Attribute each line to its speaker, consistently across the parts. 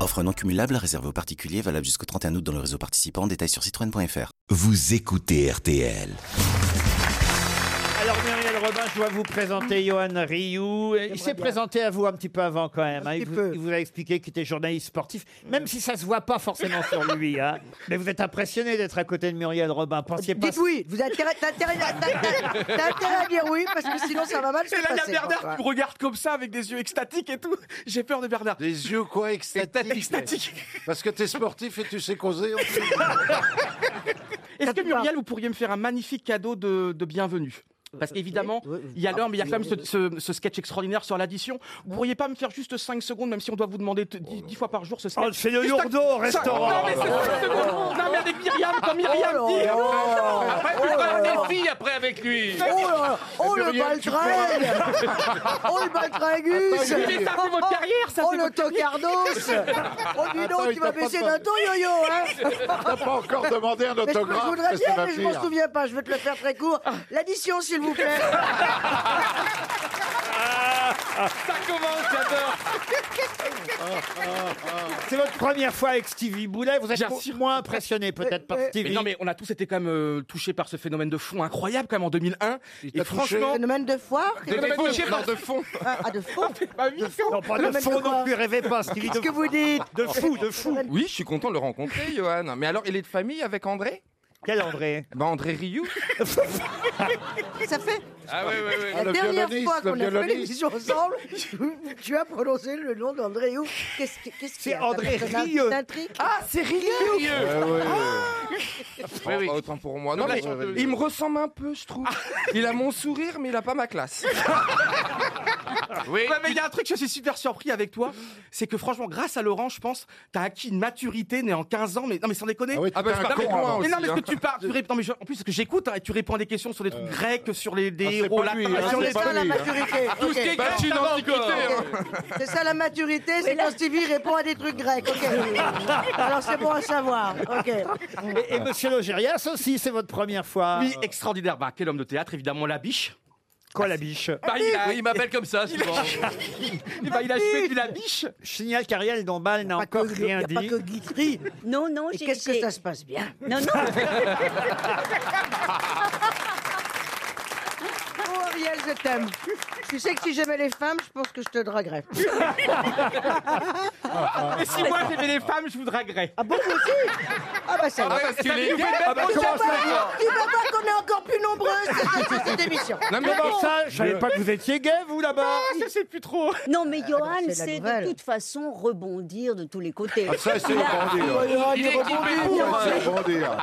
Speaker 1: Offre non cumulable réservée aux particuliers valable jusqu'au 31 août dans le réseau participant. Détails sur citroën.fr.
Speaker 2: Vous écoutez RTL.
Speaker 3: Alors Muriel Robin, je dois vous présenter Johan Rioux. Mm. Il s'est présenté à vous un petit Mm. peu avant quand même. hein. Il, vous, il vous a expliqué qu'il était journaliste sportif, même si ça se voit pas forcément sur lui. hein. Mais vous êtes impressionné d'être à côté de Muriel Robin. Pensiez pas.
Speaker 4: Dites oui, vous avez intérêt, t'as intérêt, t'as- t'as- t'as intérêt à dire oui, parce que sinon ça va mal se
Speaker 5: C'est la
Speaker 4: passer.
Speaker 5: Bernard
Speaker 4: quoi.
Speaker 5: qui me regarde comme ça avec des yeux extatiques et tout. J'ai peur de Bernard.
Speaker 6: Des yeux quoi extatiques.
Speaker 5: Extatiques.
Speaker 6: Parce que t'es sportif et tu sais causer. en plus.
Speaker 5: Est-ce que Muriel, vous pourriez me faire un magnifique cadeau de, de bienvenue parce qu'évidemment,
Speaker 4: Euh,
Speaker 5: il y a l'heure, mais il y a quand même
Speaker 4: Ah,
Speaker 5: ce, ce- ce sketch extraordinaire sur l'addition. Vous pourriez pas me faire juste 5 secondes, même si on doit vous demander 10, fois par jour ce sketch
Speaker 3: Oh, c'est le
Speaker 5: Juste
Speaker 3: lourdeau au
Speaker 5: cinq-
Speaker 3: restaurant.
Speaker 5: Non, mais c'est 5 secondes Non, mais avec Myriam, quand Myriam
Speaker 4: Oh là
Speaker 5: dit
Speaker 4: là.
Speaker 7: Après,
Speaker 8: Oh
Speaker 7: tu parles des filles après avec lui.
Speaker 4: Oh là Oh le
Speaker 6: Muriel, Eh, tu
Speaker 4: baltringue Oh le baltringus
Speaker 6: Attends,
Speaker 5: Mais ça fait votre
Speaker 4: Oh,
Speaker 5: carrière, ça
Speaker 4: Oh
Speaker 5: fait
Speaker 4: le
Speaker 5: votre-
Speaker 4: tocardos Oh dis
Speaker 6: Attends,
Speaker 4: donc, tu
Speaker 6: il
Speaker 4: vas
Speaker 6: t'a pas
Speaker 4: baisser
Speaker 6: de-
Speaker 4: d'un ton yo-yo, hein
Speaker 6: T'as pas encore demandé un
Speaker 4: Mais je,
Speaker 6: autographe.
Speaker 4: je voudrais
Speaker 6: qu'est-ce que hein.
Speaker 4: bien,
Speaker 6: ça va
Speaker 4: mais je m'en
Speaker 6: faire
Speaker 4: souviens pas, je vais te le faire très court. L'addition, s'il vous plaît.
Speaker 6: Ah,
Speaker 7: Ça commence, j'adore.
Speaker 3: C'est votre première fois avec Stevie Boulet. Vous êtes
Speaker 5: Bien
Speaker 3: mo-
Speaker 5: sûr.
Speaker 3: moins impressionné peut-être par
Speaker 4: Mais
Speaker 3: Stevie.
Speaker 5: Mais non, mais on a tous été quand même euh, touchés par ce phénomène de fond incroyable, quand même, en 2001.
Speaker 6: t'a
Speaker 5: Et
Speaker 6: touché
Speaker 5: franchement,
Speaker 4: Phénomène de foire
Speaker 6: Des
Speaker 5: Phénomène de-
Speaker 6: faux, non, de fond.
Speaker 4: Ah, ah, de faux
Speaker 5: Ma vie, c'est-
Speaker 3: Non, pas de
Speaker 4: Phénomène
Speaker 3: faux
Speaker 4: de quoi
Speaker 3: non plus. Rêvez pas, Stevie.
Speaker 4: Qu'est-ce
Speaker 3: De,
Speaker 4: que vous dites
Speaker 3: de fou, de fou.
Speaker 9: Oui, je suis content de le rencontrer, Johan. Mais alors, il est de famille avec André
Speaker 3: Quel André
Speaker 9: Bah, André Rioux.
Speaker 4: Ça fait
Speaker 7: Ah oui, oui, oui.
Speaker 6: Ah,
Speaker 4: la
Speaker 6: le
Speaker 4: dernière
Speaker 6: violoniste,
Speaker 4: fois
Speaker 6: le
Speaker 4: qu'on a fait
Speaker 6: violoniste.
Speaker 4: l'émission ensemble, tu as prononcé le nom d'André Houx. Qu'est-ce que- qu'est-ce qu'il y a
Speaker 3: C'est André
Speaker 4: Ça- ça-
Speaker 3: Rieu.
Speaker 4: C'est un truc
Speaker 5: Ah, c'est Rieu
Speaker 6: Eh oui.
Speaker 9: Ah Oh, bah, autant pour moi. Non,
Speaker 6: la
Speaker 9: mais
Speaker 6: chanteuse.
Speaker 9: il me ressemble un peu, je trouve. Il a mon sourire, mais il a pas ma classe.
Speaker 7: Oui.
Speaker 5: Ouais, mais il y a un truc, je suis super surpris avec toi. C'est que franchement, grâce à Laurent, je pense, t'as acquis une maturité née en 15 ans. Mais non, mais sans déconner.
Speaker 6: Ah oui, t'étais
Speaker 9: Ah, bah, je
Speaker 6: un
Speaker 9: suis
Speaker 6: con
Speaker 9: d'accord,
Speaker 6: avant.
Speaker 9: moi
Speaker 5: mais non,
Speaker 9: aussi,
Speaker 5: mais ce
Speaker 9: hein. Euh,
Speaker 5: que tu parles, tu réponds, mais je- en plus, ce que j'écoute, hein, et tu réponds à des questions sur des trucs grecs, sur les, des
Speaker 6: Ah, c'est
Speaker 5: héros
Speaker 6: pas lui,
Speaker 5: latins,
Speaker 6: hein,
Speaker 5: sur
Speaker 6: c'est
Speaker 5: les-
Speaker 6: pas
Speaker 4: ça la
Speaker 6: lui, hein.
Speaker 4: maturité.
Speaker 7: Tout ce qui
Speaker 4: ok.
Speaker 7: est grave, ça va encore.
Speaker 9: hein.
Speaker 4: C'est ça la maturité, c'est quand Stevie répond à des trucs grecs. ok. Alors c'est bon à savoir. Ok.
Speaker 3: Et, et Monsieur Logérias aussi, c'est votre première fois.
Speaker 5: Oui, extraordinaire. Bah, quel homme de théâtre, évidemment, la biche.
Speaker 3: Quoi la biche
Speaker 5: Bah, il a,
Speaker 7: Ah, il m'appelle comme ça souvent.
Speaker 5: eh ben, il a joué du la biche.
Speaker 3: Je signale qu'Ariel Dombal n'a
Speaker 4: Pas que,
Speaker 3: encore
Speaker 4: il y
Speaker 3: rien
Speaker 4: a pas
Speaker 3: dit.
Speaker 4: que Guitry.
Speaker 10: Non, non,
Speaker 4: Et
Speaker 10: j'ai.
Speaker 4: qu'est-ce que
Speaker 10: j'ai-
Speaker 4: ça se passe bien
Speaker 10: Non, non,
Speaker 4: Oh Ariel, je t'aime. Tu sais que si j'aimais les femmes, je pense que je te draguerais.
Speaker 5: Et si moi j'aimais les femmes, je vous draguerais.
Speaker 4: Ah bon, vous aussi Ah bah ça Ah, va.
Speaker 7: Parce qu'il est
Speaker 8: Ah, bah,
Speaker 4: Tu vas pas tu vas pas qu'on est encore plus nombreux cette- cette- cette émission.
Speaker 9: Non, mais
Speaker 3: Comment ça Je savais pas que vous étiez gay, vous, là-bas.
Speaker 5: Ah, je sais plus trop.
Speaker 10: non, mais Johan
Speaker 4: Ah, c'est la
Speaker 10: sait
Speaker 4: nouvelle.
Speaker 10: de toute façon rebondir de tous les côtés.
Speaker 6: Ah, ça, c'est le bandit. hein.
Speaker 7: il est équipé pour.
Speaker 6: Ça,
Speaker 7: euh,
Speaker 6: C'est le bandit. hein.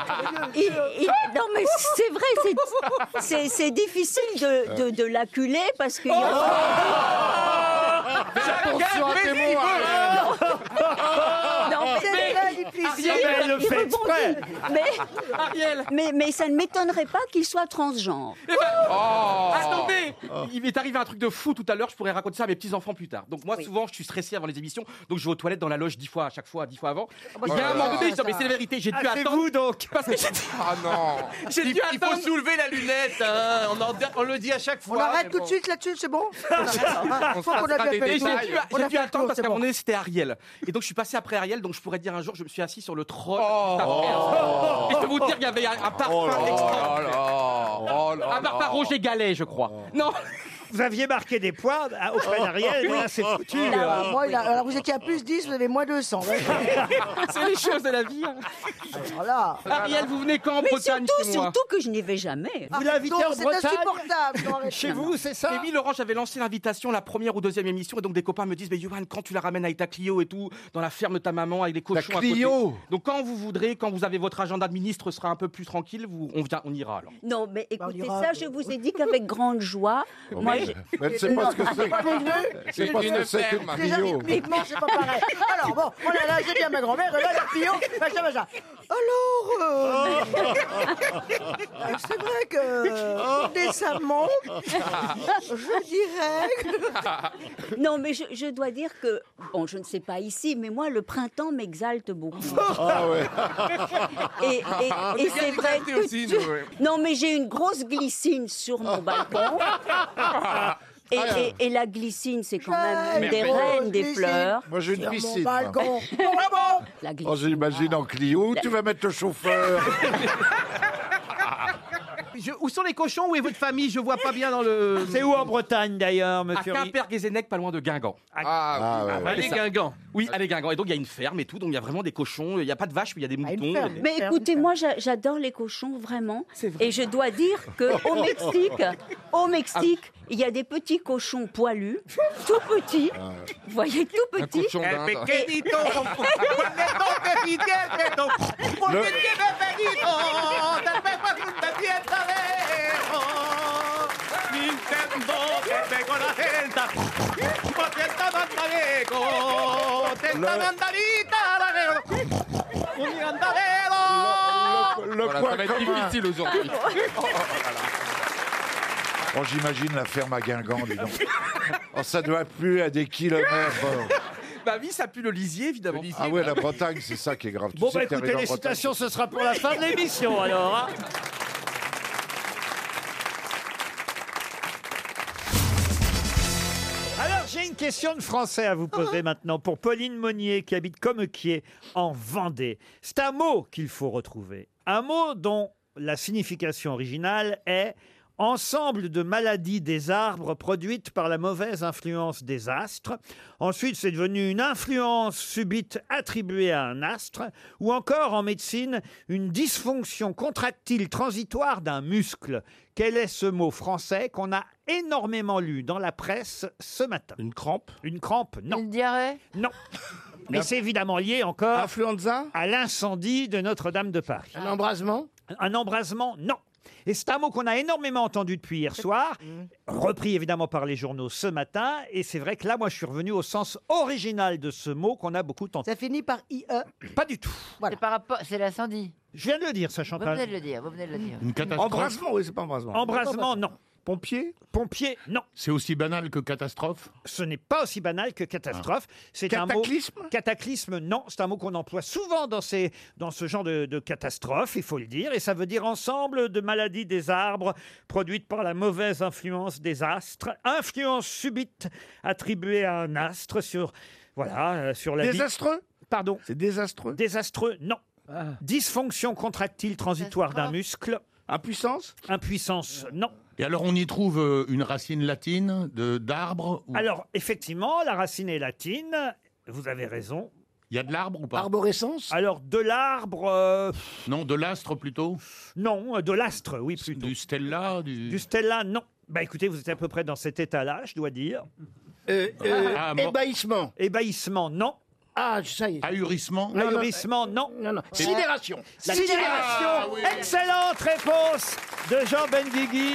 Speaker 10: Il- il- non, mais c'est vrai, c'est- c'est- c'est difficile de, de, de l'acculer parce que.
Speaker 5: Oh
Speaker 10: Johan-
Speaker 5: Ah
Speaker 6: Attention à tes mots, Ariel.
Speaker 5: Ah,
Speaker 10: non, mais-
Speaker 4: C'est très difficile.
Speaker 10: Il-
Speaker 3: elle le
Speaker 10: il
Speaker 3: fait
Speaker 10: rebondit.
Speaker 3: exprès.
Speaker 10: Mais,
Speaker 5: Ariel.
Speaker 10: mais, mais ça ne m'étonnerait pas qu'il soit transgenre.
Speaker 5: Eh ben,
Speaker 6: Oh.
Speaker 5: Attendez Il m'est arrivé un truc de fou tout à l'heure, je pourrais raconter ça à mes petits-enfants plus tard. Donc moi, souvent, je suis stressé avant les émissions, donc je vais aux toilettes dans la loge dix fois à chaque fois, dix fois avant.
Speaker 4: Ah,
Speaker 5: Et il y a un moment donné, je dis, mais c'est la vérité, j'ai dû
Speaker 3: Ah, c'est
Speaker 5: attendre.
Speaker 3: vous, donc
Speaker 5: Parce que j'ai dû-
Speaker 9: Ah non
Speaker 5: j'ai
Speaker 7: Il
Speaker 5: dû
Speaker 7: il faut
Speaker 5: attendre.
Speaker 7: soulever la lunette. hein. On, en- on le dit à chaque fois.
Speaker 4: On arrête
Speaker 7: mais
Speaker 4: tout
Speaker 7: bon.
Speaker 4: de suite là-dessus, c'est bon Je crois qu'on a
Speaker 9: passera
Speaker 4: bien
Speaker 9: des
Speaker 4: fait
Speaker 5: Et
Speaker 4: le
Speaker 5: j'ai dû,
Speaker 4: tour.
Speaker 9: détails.
Speaker 4: On a
Speaker 5: j'ai dû
Speaker 4: fait le tour,
Speaker 5: attendre parce
Speaker 4: c'est
Speaker 5: qu'à un
Speaker 4: bon.
Speaker 5: moment donné, c'était Ariel. Et donc, je suis passé après Ariel, donc je pourrais dire un jour, je me suis assis sur le trône. Et je peux vous dire, il y avait un, un parfum
Speaker 6: Oh là là
Speaker 9: Oh
Speaker 5: extraordinaire.
Speaker 9: là Oh là
Speaker 5: Un parfum Roger Galet, je crois. Non
Speaker 3: Vous aviez marqué des points à- auprès
Speaker 5: Oh,
Speaker 4: Ah
Speaker 3: d'Ariel, mais là, c'est foutu.
Speaker 4: Là, euh, moi, il a- alors vous étiez à plus 10, vous avez moins 200. Ouais.
Speaker 5: C'est les choses de la vie. hein.
Speaker 4: Alors là,
Speaker 5: Ariel, vous venez quand en
Speaker 10: Mais
Speaker 5: Bretagne
Speaker 10: surtout,
Speaker 5: chez moi
Speaker 10: surtout que je n'y vais jamais.
Speaker 3: Vous l'invitez
Speaker 4: non,
Speaker 3: en
Speaker 4: c'est
Speaker 3: Bretagne
Speaker 4: insupportable. non, arrête.
Speaker 3: Chez vous, c'est
Speaker 5: Et
Speaker 3: ça
Speaker 5: oui, Laurent, j'avais lancé l'invitation la première ou deuxième émission, et donc des copains me disent, mais Johan, quand tu la ramènes avec ta Clio et tout, dans la ferme de ta maman, avec les cochons à côté.
Speaker 6: Clio
Speaker 5: Donc quand vous voudrez, quand vous avez votre agenda de ministre sera un peu plus tranquille, vous, on, vient, on ira alors.
Speaker 10: Non, mais
Speaker 4: Bah, on
Speaker 10: écoutez,
Speaker 4: ira,
Speaker 10: ça,
Speaker 4: euh,
Speaker 10: je vous ai dit qu'avec grande joie. Moi, je-
Speaker 6: Mais elle sait pas ce que c'est. C'est pas ce que
Speaker 9: une
Speaker 6: c'est que
Speaker 9: ferme.
Speaker 4: Déjà,
Speaker 6: Clio.
Speaker 4: rythmiquement, Ah, c'est pas pareil. oh Alors, bon, voilà, là, j'ai bien ma grand-mère, là, la Clio, machin, machin. Alors, euh, Euh, C'est vrai que
Speaker 6: Oh.
Speaker 4: euh, décemment, je dirais.
Speaker 10: Non, mais je, je dois dire que, bon, je ne sais pas ici, mais moi, le printemps m'exalte beaucoup.
Speaker 6: Ah ouais.
Speaker 10: Et, et-
Speaker 6: On
Speaker 10: et
Speaker 6: est bien
Speaker 10: c'est vrai.
Speaker 6: exaltés
Speaker 10: tout de
Speaker 6: aussi,
Speaker 10: suite-
Speaker 6: nous, ouais.
Speaker 10: Non, mais j'ai une grosse glycine sur mon balcon. Et,
Speaker 6: Oh. Ah.
Speaker 10: et- et la glycine, c'est quand même une des
Speaker 6: Merveilleux.
Speaker 10: reines des fleurs.
Speaker 6: Moi, j'ai une piscine. moi.
Speaker 10: La
Speaker 6: Oh, j'imagine en Clio, tu vas mettre le chauffeur.
Speaker 11: Je- où sont les cochons Où est votre famille Je vois pas bien dans le.
Speaker 3: C'est où en Bretagne d'ailleurs,
Speaker 11: À
Speaker 3: monsieur Ri- bah,
Speaker 11: Quimper-Guézennec, pas loin de Guingamp.
Speaker 6: Ah,
Speaker 7: bah,
Speaker 6: ouais, ouais.
Speaker 11: c'est ça. Oui, allez Guingamp. Et donc il y a une ferme et tout, donc il y a vraiment des cochons. Il n'y a pas de vaches, mais il y a des moutons.
Speaker 10: Ah, ferme. Mais écoutez, moi j'a- j'adore les cochons, vraiment. Et je dois dire qu'au Mexique, au Mexique,
Speaker 6: Ah.
Speaker 10: il y a des petits cochons poilus, tout petits. Vous voyez, tout petits.
Speaker 6: Ah. cochon d'Inde. Eh, El pequeñito,
Speaker 12: Le-
Speaker 6: Le, le
Speaker 7: Voilà,
Speaker 6: point
Speaker 7: ça va être
Speaker 6: commun.
Speaker 7: difficile aujourd'hui.
Speaker 6: Oh, j'imagine la ferme à Guingamp, dis donc. Oh, ça doit plus à des kilomètres.
Speaker 11: Ma vie, ça pue le lisier, évidemment.
Speaker 6: Ah ouais, la Bretagne, c'est ça qui est grave. Tu
Speaker 3: Bon,
Speaker 6: sais
Speaker 3: bah
Speaker 6: que t'es
Speaker 3: écoutez,
Speaker 6: arrivé en
Speaker 3: les
Speaker 6: Bretagne.
Speaker 3: citations, ce sera pour la fin de l'émission alors. hein. Alors, j'ai une question de français à vous poser maintenant pour Pauline Monnier qui habite Commequier en Vendée. C'est un mot qu'il faut retrouver. Un mot dont la signification originale est ensemble de maladies des arbres produites par la mauvaise influence des astres. Ensuite, c'est devenu une influence subite attribuée à un astre ou encore en médecine une dysfonction contractile transitoire d'un muscle. Quel est ce mot français qu'on a énormément lu dans la presse ce matin. Une crampe Une crampe, non. Une diarrhée Non. Mais c'est évidemment lié encore à l'incendie de Notre-Dame de Paris. Un embrasement Un embrasement, non. Et c'est un mot qu'on a énormément entendu depuis hier soir, repris évidemment par les journaux ce matin. Et c'est vrai que là, moi, je suis revenu au sens original de ce mot qu'on a beaucoup entendu. Ça finit par E. IE Pas du tout.
Speaker 13: C'est par rapport, c'est l'incendie.
Speaker 3: Je viens de le dire, ça,
Speaker 13: Vous
Speaker 3: Chantal.
Speaker 13: venez de le dire, vous venez de le
Speaker 11: hein.
Speaker 13: dire.
Speaker 14: Embrasement, oui, c'est pas embrasement.
Speaker 3: Embrasement, non. Pompier Pompier, non.
Speaker 14: C'est aussi banal que catastrophe Ah.
Speaker 3: Ce n'est pas aussi banal que catastrophe. C'est un mot. Cataclysme Cataclysme, non. C'est un mot qu'on emploie souvent dans, ces, dans ce genre de, de catastrophe, il faut le dire. Et ça veut dire ensemble de maladies des arbres produites par la mauvaise influence des astres. Influence subite attribuée à un astre sur. Voilà, euh, sur la vie-
Speaker 14: Désastreux
Speaker 3: Pardon.
Speaker 14: C'est désastreux
Speaker 3: Désastreux, non. Dysfonction contractile transitoire d'un muscle. Impuissance Impuissance, non.
Speaker 14: Et alors on y trouve euh, une racine latine de- d'arbre ou-
Speaker 3: Alors, effectivement, la racine est latine. Vous avez raison.
Speaker 14: Il y a de l'arbre ou pas
Speaker 3: Arborescence Alors, de l'arbre. euh,
Speaker 14: Non, de l'astre plutôt
Speaker 3: Non, euh, de l'astre, oui, plutôt.
Speaker 14: Du stella du...
Speaker 3: Du stella, non. Bah écoutez, vous êtes à peu près dans cet état-là, je dois dire.
Speaker 14: euh, Ah, mort.
Speaker 3: ébahissement. Ébahissement, non. Ah, ça y est.
Speaker 14: Ahurissement
Speaker 3: Non, Ahurissement, non. Ah.
Speaker 14: Sidération. La
Speaker 3: Sidération.
Speaker 14: sidération. Ah, oui.
Speaker 3: Excellente réponse de Jean Benguigui.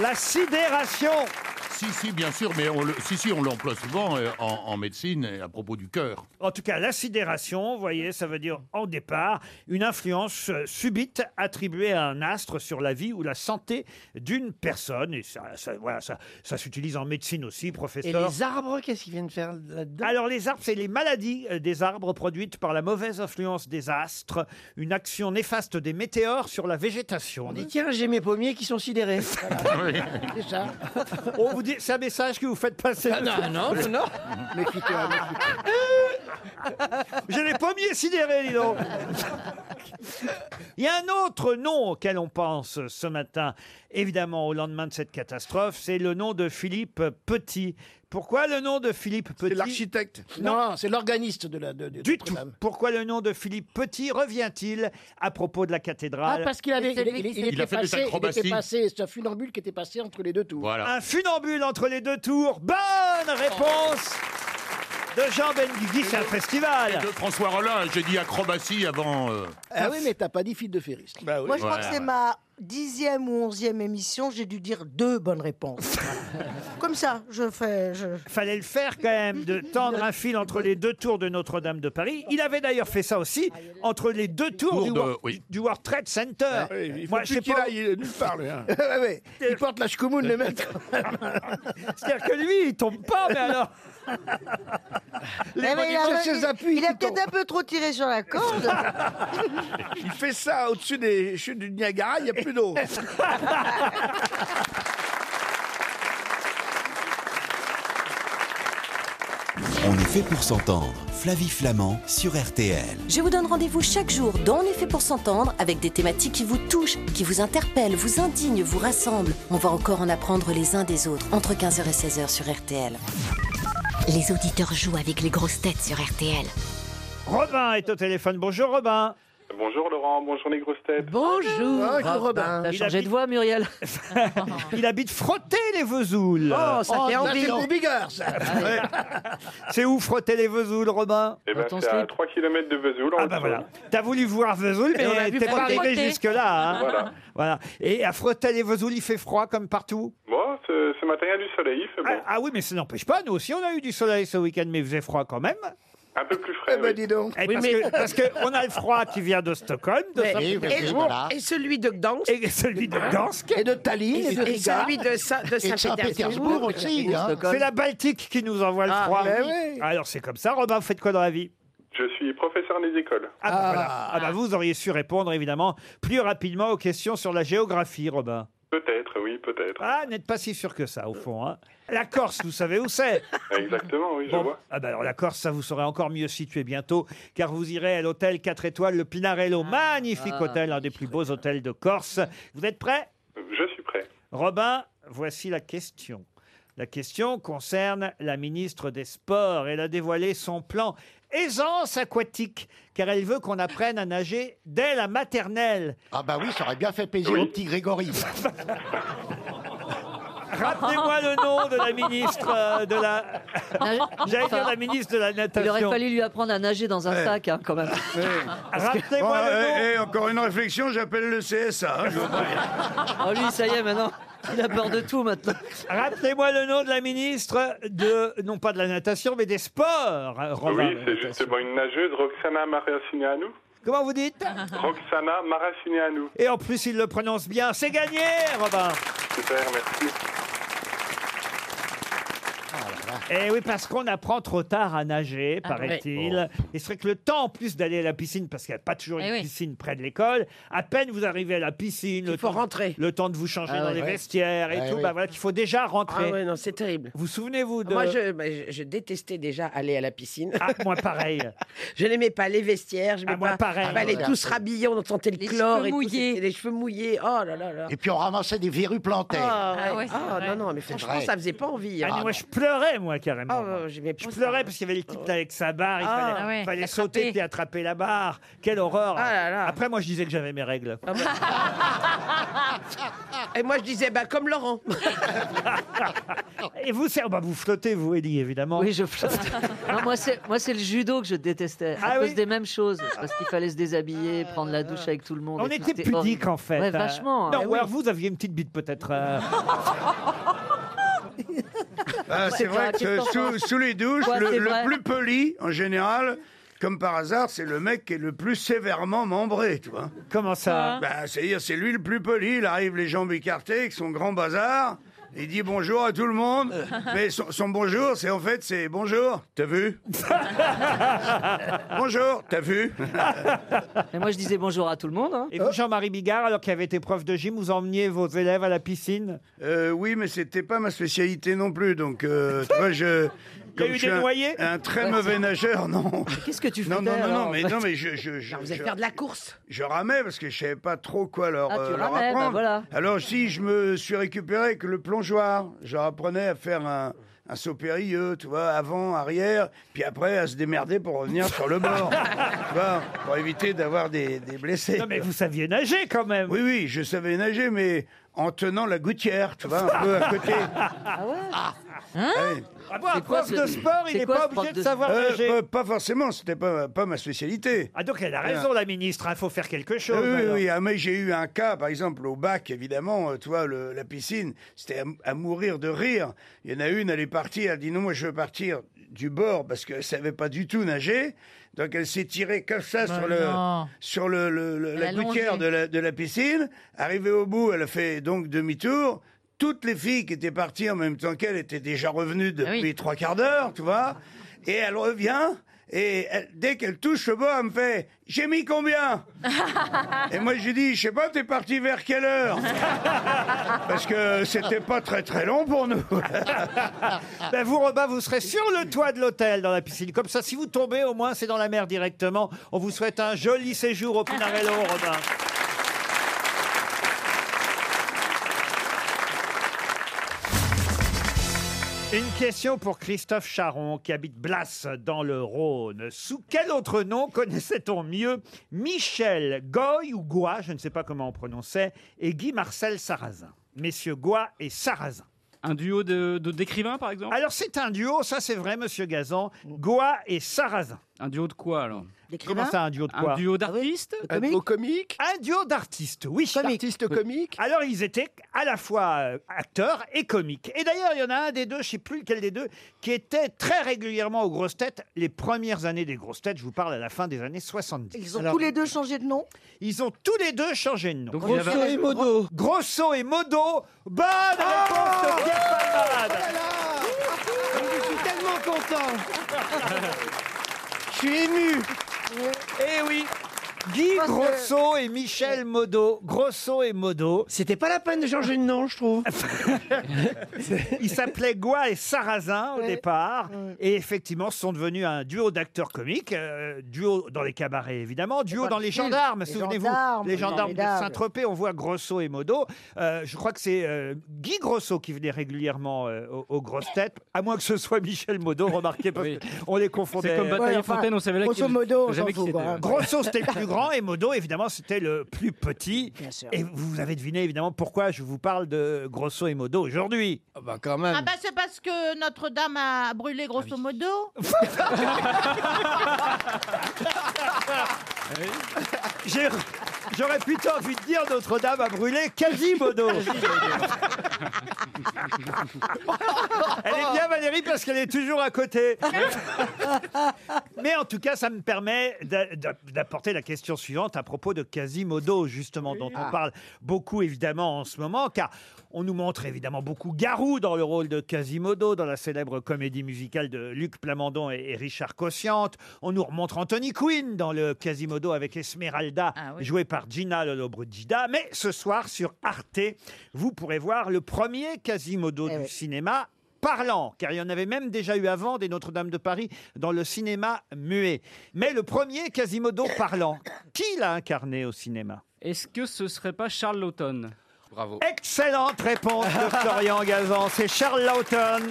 Speaker 3: La sidération.
Speaker 14: Ah, Si, si, bien sûr, mais on le- si, si, on l'emploie souvent euh, en, en médecine et à propos du cœur.
Speaker 3: En tout cas, la sidération, vous voyez, ça veut dire en départ une influence euh, subite attribuée à un astre sur la vie ou la santé d'une personne. Et ça, ça- voilà, ça, ça s'utilise en médecine aussi,
Speaker 15: Et
Speaker 3: professeur.
Speaker 15: les arbres, qu'est-ce qu'ils viennent faire là-dedans
Speaker 3: Alors les arbres, c'est les maladies euh, des arbres produites par la mauvaise influence des astres, une action néfaste des météores sur la végétation. On
Speaker 15: dit, tiens, j'ai mes pommiers qui sont sidérés.
Speaker 3: C'est ça. On vous dit, c'est un message que vous faites passer.
Speaker 15: Ah non,
Speaker 3: monsieur.
Speaker 15: non, non, non.
Speaker 3: Méfie-toi, méfie-toi. J'ai les pommiers sidérés, dis donc. Il y a un autre nom auquel on pense ce matin, évidemment au lendemain de cette catastrophe, c'est le nom de Philippe Petit. Pourquoi le nom de Philippe Petit C'est l'architecte. Non, c'est l'organiste de la. du tout. Pourquoi le nom de Philippe Petit revient-il à propos de la
Speaker 15: Ah,
Speaker 3: cathédrale
Speaker 15: parce qu'il avait, il, il- il
Speaker 3: Il a
Speaker 15: était
Speaker 3: fait des
Speaker 15: passé, il
Speaker 3: acrobaties.
Speaker 15: était passé, c'est un funambule qui était passé entre les deux tours. Ah,
Speaker 3: Un funambule entre les deux tours. Bonne réponse de Jean Benguigui. C'est un festival.
Speaker 14: De François Rollin, j'ai dit acrobatie avant. euh,
Speaker 3: Ah,
Speaker 15: Ah oui, mais t'as pas dit fil de ferriste.
Speaker 3: bah
Speaker 5: Oh.
Speaker 4: Moi, je crois
Speaker 14: Voilà.
Speaker 4: que c'est ma dixième ou onzième émission, j'ai dû dire deux bonnes réponses. Voilà. Comme ça, je fais. je-
Speaker 3: Fallait le faire quand même, de tendre un fil entre les deux tours de Notre-Dame de Paris. Il avait d'ailleurs fait ça aussi, entre les deux tours
Speaker 16: Tour
Speaker 3: du,
Speaker 16: de-
Speaker 3: World,
Speaker 16: oui.
Speaker 3: du World Trade Center.
Speaker 16: Ouais, Ah il faut
Speaker 3: Moi,
Speaker 16: plus
Speaker 3: je sais
Speaker 16: qu'il
Speaker 3: pas-
Speaker 16: aille nulle part, lui, hein.
Speaker 17: Ouais, ouais. Il porte la chkoumoune, le mec.
Speaker 3: C'est-à-dire que lui, il tombe pas, mais alors.
Speaker 4: Eh ben, il a- il- il a peut-être un peu trop tiré sur la corde.
Speaker 18: Il fait ça au-dessus des chutes du Niagara, il n'y a plus d'eau.
Speaker 5: On est fait pour s'entendre. Flavie Flamand sur RTL.
Speaker 19: Je vous donne rendez-vous chaque jour dans Les Faits pour s'entendre avec des thématiques qui vous touchent, qui vous interpellent, vous indignent, vous rassemblent. On va encore en apprendre les uns des autres entre 15h et 16h sur RTL.
Speaker 10: Les auditeurs jouent avec les grosses têtes sur RTL.
Speaker 3: Robin est au téléphone. Bonjour Robin.
Speaker 9: Bonjour Laurent, bonjour les grosses têtes.
Speaker 3: Bonjour.
Speaker 16: Ah,
Speaker 9: Robin. T'as changé
Speaker 3: de voix, Muriel. Il habite frotter les Vesoules.
Speaker 17: Oh, ça fait envie. pour Bigger, ça.
Speaker 3: C'est où frotter les Vesoules, Robin
Speaker 9: Eh ben, c'est à 3 km de Vesoul. Ah
Speaker 3: bah voilà. T'as voulu voir Vesoul,
Speaker 9: Et on a
Speaker 3: mais
Speaker 9: vu
Speaker 3: t'es pas
Speaker 9: frotter.
Speaker 3: arrivé
Speaker 9: Frotter.
Speaker 3: jusque-là. hein.
Speaker 9: Voilà.
Speaker 3: Voilà. Et à frotter les Vesoules, il fait froid comme partout
Speaker 9: Bon, ce, ce matin, il y a du soleil, il fait bon.
Speaker 3: ah, ah oui, mais ça n'empêche pas. Nous aussi, on a eu du soleil ce week-end, mais il faisait froid quand même.
Speaker 9: Un peu plus frais.
Speaker 3: Eh
Speaker 8: ben,
Speaker 9: oui.
Speaker 3: Eh, parce, que, parce que on a le froid qui vient de Stockholm, de
Speaker 8: Mais-
Speaker 3: Saint-
Speaker 8: et, et- et celui de Gdansk.
Speaker 3: Et celui de Gdansk.
Speaker 8: Et de Tallinn. Et, celui de, Sa- de Saint-Pétersbourg hein.
Speaker 3: C'est la Baltique qui nous envoie le
Speaker 8: Ah,
Speaker 3: froid.
Speaker 8: mais oui.
Speaker 3: Alors c'est comme ça, Robin, vous faites quoi dans la vie
Speaker 9: Je suis professeur des écoles.
Speaker 3: ah, bah, voilà. Ah, bah, vous auriez su répondre évidemment plus rapidement aux questions sur la géographie, Robin.
Speaker 9: Peut-être, oui, peut-être.
Speaker 3: Ah, n'êtes pas si sûr que ça, au fond. hein. La Corse, vous savez où c'est
Speaker 9: Exactement, oui, je
Speaker 3: Ah. Bon,
Speaker 9: vois.
Speaker 3: ah bah alors la Corse, ça vous serez encore mieux situé bientôt, car vous irez à l'hôtel 4 étoiles, le Pinarello, magnifique
Speaker 9: Ah.
Speaker 3: hôtel, un des plus beaux hôtels de Corse. Vous êtes prêts
Speaker 9: Euh, Je suis prêt.
Speaker 3: Robin, voici la question. La question concerne la ministre des Sports. Elle a dévoilé son plan aisance aquatique, car elle veut qu'on apprenne à nager dès la maternelle.
Speaker 20: Ah bah oui, ça aurait bien fait plaisir au petit Grégory. ça.
Speaker 3: Rappelez-moi le nom de la ministre euh, de la... J'allais dire la ministre de la
Speaker 21: Il aurait
Speaker 3: natation.
Speaker 21: fallu lui apprendre à nager dans un
Speaker 3: Ouais.
Speaker 21: sac, hein, quand même.
Speaker 3: Rappelez-moi
Speaker 18: Bon,
Speaker 3: Ah, le nom.
Speaker 18: eh, eh, encore une réflexion, j'appelle le CSA. hein, je vous préviens.
Speaker 21: Oh, lui, ça y est, maintenant, il a peur de tout, maintenant.
Speaker 3: Rappelez-moi le nom de la ministre de, non pas de la natation, mais des sports, euh, Robin.
Speaker 9: oui, c'est justement une nageuse, Roxana Maracineanu.
Speaker 3: Comment vous dites
Speaker 9: Roxana Maracineanu.
Speaker 3: Et en plus, il le prononce bien. C'est gagné, Robin.
Speaker 9: Super, merci.
Speaker 3: Eh oui, parce qu'on apprend trop tard à nager,
Speaker 9: Ah,
Speaker 3: paraît-il. Et c'est vrai que le temps, en plus d'aller à la piscine, parce qu'il n'y a pas toujours
Speaker 8: Eh
Speaker 3: une
Speaker 8: oui.
Speaker 3: piscine près de l'école, à peine vous arrivez à la piscine, le, temps, rentrer. le temps de vous changer
Speaker 8: Ah,
Speaker 3: dans
Speaker 8: ouais.
Speaker 3: les vestiaires et
Speaker 8: Ah,
Speaker 3: tout,
Speaker 8: oui.
Speaker 3: bah voilà qu'il faut déjà rentrer.
Speaker 8: Ah ouais, non, c'est terrible.
Speaker 3: Vous souvenez-vous de...
Speaker 8: Moi, je, bah, je- je détestais déjà aller à la piscine.
Speaker 3: Ah, moi, pareil.
Speaker 8: je n'aimais pas les vestiaires. Je n'aimais
Speaker 3: moi,
Speaker 8: pas,
Speaker 3: pareil.
Speaker 8: Ah, bah, les
Speaker 20: Ouais.
Speaker 8: tous rhabillés, on sentait le chlore. et tout, c'était les cheveux mouillés. Oh là là là.
Speaker 20: Et puis on ramassait des verrues plantées.
Speaker 8: Ah,
Speaker 20: Ah
Speaker 8: ouais. Ah, non, non, mais franchement,
Speaker 20: vrai.
Speaker 8: ça faisait pas envie. hein.
Speaker 3: Ah, non, moi, je pleurais, moi, carrément. je pleurais parce qu'il y avait le type là avec sa barre, il
Speaker 8: Ah.
Speaker 3: fallait,
Speaker 8: Ah ouais, Ah
Speaker 3: il fallait
Speaker 8: l'attraper.
Speaker 3: sauter puis attraper la barre. Quelle horreur Après, moi, je disais que j'avais mes règles.
Speaker 8: Ah, Et moi, je disais, bah, comme Laurent.
Speaker 3: Et vous, c'est- ah bah, vous flottez, vous, Elie, évidemment.
Speaker 21: Oui, je flotte. Non, moi, c'est moi, c'est le judo que je détestais. À
Speaker 3: Ah
Speaker 21: cause
Speaker 3: oui
Speaker 21: des mêmes choses. Parce qu'il fallait se déshabiller, prendre la douche avec tout le monde.
Speaker 3: On
Speaker 21: et tout,
Speaker 3: était
Speaker 21: c'était horrible.
Speaker 3: pudique en fait.
Speaker 21: Ouais,
Speaker 3: hein.
Speaker 21: vachement.
Speaker 3: Non,
Speaker 21: hein.
Speaker 3: ou alors vous aviez une petite bite peut-être. euh.
Speaker 18: Ah, c'est vrai que sous, sous les douches,
Speaker 3: Ouais,
Speaker 18: le,
Speaker 3: c'est
Speaker 18: le
Speaker 3: vrai.
Speaker 18: plus poli, en général, comme par hasard, c'est le mec qui est le plus sévèrement membré, tu vois.
Speaker 3: Comment ça
Speaker 18: Bah, C'est-à-dire, c'est lui le plus poli. Il arrive les jambes écartées avec son grand bazar. Il dit bonjour à tout le monde. Mais son, son bonjour, c'est en fait, c'est bonjour, t'as vu Bonjour, t'as vu
Speaker 21: Mais moi, je disais bonjour à tout le monde. hein.
Speaker 3: Et vous, Jean-Marie Bigard, alors qu'il avait été prof de gym, vous emmeniez vos élèves à la piscine
Speaker 18: Euh, oui, mais c'était pas ma spécialité non plus. Donc, euh, tu vois, je.
Speaker 3: Il y a eu
Speaker 18: je
Speaker 3: des
Speaker 18: un-
Speaker 3: noyés
Speaker 18: un, très
Speaker 3: Ouais, c'est-
Speaker 18: mauvais nageur, non.
Speaker 21: Qu'est-ce que tu
Speaker 18: Non,
Speaker 21: foutais,
Speaker 18: non, non,
Speaker 21: alors,
Speaker 18: non, mais,
Speaker 7: bah,
Speaker 21: en fait
Speaker 18: non, mais je. je, je-
Speaker 8: Vous allez
Speaker 18: je-
Speaker 8: faire de la course.
Speaker 18: je ramais parce que je savais pas trop quoi leur,
Speaker 8: Ah, tu
Speaker 18: euh, leur
Speaker 8: ramais, bah
Speaker 18: apprendre.
Speaker 8: voilà.
Speaker 18: Alors, si je me suis récupéré avec le plongeoir, je leur apprenais à faire un. Un saut périlleux, tu vois, avant, arrière, puis après à se démerder pour revenir sur le bord, tu vois, pour éviter d'avoir des, des blessés.
Speaker 3: Non, mais vous saviez nager quand même.
Speaker 18: Oui, oui, je savais nager, mais en tenant la gouttière, tu vois, un peu à côté.
Speaker 15: Ah ouais
Speaker 7: Hein
Speaker 18: Ouais.
Speaker 3: Ah bon, un prof de sport, il n'est pas obligé de savoir
Speaker 18: Euh,
Speaker 3: nager.
Speaker 18: pas, pas forcément, c'était pas, pas ma spécialité.
Speaker 3: Ah donc elle a raison, la ministre, il faut faire quelque chose.
Speaker 18: Oui, oui,
Speaker 3: alors.
Speaker 18: oui. Ah, mais j'ai eu un cas, par exemple, au bac, évidemment, euh, tu vois, le- la piscine, c'était à, à mourir de rire. Il y en a une, elle est partie, elle a dit non, moi je veux partir du bord parce qu'elle savait pas du tout nager. Donc elle s'est tirée comme ça
Speaker 15: Bah
Speaker 18: sur, le,
Speaker 15: non.
Speaker 18: sur le, le- le- la
Speaker 15: Elle a
Speaker 18: gouttière
Speaker 15: longé.
Speaker 18: de la, de la piscine. Arrivée au bout, elle a fait donc demi-tour. Toutes les filles qui étaient parties en même temps qu'elle étaient déjà revenues
Speaker 15: Ah
Speaker 18: depuis trois quarts d'heure, tu vois. Et elle revient, et elle- dès qu'elle touche le bord, elle me fait « J'ai mis combien ?» Et moi, je lui dis, je sais pas, t'es parti vers quelle heure Parce que c'était pas très très long pour nous.
Speaker 3: Ben, vous, Robin, vous serez sur le toit de l'hôtel dans la piscine. Comme ça, si vous tombez, au moins, c'est dans la mer directement. On vous souhaite un joli séjour au Pinarello, Robin. Une question pour Christophe Charon, qui habite Blas, dans le Rhône. Sous quel autre nom connaissait-on mieux Michel Goy ou Goy, je ne sais pas comment on prononçait, et Guy Marcel Sarrazin Messieurs Goy et Sarrazin. Un duo de d'écrivains, par exemple Alors, c'est un duo, ça c'est vrai, monsieur Gazan. Goy et Sarrazin. Un duo de quoi, alors Comment ça, un duo de quoi
Speaker 22: Un duo d'artistes
Speaker 3: Ah Un duo comique Un duo d'artistes, oui. D'artistes comiques Alors, ils étaient à la fois euh, acteurs et comiques. Et d'ailleurs, il y en a un des deux, je ne sais plus lequel des deux, qui était très régulièrement aux grosses têtes les premières années des grosses têtes. Je vous parle à la fin des années 70.
Speaker 4: Ils ont tous les deux changé de nom
Speaker 3: Ils ont tous les deux changé de nom.
Speaker 4: Donc, Grosso il avait- et modo.
Speaker 3: Grosso et modo. Bonne réponse de Pierre Palmade.
Speaker 15: Je suis tellement content.
Speaker 3: Je suis ému. Eh oui. Guy
Speaker 15: Parce que-
Speaker 3: Grosso et Michel Modo. Grosso et Modo. C'était pas la peine de changer de nom, je trouve. Ils s'appelaient Goua et Sarrazin au départ. Et effectivement, ce sont devenus un duo d'acteurs comiques. euh, duo dans les cabarets, évidemment. Duo
Speaker 4: dans
Speaker 3: dans
Speaker 4: les
Speaker 3: les
Speaker 4: films.
Speaker 3: gendarmes,
Speaker 4: Les
Speaker 3: souvenez-vous.
Speaker 4: gendarmes,
Speaker 3: les gendarmes de
Speaker 4: formidable.
Speaker 3: Saint-Tropez, on voit Grosso et Modo. Euh, je crois que c'est euh, Guy Grosso qui venait régulièrement euh, aux, aux grosses têtes. À moins que ce soit Michel Modo, remarquez, parce qu'on les confondait.
Speaker 22: C'est comme Bataille
Speaker 3: Ouais,
Speaker 22: et Fontaine, on savait là
Speaker 3: grosso
Speaker 22: qui-
Speaker 3: modo,
Speaker 22: on savait
Speaker 3: on s'en
Speaker 22: qui
Speaker 3: fout,
Speaker 22: c'était.
Speaker 3: quoi. hein. Grosso, c'était le plus grand et Modo, évidemment, c'était le plus petit. Et vous avez deviné, évidemment, pourquoi je vous parle de Grosso et Modo aujourd'hui. bah quand même.
Speaker 23: Ah bah c'est parce que Notre-Dame a brûlé grosso modo.
Speaker 3: J'aurais plutôt envie de dire Notre-Dame a brûlé Quasimodo. Elle est bien Valérie parce qu'elle est toujours à côté. Mais en tout cas, ça me permet d'a- d'a- d'apporter la question suivante à propos de Quasimodo, justement, dont on parle beaucoup évidemment en ce moment, car on nous montre évidemment beaucoup Garou dans le rôle de Quasimodo dans la célèbre comédie musicale de Luc Plamondon et et Richard Cossiante. On nous remontre Anthony Quinn dans le Quasimodo avec Esmeralda, joué par Gina Lollobrigida. Mais ce soir, sur Arte, vous pourrez voir le premier Quasimodo du cinéma parlant, car il y en avait même déjà eu avant des Notre-Dame de Paris dans le cinéma muet. Mais le premier Quasimodo parlant, qui l'a incarné au cinéma
Speaker 22: Est-ce que ce serait pas Charles Laughton Bravo.
Speaker 3: Excellente réponse de Florian Gazan, c'est Charles Laughton.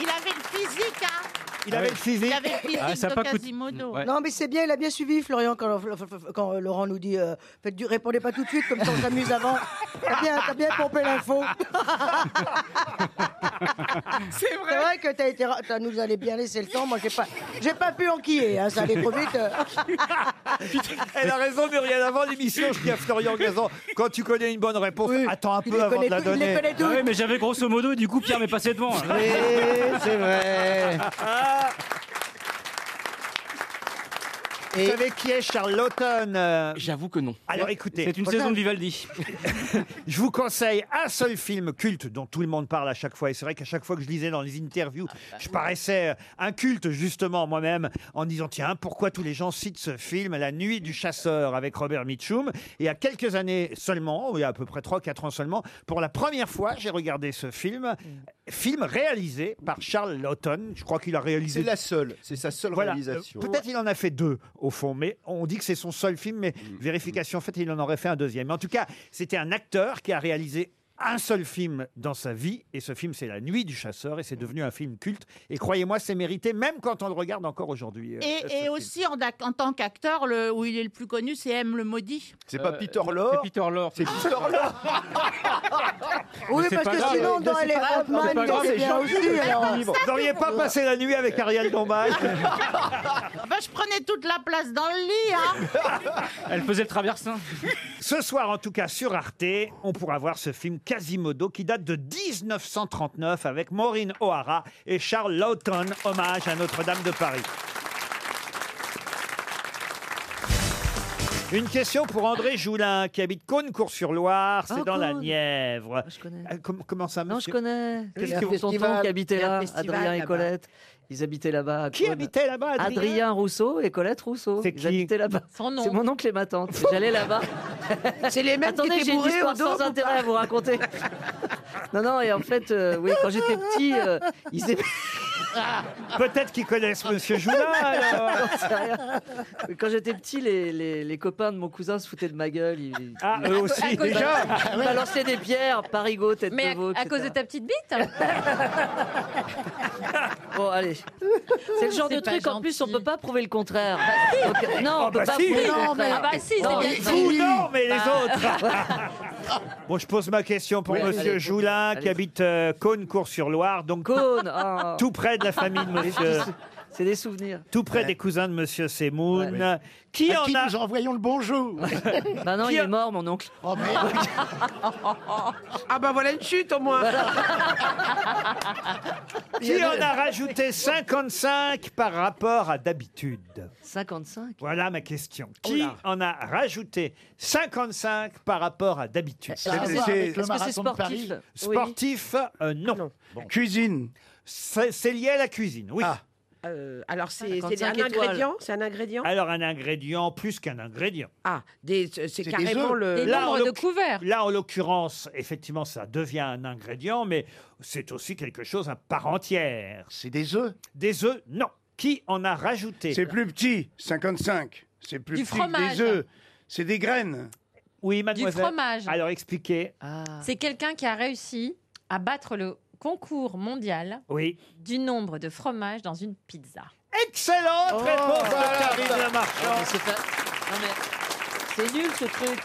Speaker 23: Il avait le physique, hein
Speaker 3: Il avait le physique.
Speaker 23: Il avait le physique de Quasimodo.
Speaker 4: Non, mais c'est bien, il a bien suivi, Florian, quand, quand Laurent nous dit euh, faites du, répondez pas tout de suite, comme ça on s'amuse avant. T'as bien, t'as bien pompé l'info. c'est vrai. que t'as été, ra- t'as nous allé bien laisser le temps. Moi, j'ai pas, j'ai pas pu enquiller, hein, ça allait trop vite.
Speaker 3: Elle a raison, Muriel. Avant l'émission, je dis à Florian Gazan, quand tu connais une bonne réponse, attends un peu avant de la donner.
Speaker 22: Ah ouais, mais j'avais grosso modo, et du coup, Pierre m'est passé devant. hein.
Speaker 3: c'est vrai. Ah. Vous savez qui est Charles Laughton
Speaker 23: J'avoue que non.
Speaker 3: Alors écoutez.
Speaker 22: C'est une saison de Vivaldi.
Speaker 3: je vous conseille un seul film culte dont tout le monde parle à chaque fois. Et c'est vrai qu'à chaque fois que je lisais dans les interviews, je paraissais euh, inculte justement moi-même en disant tiens, pourquoi tous les gens citent ce film La nuit du chasseur avec Robert Mitchum Et il y a quelques années seulement, il y a à peu près 3-4 ans seulement, pour la première fois, j'ai regardé ce film. Film réalisé par Charles Laughton. Je crois qu'il a réalisé.
Speaker 9: C'est la seule, c'est sa seule
Speaker 3: Voilà.
Speaker 9: réalisation.
Speaker 3: Euh, Peut-être il en a fait deux au fond, mais on dit que c'est
Speaker 5: Mm.
Speaker 3: son seul film, mais vérification faite, il en aurait fait un deuxième. Mais en tout cas, c'était un acteur qui a réalisé un seul film dans sa vie, et ce film, c'est La Nuit du Chasseur, et c'est devenu un film culte. Et croyez-moi, c'est mérité, même quand on le regarde encore aujourd'hui. euh, ce
Speaker 23: Et, et
Speaker 3: film.
Speaker 23: aussi, en, ac- en tant qu'acteur, le- où il est le plus connu, c'est M le maudit.
Speaker 24: Euh, C'est pas Peter Lorre C'est Peter Lorre. C'est Peter Lorre.
Speaker 5: Ah, Oui, parce que sinon, dans les Hoffman, il y avait bien aussi. alors.
Speaker 3: Vous n'auriez pas passé la nuit avec Ariel Dombal
Speaker 23: Enfin, je prenais toute la place dans le lit, hein
Speaker 3: Elle faisait le traversin. Ce soir, en tout cas, sur Arte, on pourra voir ce film Quasimodo qui date de 1939 avec Maureen O'Hara et Charles Lawton, hommage à Notre-Dame de Paris. Une question pour André Joulin qui habite Cône-Cours-sur-Loire, c'est
Speaker 19: Oh,
Speaker 3: dans la
Speaker 19: Cône.
Speaker 3: Nièvre. Euh, com- comment ça
Speaker 19: Non, je connais.
Speaker 3: Qu'est-ce
Speaker 19: Quelqu'un
Speaker 3: que
Speaker 19: de
Speaker 3: vous-
Speaker 19: son
Speaker 3: festival-
Speaker 19: temps qui habitait
Speaker 3: il y a un
Speaker 19: là,
Speaker 3: festival
Speaker 19: Adrien et
Speaker 3: là-bas.
Speaker 19: Colette. Ils habitaient là-bas. à
Speaker 3: Qui
Speaker 19: Cône.
Speaker 3: habitait là-bas, Adrien
Speaker 19: Rousseau et Colette Rousseau.
Speaker 3: C'est
Speaker 19: Ils
Speaker 3: qui
Speaker 19: habitaient là-bas. C'est mon oncle et ma tante. J'allais là-bas.
Speaker 8: C'est les mêmes qui
Speaker 19: Attendez,
Speaker 8: étaient
Speaker 19: j'ai une
Speaker 8: bourrés
Speaker 19: histoire
Speaker 8: au dôme
Speaker 19: sans
Speaker 8: ou
Speaker 19: intérêt
Speaker 8: pas
Speaker 19: à vous raconter. non, non, et en fait, euh, oui, quand j'étais petit, euh, ils aimaient-
Speaker 3: Peut-être qu'ils connaissent Monsieur Joulin. alors.
Speaker 19: J'en sais rien. Mais Quand j'étais petit, les, les- les copains de mon cousin se foutaient de ma gueule. Ils, ils-
Speaker 3: Ah, eux aussi,
Speaker 19: ils-
Speaker 3: déjà
Speaker 19: Ils balançaient des pierres, parigo, tête
Speaker 9: Mais
Speaker 19: de veau.
Speaker 9: à, à cause de
Speaker 19: etc.
Speaker 9: ta petite bite
Speaker 19: Bon, allez. C'est le genre de truc, en plus, on peut pas prouver le contraire. Donc, euh, non, on
Speaker 3: Ah,
Speaker 19: peut
Speaker 3: bah
Speaker 19: pas
Speaker 3: si.
Speaker 19: prouver le
Speaker 3: Bah, Non, mais-
Speaker 19: contraire.
Speaker 3: Ah, bah si, c'est bien Vous, dit. non, mais les
Speaker 19: Bah,
Speaker 3: autres. Bon, je pose ma question pour
Speaker 19: Oui, allez,
Speaker 3: Monsieur
Speaker 19: allez.
Speaker 3: Joulin qui
Speaker 19: Allez.
Speaker 3: habite euh, Cône-Cours-sur-Loire, donc
Speaker 19: Cône, ah.
Speaker 3: tout près de la famille de Monsieur,
Speaker 19: C'est des souvenirs.
Speaker 3: tout près des cousins de Monsieur Semoun. Qui
Speaker 19: À
Speaker 3: en
Speaker 19: qui
Speaker 3: a
Speaker 19: nous
Speaker 3: envoyons le bonjour.
Speaker 19: Bah non, il est mort, mon oncle.
Speaker 3: Oh,
Speaker 8: Ah bah voilà une chute au moins.
Speaker 3: Qui en a rajouté 55 par rapport à d'habitude
Speaker 19: 55
Speaker 3: Voilà ma question.
Speaker 25: Oh
Speaker 3: Qui en a rajouté 55 par rapport à d'habitude
Speaker 25: Ça a à voir avec le Est-ce que Euh, c'est marathon de sportif Paris Oui.
Speaker 3: Sportif, euh, non. Cuisine C'est c'est lié à la cuisine, oui.
Speaker 8: Euh, alors c'est c'est
Speaker 3: 55
Speaker 8: un
Speaker 3: étoiles.
Speaker 8: ingrédient, c'est un ingrédient.
Speaker 3: Alors un ingrédient plus qu'un ingrédient.
Speaker 8: Ah, des- c'est carrément le.
Speaker 3: en l'oc- Là, en l'occurrence, effectivement, ça devient un ingrédient, mais c'est aussi quelque chose à part entière. C'est des œufs Des œufs, non. Qui en a rajouté
Speaker 18: C'est plus petit, 55. C'est plus
Speaker 3: Du
Speaker 18: petit que
Speaker 3: fromage.
Speaker 18: des œufs. C'est des graines.
Speaker 3: Oui, mademoiselle.
Speaker 9: fromage.
Speaker 3: Alors, expliquez. Ah.
Speaker 9: C'est quelqu'un qui a réussi à battre le concours mondial
Speaker 3: Oui.
Speaker 9: du nombre de fromages dans une pizza.
Speaker 3: Excellente réponse de
Speaker 9: voilà.
Speaker 3: Karine Le
Speaker 19: Oh, Non,
Speaker 3: Marchand.
Speaker 19: mais c'est pas- non, mais c'est nul ce truc.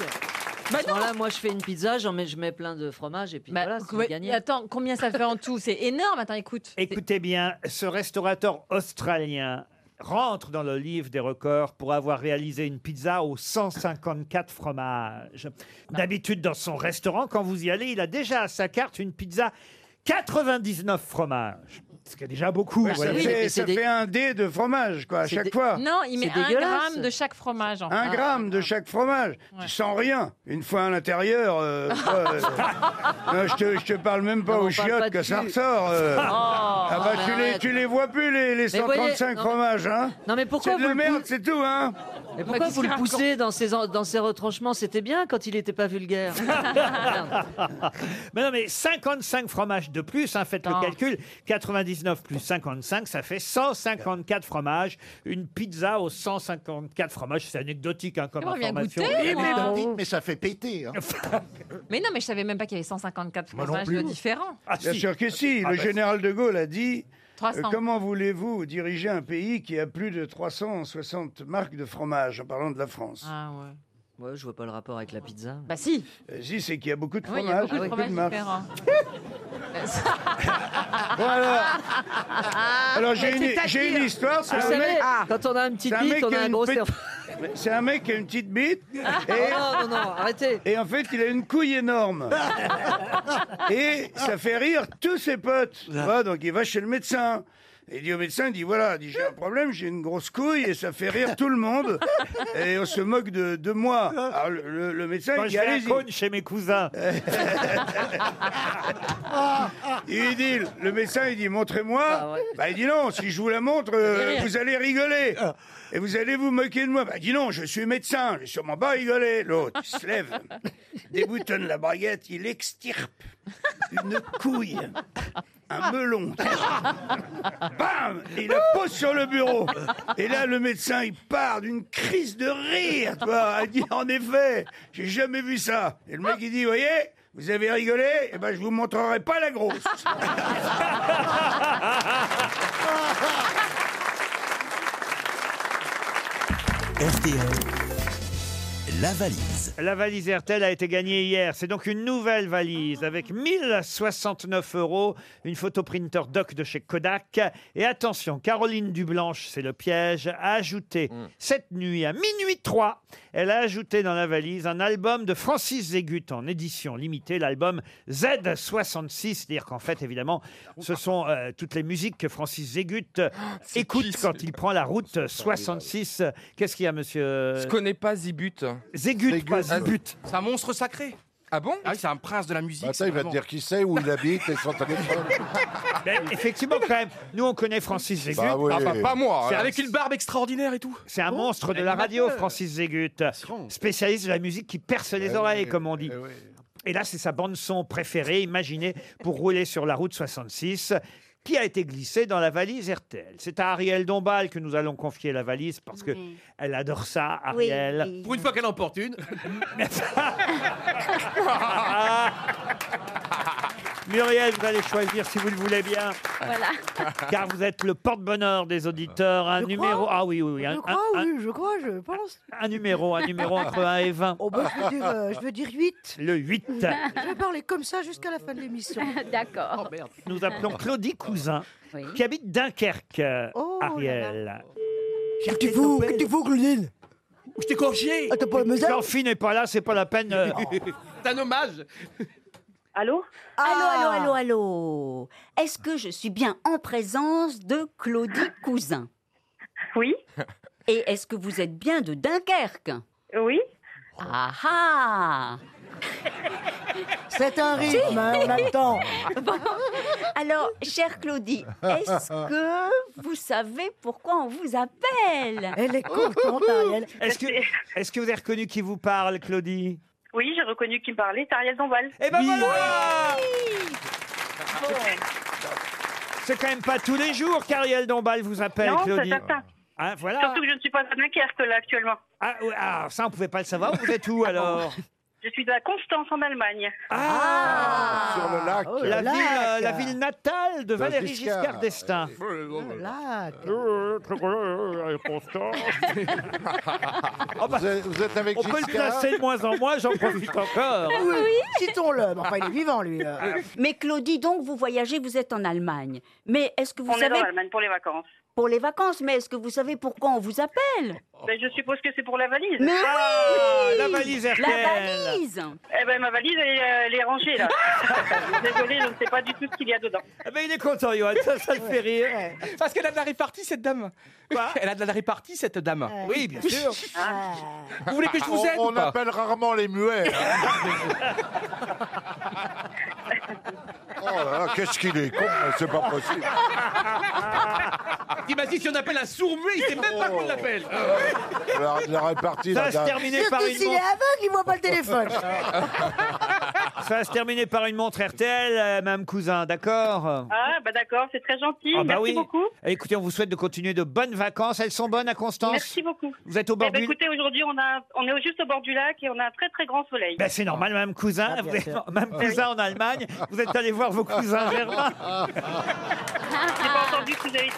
Speaker 9: Bah
Speaker 19: Voilà, moi je fais une pizza, j'en mets, je mets plein de fromage et puis voilà, c'est
Speaker 9: Ouais,
Speaker 19: gagné.
Speaker 9: mais Bah, attends, combien ça fait en tout C'est énorme. Attends, écoute.
Speaker 3: Écoutez bien, ce restaurateur australien rentre dans le livre des records pour avoir réalisé une pizza aux 154 fromages. D'habitude, dans son restaurant, quand vous y allez, il a déjà à sa carte une pizza 99 fromages. Ce qui est déjà beaucoup.
Speaker 18: Ouais,
Speaker 3: vous
Speaker 18: ça
Speaker 3: voyez.
Speaker 18: fait, ça fait un dé de fromage, quoi, à
Speaker 3: C'est
Speaker 18: chaque
Speaker 3: dé-
Speaker 18: fois.
Speaker 9: Non, il met un gramme de chaque fromage. En
Speaker 18: Un
Speaker 9: fait.
Speaker 18: gramme de chaque fromage. Tu sens rien. Une fois à l'intérieur,
Speaker 19: Ah.
Speaker 18: euh, toi, euh, non, Ah, je, te, je te parle même pas
Speaker 19: Non, on parle
Speaker 18: aux
Speaker 19: pas
Speaker 18: chiottes
Speaker 19: de
Speaker 18: que ça
Speaker 19: cul.
Speaker 18: ressort. euh.
Speaker 19: Oh,
Speaker 18: ah bah
Speaker 19: ah,
Speaker 18: tu,
Speaker 19: bah,
Speaker 18: les,
Speaker 19: arrête.
Speaker 18: tu les vois plus, les, les
Speaker 19: Mais voyez,
Speaker 18: 135
Speaker 19: non, mais-
Speaker 18: fromages. Hein.
Speaker 19: Non mais pourquoi
Speaker 18: C'est de la
Speaker 19: vous le
Speaker 18: merde,
Speaker 19: poussez-
Speaker 18: c'est tout. Hein.
Speaker 19: Mais pourquoi vous le poussez dans ses, en- dans ses retranchements C'était bien quand il n'était pas vulgaire.
Speaker 3: mais non, mais 55 fromages de plus, hein, faites
Speaker 19: Attends.
Speaker 3: le calcul. 99 plus 55, ça fait 154 fromages. Une pizza aux 154 fromages, c'est anecdotique hein, comme
Speaker 9: Oh, viens
Speaker 3: information.
Speaker 9: goûter, Oui, mais moi. bon.
Speaker 3: mais ça fait péter. hein.
Speaker 9: Mais non, mais je savais même pas qu'il y avait 154
Speaker 18: Moi non
Speaker 9: fromages
Speaker 18: plus.
Speaker 9: de différents.
Speaker 18: Ah, Bien sûr que si.
Speaker 3: Ah,
Speaker 18: le
Speaker 3: bah,
Speaker 18: général de Gaulle a dit euh,
Speaker 9: 300.
Speaker 18: Comment voulez-vous diriger un pays qui a plus de 360 marques de fromage En parlant de la France.
Speaker 9: Ah ouais.
Speaker 19: Ouais, je vois pas le rapport avec la pizza.
Speaker 9: Bah si.
Speaker 18: Euh, si, c'est qu'il y a beaucoup de
Speaker 9: Oui,
Speaker 18: fromage.
Speaker 9: il y a beaucoup de fromages
Speaker 18: marques.
Speaker 9: différents.
Speaker 18: Bon, alors, alors, j'ai
Speaker 19: Mais
Speaker 18: une,
Speaker 19: Ah, c'est-à-dire- Ah,
Speaker 18: j'ai une histoire. Ah, C'est
Speaker 19: Vous
Speaker 18: un
Speaker 19: savez,
Speaker 18: mec-
Speaker 19: quand on a une petite
Speaker 18: c'est un
Speaker 19: bite,
Speaker 18: mec
Speaker 19: on
Speaker 18: qui
Speaker 19: a un
Speaker 18: une
Speaker 19: gros
Speaker 18: petite-
Speaker 19: cerveau.
Speaker 18: C'est un mec qui a une petite bite. Et...
Speaker 19: Oh, non, non, non, arrêtez.
Speaker 18: Et en fait, il a une couille énorme. Et ça fait rire tous ses potes. tu
Speaker 3: Ah.
Speaker 18: vois. donc il va chez le médecin. Et il dit au médecin, il dit voilà, il dit, j'ai un problème, j'ai une grosse couille et ça fait rire tout le monde. Et on se moque de, de moi. Alors, le, le- le médecin,
Speaker 3: Quand
Speaker 18: il
Speaker 3: je
Speaker 18: dit
Speaker 3: vais à
Speaker 18: allez-y.
Speaker 3: Cône chez mes cousins.
Speaker 18: Il dit, le médecin, il dit, montrez-moi. Bah, il dit non, si je vous la montre, euh, vous allez rigoler. Et vous allez vous moquer de moi. Bah, il dit non, je suis médecin, je vais sûrement pas rigoler. L'autre, il se lève, déboutonne la braguette, il extirpe une couille, un melon. Bam Il la pose sur le bureau. Et là, le médecin, il part d'une crise de rire, tu vois. Il dit, en effet, j'ai jamais vu ça. Et le mec, il dit, voyez Vous avez rigolé Eh ben, je vous montrerai pas la grosse.
Speaker 2: La valise.
Speaker 3: La valise RTL a été gagnée hier. C'est donc une nouvelle valise avec 1069 euros, une photoprinter doc de chez Kodak. Et attention, Caroline Dublanche, c'est le piège, a ajouté cette nuit à minuit 3, elle a ajouté dans la valise un album de Francis Zégut en édition limitée, l'album Z66. C'est-à-dire qu'en fait, évidemment, ce sont euh, toutes les musiques que Francis Zégut euh, écoute quand il prend la route 66. Qu'est-ce qu'il y a, monsieur
Speaker 7: Je connais pas Zibut.
Speaker 3: Zégut, pas Zibut.
Speaker 7: C'est un monstre sacré. Ah bon Ah oui, c'est un prince de la musique.
Speaker 6: Bah ça, il va te dire qui c'est, où il habite et son téléphone.
Speaker 3: Mais effectivement, quand même, nous on connaît Francis Zégut.
Speaker 6: Bah oui. Ah, bah, pas moi,
Speaker 3: C'est
Speaker 6: hein.
Speaker 3: un-
Speaker 7: Avec une barbe extraordinaire et tout. Oh,
Speaker 3: C'est un monstre de la radio, Francis Zégut, spécialiste de la musique qui perce les
Speaker 7: Eh
Speaker 3: oreilles,
Speaker 7: oui,
Speaker 3: comme on dit. Et là, c'est sa bande-son préférée, imaginez, pour rouler sur la route 66, qui a été glissée dans la valise RTL. C'est à Ariel Dombal que nous allons confier la valise, parce que elle adore ça,
Speaker 7: Oui,
Speaker 3: Ariel.
Speaker 7: oui. Pour une fois qu'elle en porte une.
Speaker 3: Muriel, vous allez choisir si vous le voulez bien.
Speaker 8: Voilà.
Speaker 3: Car vous êtes le porte-bonheur des auditeurs. Un numéro. Ah oui, oui, oui. Un,
Speaker 4: Je crois,
Speaker 3: un-
Speaker 4: oui, je crois, je pense.
Speaker 3: un numéro, un numéro entre 1 et 20.
Speaker 4: Oh, bah, je veux dire, euh, je veux dire 8.
Speaker 3: Le 8.
Speaker 4: Je vais parler comme ça jusqu'à la fin de l'émission.
Speaker 8: D'accord.
Speaker 3: Nous appelons Claudie Cousin, qui habite Dunkerque, euh,
Speaker 4: Oh,
Speaker 3: Ariel.
Speaker 15: Quittez-vous, quittez-vous, Claudine
Speaker 7: Je t'ai gorgé
Speaker 15: Ah, t'as pas la
Speaker 3: Si
Speaker 15: mesure
Speaker 3: Amphine n'est pas là, c'est pas la peine. euh,
Speaker 7: C'est un hommage.
Speaker 10: Allô Allô,
Speaker 4: Ah.
Speaker 10: allô, allô, allô. Est-ce que je suis bien en présence de Claudie Cousin Oui. Et est-ce que vous êtes bien de Dunkerque Oui. Ah ah
Speaker 4: C'est un rythme, hein, on a le temps.
Speaker 10: Bon. Alors, chère Claudie, est-ce que vous savez pourquoi on vous appelle
Speaker 4: Elle est
Speaker 10: contente,
Speaker 3: Est-ce que, est-ce que vous avez reconnu qui vous parle, Claudie
Speaker 10: Oui, j'ai reconnu qui me parlait, c'est Ariel Dombal.
Speaker 3: Eh ben voilà C'est quand même pas tous les jours qu'Ariel Dombal vous appelle,
Speaker 10: Non, ça,
Speaker 3: Claudie.
Speaker 10: ça, ça.
Speaker 3: Ah, voilà.
Speaker 10: Surtout que je ne suis pas à Dunkerque là actuellement.
Speaker 3: Ah, ouais, ah, ça, on pouvait pas le savoir. Vous êtes
Speaker 4: Ah
Speaker 3: où alors
Speaker 10: Je suis à Constance en Allemagne.
Speaker 4: Ah.
Speaker 3: Ah.
Speaker 10: Ah.
Speaker 3: Sur le
Speaker 22: Ah,
Speaker 3: lac.
Speaker 4: Oh,
Speaker 3: la,
Speaker 10: le lac.
Speaker 3: Ville, euh, la ville natale de
Speaker 15: De
Speaker 3: Valérie
Speaker 15: Giscard.
Speaker 3: Giscard d'Estaing.
Speaker 4: Euh,
Speaker 3: Oh bah,
Speaker 6: vous, êtes, vous êtes avec
Speaker 3: on peut le
Speaker 6: Giscard
Speaker 3: placer de moins en moins, j'en profite encore.
Speaker 4: Ah
Speaker 10: Citons-le,
Speaker 4: Enfin, il est vivant, lui. euh.
Speaker 3: Ah.
Speaker 10: Mais Claudie, donc, vous voyagez, vous êtes en Allemagne. Mais est-ce que vous
Speaker 9: On est
Speaker 10: savez...
Speaker 9: dans l'Allemagne pour les vacances.
Speaker 10: Pour les vacances, mais est-ce que vous savez pourquoi on vous appelle
Speaker 3: Oh.
Speaker 9: Ben, je suppose que c'est pour la valise.
Speaker 10: Mais Ah, oui
Speaker 9: La
Speaker 10: valise La RTL. valise
Speaker 9: Eh ben ma valise, elle, est, euh, elle est rangée là. Désolée, je ne sais pas du tout ce qu'il y a dedans.
Speaker 7: Ah ben,
Speaker 3: Mais il est content, Johan, ça, ça le fait rire.
Speaker 7: Parce qu'elle a de la répartie, cette dame. Elle a de la répartie, cette dame. Oui, bien sûr.
Speaker 4: Ah.
Speaker 7: Vous voulez que je vous aide
Speaker 6: On,
Speaker 7: ou
Speaker 6: on
Speaker 7: pas
Speaker 6: appelle rarement les muets. oh là là, qu'est-ce qu'il est con, mais c'est pas possible.
Speaker 7: T'imagines si on appelle un sourd-muet, il sait même pas qu'on l'appelle.
Speaker 6: La, la répartie,
Speaker 3: Ça
Speaker 6: Oh. la
Speaker 3: se
Speaker 6: dame.
Speaker 3: terminait
Speaker 4: Surtout
Speaker 3: par une
Speaker 4: s'il est
Speaker 3: montre.
Speaker 4: aveugle, il voit pas le téléphone.
Speaker 3: Ah, Ça va se terminer par une montre RTL, euh, Madame Cousin, d'accord
Speaker 9: Ah, bah d'accord, c'est très gentil.
Speaker 3: Ah bah
Speaker 9: Merci
Speaker 3: oui.
Speaker 9: beaucoup.
Speaker 3: Écoutez, on vous souhaite de continuer de bonnes vacances. Elles sont bonnes à Constance
Speaker 9: Merci beaucoup.
Speaker 3: Vous êtes au
Speaker 9: Eh
Speaker 3: bord
Speaker 9: ben,
Speaker 3: du...
Speaker 9: écoutez, aujourd'hui, on, a- on est juste au bord du lac et on a un très très grand soleil.
Speaker 3: Ben, c'est normal, Madame
Speaker 7: Ah,
Speaker 3: Cousin. vous êtes...
Speaker 9: sûr.
Speaker 3: Madame Cousin en Allemagne, vous êtes allé voir vos cousins germains.
Speaker 9: J'ai pas entendu ce que vous avez dit.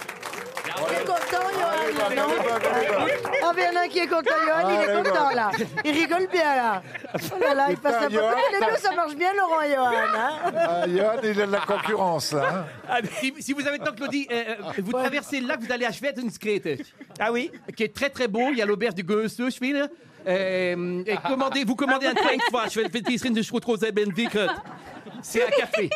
Speaker 4: Il est content, Johan, non Ah, mais il y en a un qui est content, Johan, il est
Speaker 15: Allez,
Speaker 4: content,
Speaker 15: va.
Speaker 4: là. Il rigole bien, là. Oh là là, il passe un peu.
Speaker 6: Johan,
Speaker 4: Les deux, ça marche bien, Laurent et Johan.
Speaker 3: Euh,
Speaker 4: hein.
Speaker 6: Ah, Johan, il a de la concurrence, là. hein.
Speaker 7: Ah, mais si, si vous avez tant Claudie, euh, euh, vous traversez le lac, vous allez à Schwedenskrete.
Speaker 3: Ah oui
Speaker 7: Qui est très très beau, il y a l'auberge du Goeseschwil. Euh, et
Speaker 3: Ah.
Speaker 7: commandez, vous commandez un train fois, je fais le tisserin de Schrotrose-Bendikrete. C'est un
Speaker 3: Ah,
Speaker 7: café.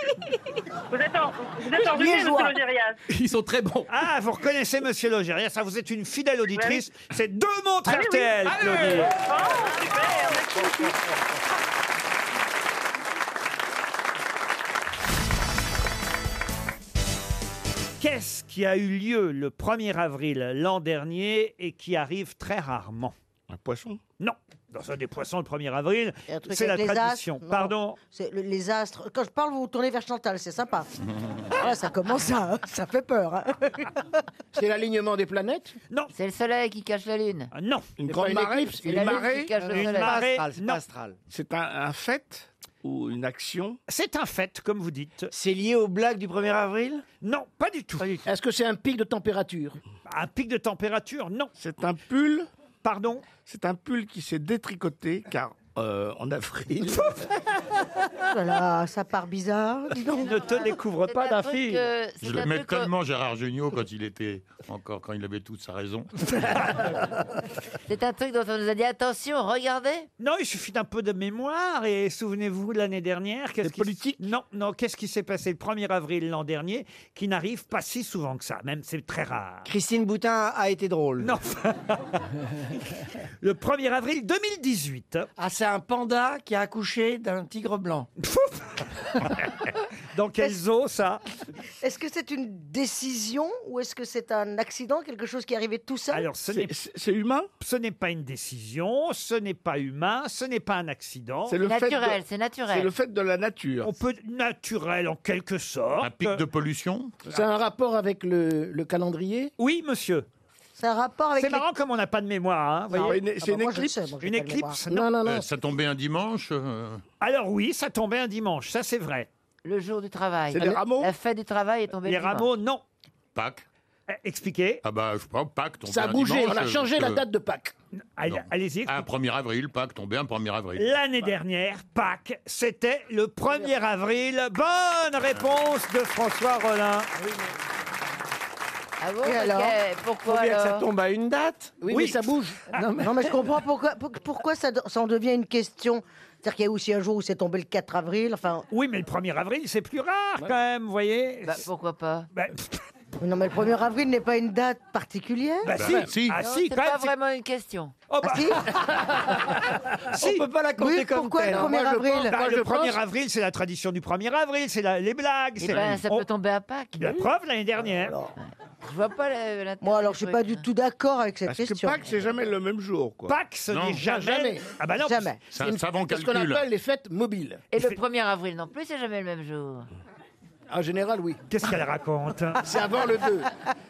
Speaker 9: Vous êtes en, vous êtes en
Speaker 3: Liégeois.
Speaker 9: ruine, monsieur Logérias.
Speaker 7: Ils sont très bons.
Speaker 3: Ah, vous reconnaissez Monsieur Logérien, ça vous êtes une fidèle auditrice. C'est deux montres
Speaker 9: Bah Ah oui, oui.
Speaker 3: RTL,
Speaker 9: Allez. Oh,
Speaker 3: Claudie. Qu'est-ce qui a eu lieu le 1er avril l'an dernier et qui arrive très rarement Un poisson Non. Dans un des poissons, le 1er avril,
Speaker 4: Il y a un truc
Speaker 3: c'est la
Speaker 4: avec les
Speaker 3: tradition.
Speaker 4: astres, non.
Speaker 3: Pardon
Speaker 4: C'est le- les astres. Quand je parle, vous tournez vers Chantal, c'est sympa. Ah, ça commence à, ça fait peur. hein.
Speaker 10: C'est l'alignement des planètes
Speaker 3: Non. Euh,
Speaker 10: C'est le soleil qui cache la lune.
Speaker 3: Non.
Speaker 10: C'est pas une éclipse, c'est la lune qui cache le soleil.
Speaker 3: marée,
Speaker 10: Astral, c'est
Speaker 3: non.
Speaker 10: astral.
Speaker 26: C'est un, un fait
Speaker 3: ou une action C'est un fait, comme vous dites. C'est lié aux blagues du 1er avril Non, pas du tout. Est-ce que c'est un pic de température Un pic de température, non. C'est un pull Pardon
Speaker 8: C'est un pull qui s'est détricoté car euh, en avril.
Speaker 4: Voilà, Oh ça part bizarre. Dis donc.
Speaker 3: Ne te découvre
Speaker 8: pas
Speaker 4: d'un fil.
Speaker 8: Euh,
Speaker 11: euh,
Speaker 14: Je l'aimais tellement Gérard Jugnot quand il était encore, quand il avait toute sa raison.
Speaker 11: C'est un truc dont on nous a dit attention, regardez.
Speaker 3: Non, il suffit d'un peu de mémoire. Et souvenez-vous, l'année dernière, qu'est-ce qui... politique Non, non. Qu'est-ce qui s'est passé le 1er avril l'an dernier, qui n'arrive pas si souvent que ça. Même c'est très rare.
Speaker 13: Christine Boutin a été drôle.
Speaker 3: Non. le 1er avril 2018.
Speaker 13: Ah, c'est un panda qui a accouché d'un tigre blanc.
Speaker 3: Dans quel zoo, ça
Speaker 4: Est-ce que c'est une décision ou est-ce que c'est un accident, quelque chose qui est arrivé tout seul
Speaker 3: Alors, ce n'est-
Speaker 8: humain
Speaker 3: Ce n'est pas une décision, ce n'est pas humain, ce n'est pas un accident.
Speaker 8: C'est le fait Naturel, de- c'est naturel. c'est le fait
Speaker 3: de la nature. On peut naturel en quelque sorte. Un pic de pollution
Speaker 8: C'est un rapport avec le, le calendrier
Speaker 3: Oui, monsieur.
Speaker 4: C'est un rapport
Speaker 3: C'est marrant comme on n'a pas de mémoire. hein, vous
Speaker 8: Non,
Speaker 3: voyez.
Speaker 8: une- c'est Ah bah une moi, je éclipse. sais, moi, j'ai
Speaker 3: Une
Speaker 8: pas de
Speaker 3: éclipse
Speaker 8: mémoire. Non, non, non. Euh,
Speaker 3: ça tombait un dimanche
Speaker 14: euh.
Speaker 3: Alors oui, ça tombait un dimanche, ça c'est vrai.
Speaker 8: Ah,
Speaker 11: Le jour du travail.
Speaker 3: C'est les rameaux
Speaker 11: La fête du travail est tombée
Speaker 8: bah,
Speaker 3: Les
Speaker 11: le dimanche.
Speaker 3: rameaux, non. Eh,
Speaker 14: Pâques
Speaker 3: Expliquez.
Speaker 14: Ah bah, je sais pas, Pâques tombé
Speaker 8: Ça a
Speaker 14: un
Speaker 8: bougé,
Speaker 14: dimanche,
Speaker 8: on a
Speaker 14: euh,
Speaker 8: changé
Speaker 14: parce
Speaker 8: la
Speaker 14: que-
Speaker 8: date de Pâques.
Speaker 3: Allez-
Speaker 14: Non.
Speaker 3: Allez-y.
Speaker 14: Un 1er avril, Pâques tombé un 1er avril.
Speaker 3: L'année dernière, Pâques, c'était le 1er avril. Bonne réponse de François Rollin.
Speaker 11: Ah bon,
Speaker 8: Et
Speaker 11: parce
Speaker 8: alors
Speaker 11: que- pourquoi
Speaker 8: Faut bien que ça
Speaker 11: alors
Speaker 8: tombe à une date.
Speaker 4: Oui, mais ça
Speaker 8: bouge.
Speaker 4: Ah. Non mais... je comprends pourquoi, pour- pourquoi ça, ça en devient une question. C'est-à-dire qu'il y a aussi un jour où c'est tombé le 4 avril. Enfin,
Speaker 3: Oui, mais le 1er avril, c'est plus rare quand même, vous voyez.
Speaker 8: Bah,
Speaker 3: Bah,
Speaker 11: pourquoi pas
Speaker 4: non, mais le 1er avril n'est pas une date particulière.
Speaker 3: Bah si, ah
Speaker 11: Non,
Speaker 3: si,
Speaker 11: c'est
Speaker 3: quand même,
Speaker 11: pas vraiment une question.
Speaker 3: Oh, bah.
Speaker 4: Ah si
Speaker 3: Si.
Speaker 4: On peut pas la compter Oui, comme pourquoi le telle. 1er
Speaker 3: Moi, je
Speaker 4: avril
Speaker 3: pense-
Speaker 4: Moi,
Speaker 3: Le
Speaker 4: je
Speaker 3: 1er
Speaker 4: pense-
Speaker 3: avril, c'est la tradition du 1er avril, c'est la- les blagues.
Speaker 11: Eh
Speaker 3: c'est-
Speaker 11: ben, ça
Speaker 3: on-
Speaker 11: peut tomber à Pâques.
Speaker 3: La preuve, l'année dernière.
Speaker 11: Je vois pas euh, la- la-
Speaker 4: Moi, alors, je suis pas du tout d'accord avec cette question.
Speaker 8: Pâques, c'est jamais le même jour. Quoi.
Speaker 3: Pâques, ce n'est jamais- Ah bah non,
Speaker 8: jamais.
Speaker 3: c'est un savant
Speaker 8: C'est ce qu'on
Speaker 3: calcul.
Speaker 8: appelle les fêtes mobiles.
Speaker 11: Et le 1er avril non plus, c'est jamais le même jour.
Speaker 8: En général, oui.
Speaker 3: Qu'est-ce qu'elle raconte
Speaker 8: C'est avant le 2.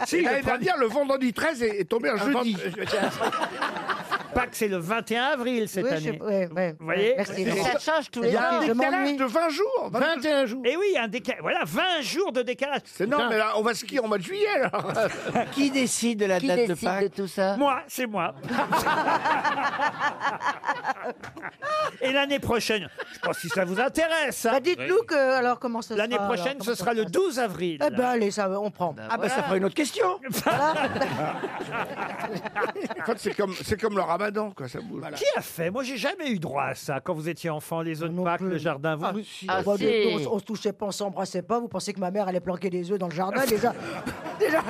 Speaker 3: Si,
Speaker 8: Et
Speaker 3: le
Speaker 8: L'année
Speaker 3: premier-
Speaker 8: dernière, le vendredi 13 est, est tombé un euh, jeudi.
Speaker 3: Pâques, c'est le 21 avril cette
Speaker 8: Oui, je-
Speaker 3: année.
Speaker 8: ouais,
Speaker 3: Vous voyez
Speaker 8: Merci, Laurent. Ça change tous les
Speaker 3: Il y a un
Speaker 8: ans. Je m'ennuie.
Speaker 3: décalage
Speaker 8: de 20 jours.
Speaker 3: 21 jours. Et Oh, bah, Eh oui, il y a un décalage. Voilà, 20 jours de décalage. C'est
Speaker 8: Non, mais là, on va skier en mois de juillet, alors.
Speaker 13: Qui décide de la
Speaker 11: Qui
Speaker 13: date de
Speaker 11: décide
Speaker 13: Pâques
Speaker 11: de tout ça
Speaker 3: Moi, c'est moi. Et l'année prochaine, je sais pas si ça vous intéresse. hein.
Speaker 4: Dites-nous que, alors, comment ça
Speaker 3: L'année
Speaker 4: sera, alors,
Speaker 3: prochaine,
Speaker 4: comment
Speaker 3: ce
Speaker 4: ça
Speaker 3: sera le 12 avril.
Speaker 4: Eh ben, allez, ça, on prend.
Speaker 8: Ah, bah, ça fera une autre question. en fait, c'est comme, c'est comme le ramadan, quoi, ça bouge.
Speaker 3: Qui a fait Moi, j'ai jamais eu droit à ça quand vous étiez enfant, les œufs de Pâques, le jardin. Vous, vous-
Speaker 4: Ah, bah, de-
Speaker 13: Oh,
Speaker 4: on, on se touchait pas, on s'embrassait pas. Vous pensez que ma mère allait planquer des œufs dans le jardin Déjà, déjà,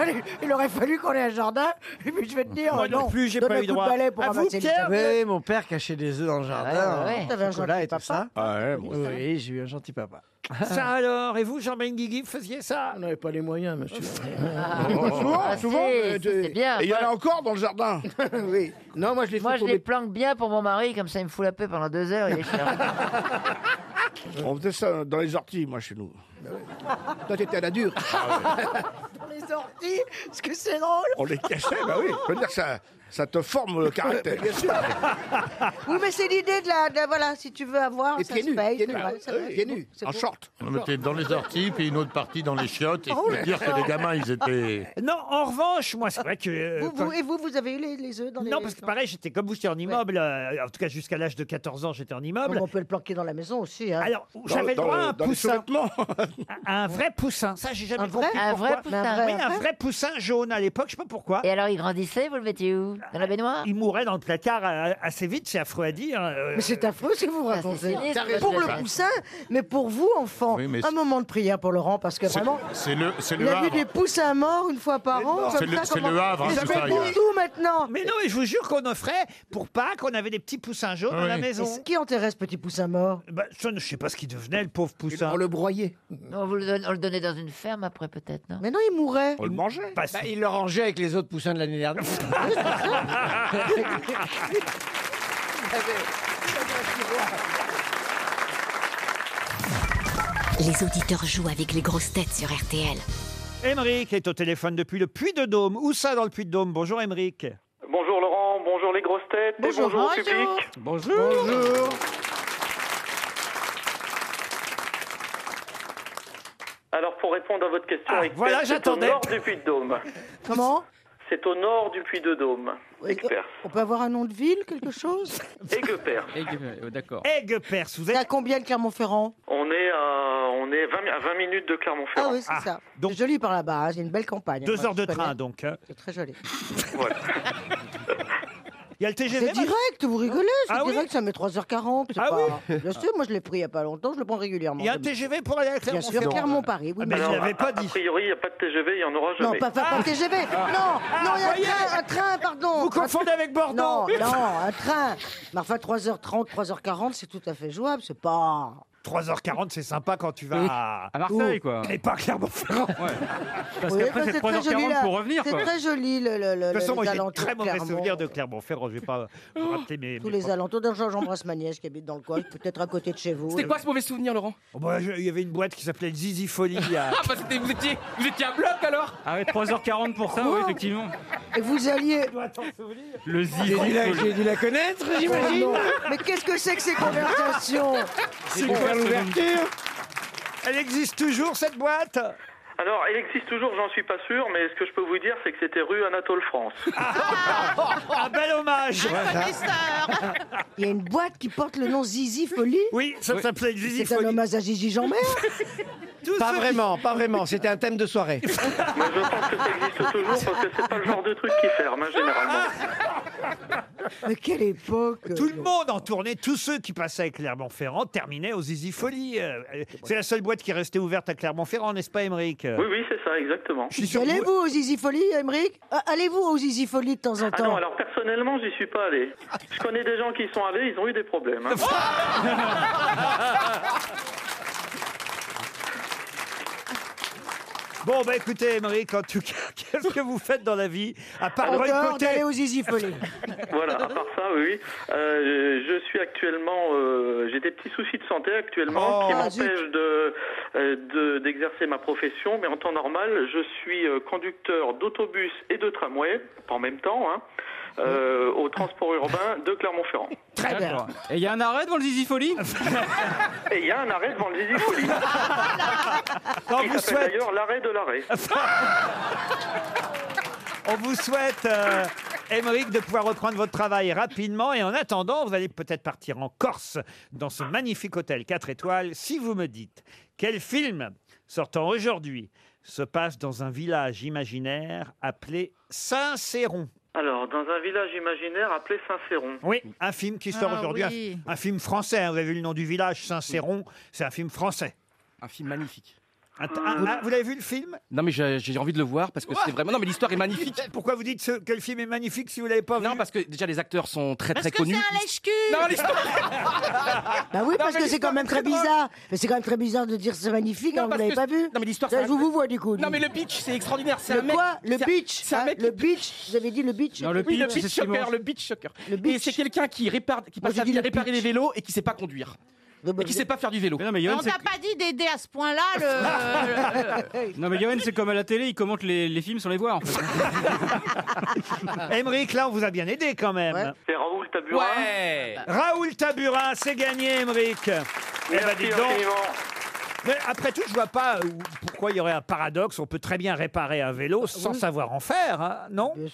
Speaker 4: il aurait fallu qu'on ait un jardin. Mais je vais te dire,
Speaker 13: Moi non plus, j'ai
Speaker 4: donne
Speaker 13: pas
Speaker 4: un
Speaker 13: eu
Speaker 4: coup de
Speaker 13: droit.
Speaker 4: balai pour
Speaker 13: À vous,
Speaker 4: ramasser les
Speaker 13: Pierre,
Speaker 4: œufs.
Speaker 13: Oui, mon père cachait des œufs dans le
Speaker 8: Ah,
Speaker 13: jardin.
Speaker 4: ouais, ouais.
Speaker 13: en
Speaker 4: T'avais un
Speaker 13: chocolat
Speaker 4: gentil
Speaker 13: et tout
Speaker 4: papa
Speaker 13: ça.
Speaker 8: moi aussi.
Speaker 13: oui, j'ai eu un gentil papa.
Speaker 3: Ça alors Et vous, Jean-Benguigui, faisiez ça Ah,
Speaker 8: On n'avait pas les moyens, monsieur.
Speaker 11: Ah,
Speaker 3: Oh,
Speaker 11: souvent,
Speaker 8: souvent, souvent. euh, de-
Speaker 11: c'est bien.
Speaker 8: Et il y en a encore dans le jardin. oui. Non, moi, je les
Speaker 11: Moi,
Speaker 8: fais
Speaker 11: je
Speaker 8: pour
Speaker 11: les
Speaker 8: mes
Speaker 11: planque bien pour mon mari, comme ça, il me fout la paix pendant deux heures. Il est cher.
Speaker 8: On faisait ça dans les orties, moi, chez nous. Toi, t'étais à la dure.
Speaker 18: Ah
Speaker 4: Les sorties, parce que c'est drôle.
Speaker 8: On les cachait, bah oui. Je veux dire que ça, ça te forme le caractère. Bien sûr.
Speaker 4: Oui, mais c'est l'idée de la, de la- Voilà, si tu veux avoir,
Speaker 8: Et
Speaker 4: ça
Speaker 8: pieds
Speaker 4: se
Speaker 8: nus,
Speaker 4: paye.
Speaker 8: pieds
Speaker 4: c'est
Speaker 8: nus,
Speaker 4: vrai, c'est
Speaker 8: euh,
Speaker 4: vrai.
Speaker 8: pieds nus,
Speaker 4: C'est
Speaker 8: en
Speaker 4: beau.
Speaker 8: shorts.
Speaker 14: On mettait dans les orties, puis une autre partie dans les chiottes. Et
Speaker 4: Oh
Speaker 14: je
Speaker 4: là
Speaker 14: peux dire que
Speaker 4: là.
Speaker 14: les gamins, ils étaient.
Speaker 3: Non, en revanche, moi, c'est vrai que. euh,
Speaker 4: Vous,
Speaker 3: quand-
Speaker 4: vous- et vous, vous avez eu les, les œufs dans les.
Speaker 3: Non, parce que pareil, j'étais comme vous, j'étais en immeuble. euh, en tout cas, jusqu'à l'âge de 14 ans, j'étais en immeuble.
Speaker 4: on peut le planquer dans la maison aussi. Hein.
Speaker 3: Alors, j'avais le droit à un poussin. À un vrai poussin. Ça, j'ai jamais
Speaker 11: Un
Speaker 3: compris.
Speaker 11: vrai Un vrai
Speaker 3: pourquoi.
Speaker 11: poussin. Mais un vrai,
Speaker 3: Oui, un
Speaker 11: un
Speaker 3: vrai poussin jaune à l'époque, je sais pas pourquoi.
Speaker 11: Et alors, il grandissait, vous le mettiez où Dans la baignoire
Speaker 3: Il mourait dans le placard euh, assez vite, c'est affreux à dire. euh.
Speaker 4: Mais c'est affreux ce que vous
Speaker 3: Ah,
Speaker 4: racontez.
Speaker 11: sinistre, T'as
Speaker 4: Pour
Speaker 11: raison.
Speaker 4: le poussin, mais pour vous, enfant,
Speaker 14: Oui, mais
Speaker 4: un
Speaker 14: c'est-
Speaker 4: moment de prière pour Laurent, parce que
Speaker 14: C'est-
Speaker 4: vraiment,
Speaker 14: C'est le, c'est
Speaker 4: il
Speaker 14: le
Speaker 4: a vu
Speaker 14: Havre.
Speaker 4: des poussins morts une fois par an.
Speaker 14: C'est
Speaker 4: comme
Speaker 14: le-
Speaker 4: ça,
Speaker 14: c'est le
Speaker 4: comment-
Speaker 14: Havre, hein,
Speaker 4: Et
Speaker 14: c'est
Speaker 4: ça
Speaker 14: ça,
Speaker 4: fait
Speaker 14: il y a-
Speaker 4: tout maintenant.
Speaker 3: Mais non, et je vous jure qu'on offrait pour Pâques, on avait des petits poussins jaunes à la maison.
Speaker 4: Mais Qui enterrait ce petit poussin mort
Speaker 3: Bah, je ne sais pas ce qu'il devenait, le pauvre poussin.
Speaker 8: le broyait.
Speaker 11: on, vous le donne- on le donnait dans une ferme après, peut-être, non
Speaker 4: Mais non, il mourait.
Speaker 8: On le mangeait.
Speaker 3: Pas si-
Speaker 13: Bah, il le rangeait avec les autres poussins de l'année dernière.
Speaker 27: Les auditeurs jouent avec les grosses têtes sur RTL.
Speaker 3: Émeric est au téléphone depuis le Puy-de-Dôme. Où ça, dans le Puy-de-Dôme Bonjour, Émeric.
Speaker 28: Bonjour Laurent, bonjour les grosses têtes, et bonjour au public.
Speaker 3: Bonjour. Bonjour.
Speaker 28: répondre à votre question. Expert.
Speaker 3: Ah, voilà, j'attendais.
Speaker 28: C'est au nord du Puy de Dôme.
Speaker 4: Comment
Speaker 28: C'est au nord du Puy de Dôme. Expert.
Speaker 4: On peut avoir un nom de ville, quelque chose
Speaker 28: Aiguepère.
Speaker 3: oh, D'accord. Aiguepers, vous
Speaker 4: êtes à combien de Clermont-Ferrand
Speaker 28: On est à, on est 20, à 20 minutes de Clermont-Ferrand.
Speaker 4: Ah oui, c'est ça. C'est joli par là-bas, hein, c'est une belle campagne.
Speaker 3: Deux
Speaker 4: Moi,
Speaker 3: heures
Speaker 4: je
Speaker 3: de train,
Speaker 4: connais.
Speaker 3: donc. hein.
Speaker 4: C'est très joli.
Speaker 28: Voilà.
Speaker 3: Il y a le TGV.
Speaker 4: C'est direct, vous rigolez, c'est
Speaker 3: Ah oui
Speaker 4: direct, ça met 3h40. c'est
Speaker 3: Ah
Speaker 4: pas-
Speaker 3: oui
Speaker 4: Bien sûr, moi je l'ai pris il n'y a pas longtemps, je le prends régulièrement.
Speaker 3: Il y a un TGV pour aller à
Speaker 4: Bien
Speaker 3: Clermont-Ferrand.
Speaker 4: sûr, Clermont-Paris, oui. mais-
Speaker 3: Ah, je
Speaker 28: Alors,
Speaker 3: l'avais Ah.
Speaker 28: a- A priori, il n'y a pas de TGV, il n'y en aura jamais.
Speaker 4: Non, pas, pas, pas TGV. Non, non, il y a un train, un train, pardon. Vous
Speaker 3: confondez avec Bordeaux.
Speaker 4: Non, non, un train. Mais enfin, 3h30, 3h40, c'est tout à fait jouable. C'est pas.
Speaker 3: 3h40, c'est sympa quand tu vas à...
Speaker 4: Marseille,
Speaker 3: quoi. Et pas à Clermont-Ferrand. Parce
Speaker 4: Oui, bah, c'est très joli, là. C'est très joli, le, le, le,
Speaker 3: De toute façon,
Speaker 4: les
Speaker 3: moi, j'ai de
Speaker 4: alentours
Speaker 3: très
Speaker 4: de
Speaker 3: mauvais
Speaker 4: Clermont.
Speaker 3: souvenirs de Clermont-Ferrand. Je vais pas vous rappeler mes...
Speaker 4: Oh, Tous
Speaker 3: mes-
Speaker 4: les alentours. D'ailleurs, j'embrasse ma nièce qui habite dans le coin, peut-être à côté de chez vous.
Speaker 3: C'était quoi
Speaker 7: ce mauvais souvenir, Laurent
Speaker 3: Oh, bah, je- Il y avait une boîte qui s'appelait Zizi Folie. à-
Speaker 7: Ah, bah, c'était- vous, étiez, vous étiez à bloc alors
Speaker 5: Ah ouais, 3h40 pour ça, oui, effectivement.
Speaker 4: Et vous alliez.
Speaker 5: Le zizi.
Speaker 13: J'ai dû la- j'ai dû la connaître, j'imagine.
Speaker 4: Oh non. Mais qu'est-ce que c'est que
Speaker 13: Ah,
Speaker 4: ces conversations
Speaker 3: C'est
Speaker 4: quoi
Speaker 3: quoi
Speaker 4: ce
Speaker 3: l'ouverture Elle existe toujours, cette boîte
Speaker 28: Alors, elle existe toujours, j'en suis pas sûr, mais ce que je peux vous dire, c'est que c'était rue Anatole France.
Speaker 3: Ah, Un bel hommage
Speaker 13: Ah.
Speaker 4: Il y a une boîte qui porte le nom Zizi Folie
Speaker 3: Oui, ça Oui. s'appelait Zizi
Speaker 4: C'est
Speaker 3: Folie.
Speaker 4: un hommage à Zizi Jean-Mer
Speaker 13: Pas vraiment, pas vraiment. C'était un thème de soirée.
Speaker 28: mais je pense que ça existe toujours parce que c'est pas le genre de truc qui ferme, hein, généralement.
Speaker 4: Mais quelle époque
Speaker 3: Tout le monde en tournée, tous ceux qui passaient à Clermont-Ferrand terminaient aux Zizi Folie. Euh, euh, C'est la seule boîte qui restait ouverte à Clermont-Ferrand, n'est-ce pas, Émeric
Speaker 28: Oui, oui, c'est ça, exactement.
Speaker 3: suis sûr que
Speaker 4: Allez-vous aux Zizi Folie, Émeric Ah, Allez-vous aux Zizi Folie de temps en
Speaker 28: Ah
Speaker 4: temps
Speaker 28: non, alors personnellement, j'y suis pas allé. Je connais des gens qui y sont allés, ils ont eu des problèmes. hein.
Speaker 3: Bon, bah écoutez, Émeric, en tout cas, qu'est-ce que vous faites dans la vie À part
Speaker 4: En dehors
Speaker 3: boycotter
Speaker 4: d'aller aux Zizi Folie.
Speaker 28: voilà, à part ça, oui, oui. Euh, je suis actuellement, euh, j'ai des petits soucis de santé actuellement
Speaker 3: Oh,
Speaker 28: qui
Speaker 3: ah,
Speaker 28: m'empêchent de, euh, de- d'exercer ma profession, mais en temps normal, je suis euh, conducteur d'autobus et de tramway, en même temps, hein, euh, au transport urbain de Clermont-Ferrand.
Speaker 4: Très
Speaker 5: bien. Et il y a un arrêt devant le zizi folie
Speaker 28: Et il y a un arrêt devant le Zizi Folie.
Speaker 3: On
Speaker 28: qui
Speaker 3: vous
Speaker 28: s'appelle
Speaker 3: souhaite-
Speaker 28: d'ailleurs l'arrêt de l'arrêt.
Speaker 3: On vous souhaite, euh, Émeric, de pouvoir reprendre votre travail rapidement. Et en attendant, vous allez peut-être partir en Corse, dans ce magnifique hôtel 4 étoiles, si vous me dites quel film sortant aujourd'hui se passe dans un village imaginaire appelé Saint-Céron.
Speaker 28: Alors, dans un village imaginaire appelé Saint-Céron.
Speaker 3: Oui, un film qui sort
Speaker 28: Ah
Speaker 3: aujourd'hui, un-
Speaker 28: oui.
Speaker 3: un, film français. hein. vous avez vu le nom du village, Saint-Céron, c'est un film français.
Speaker 5: Un film magnifique.
Speaker 3: vous ah, vous l'avez vu le film
Speaker 5: Non, mais j'ai j'ai envie de le voir parce que c'est vraiment. Non, mais l'histoire est magnifique.
Speaker 3: Pourquoi vous dites ce- que le film est magnifique si vous l'avez pas vu
Speaker 5: Non, parce que déjà les acteurs sont très
Speaker 4: Parce
Speaker 5: très
Speaker 4: que
Speaker 5: connus.
Speaker 4: c'est un
Speaker 5: lèche-cul Non, l'histoire
Speaker 4: Bah oui,
Speaker 5: Non,
Speaker 4: parce
Speaker 5: mais
Speaker 4: que c'est quand même très bizarre. Mais c'est quand même très bizarre de dire c'est magnifique, hein, vous l'avez pas vu Non, mais l'histoire. Je vous vois du coup.
Speaker 5: Non, mais le pitch, c'est extraordinaire. C'est
Speaker 4: Le
Speaker 5: un mec.
Speaker 4: quoi Le
Speaker 5: c'est un-
Speaker 4: beach hein, Le beach Vous avez dit le beach
Speaker 5: Non, le
Speaker 4: Oui,
Speaker 5: pitch, le pitch shocker, le pitch shocker. Et c'est quelqu'un qui répare, qui passe sa vie à réparer les vélos et qui sait pas conduire. Et qui sait pas faire du vélo. non, mais
Speaker 23: on t'a pas dit d'aider à ce point-là le. le- le-
Speaker 5: Non, mais Yoann, c'est comme à la télé, il commente les, les films sans les voir en fait.
Speaker 3: Émeric, là, on vous a bien aidé quand même.
Speaker 28: C'est Raoul Taburin.
Speaker 5: Ouais.
Speaker 3: Raoul Taburin, c'est gagné, Émeric. Eh ben,
Speaker 28: Merci
Speaker 3: dis donc.
Speaker 28: infiniment.
Speaker 3: Mais après tout, je vois pas euh, pourquoi il y aurait un paradoxe. On peut très bien réparer un vélo sans savoir en faire, hein, non
Speaker 5: Oui,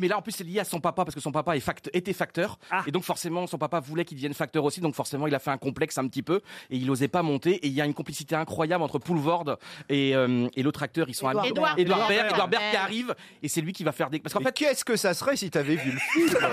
Speaker 5: mais là en plus c'est lié à son papa parce que son papa est fact- était facteur et donc forcément son papa voulait qu'il devienne facteur aussi, donc forcément il a fait un complexe un petit peu et il osait pas monter. Et il y a une complicité incroyable entre Poulvord et, euh, et l'autre acteur, ils sont
Speaker 13: Edouard
Speaker 5: amis.
Speaker 13: Baird.
Speaker 5: Edouard Baird,
Speaker 13: Baird.
Speaker 5: Edouard Baird qui
Speaker 13: Baird.
Speaker 5: arrive et c'est lui qui va faire des. Parce qu'en fait,
Speaker 13: qu'est-ce que ça serait si t'avais vu le film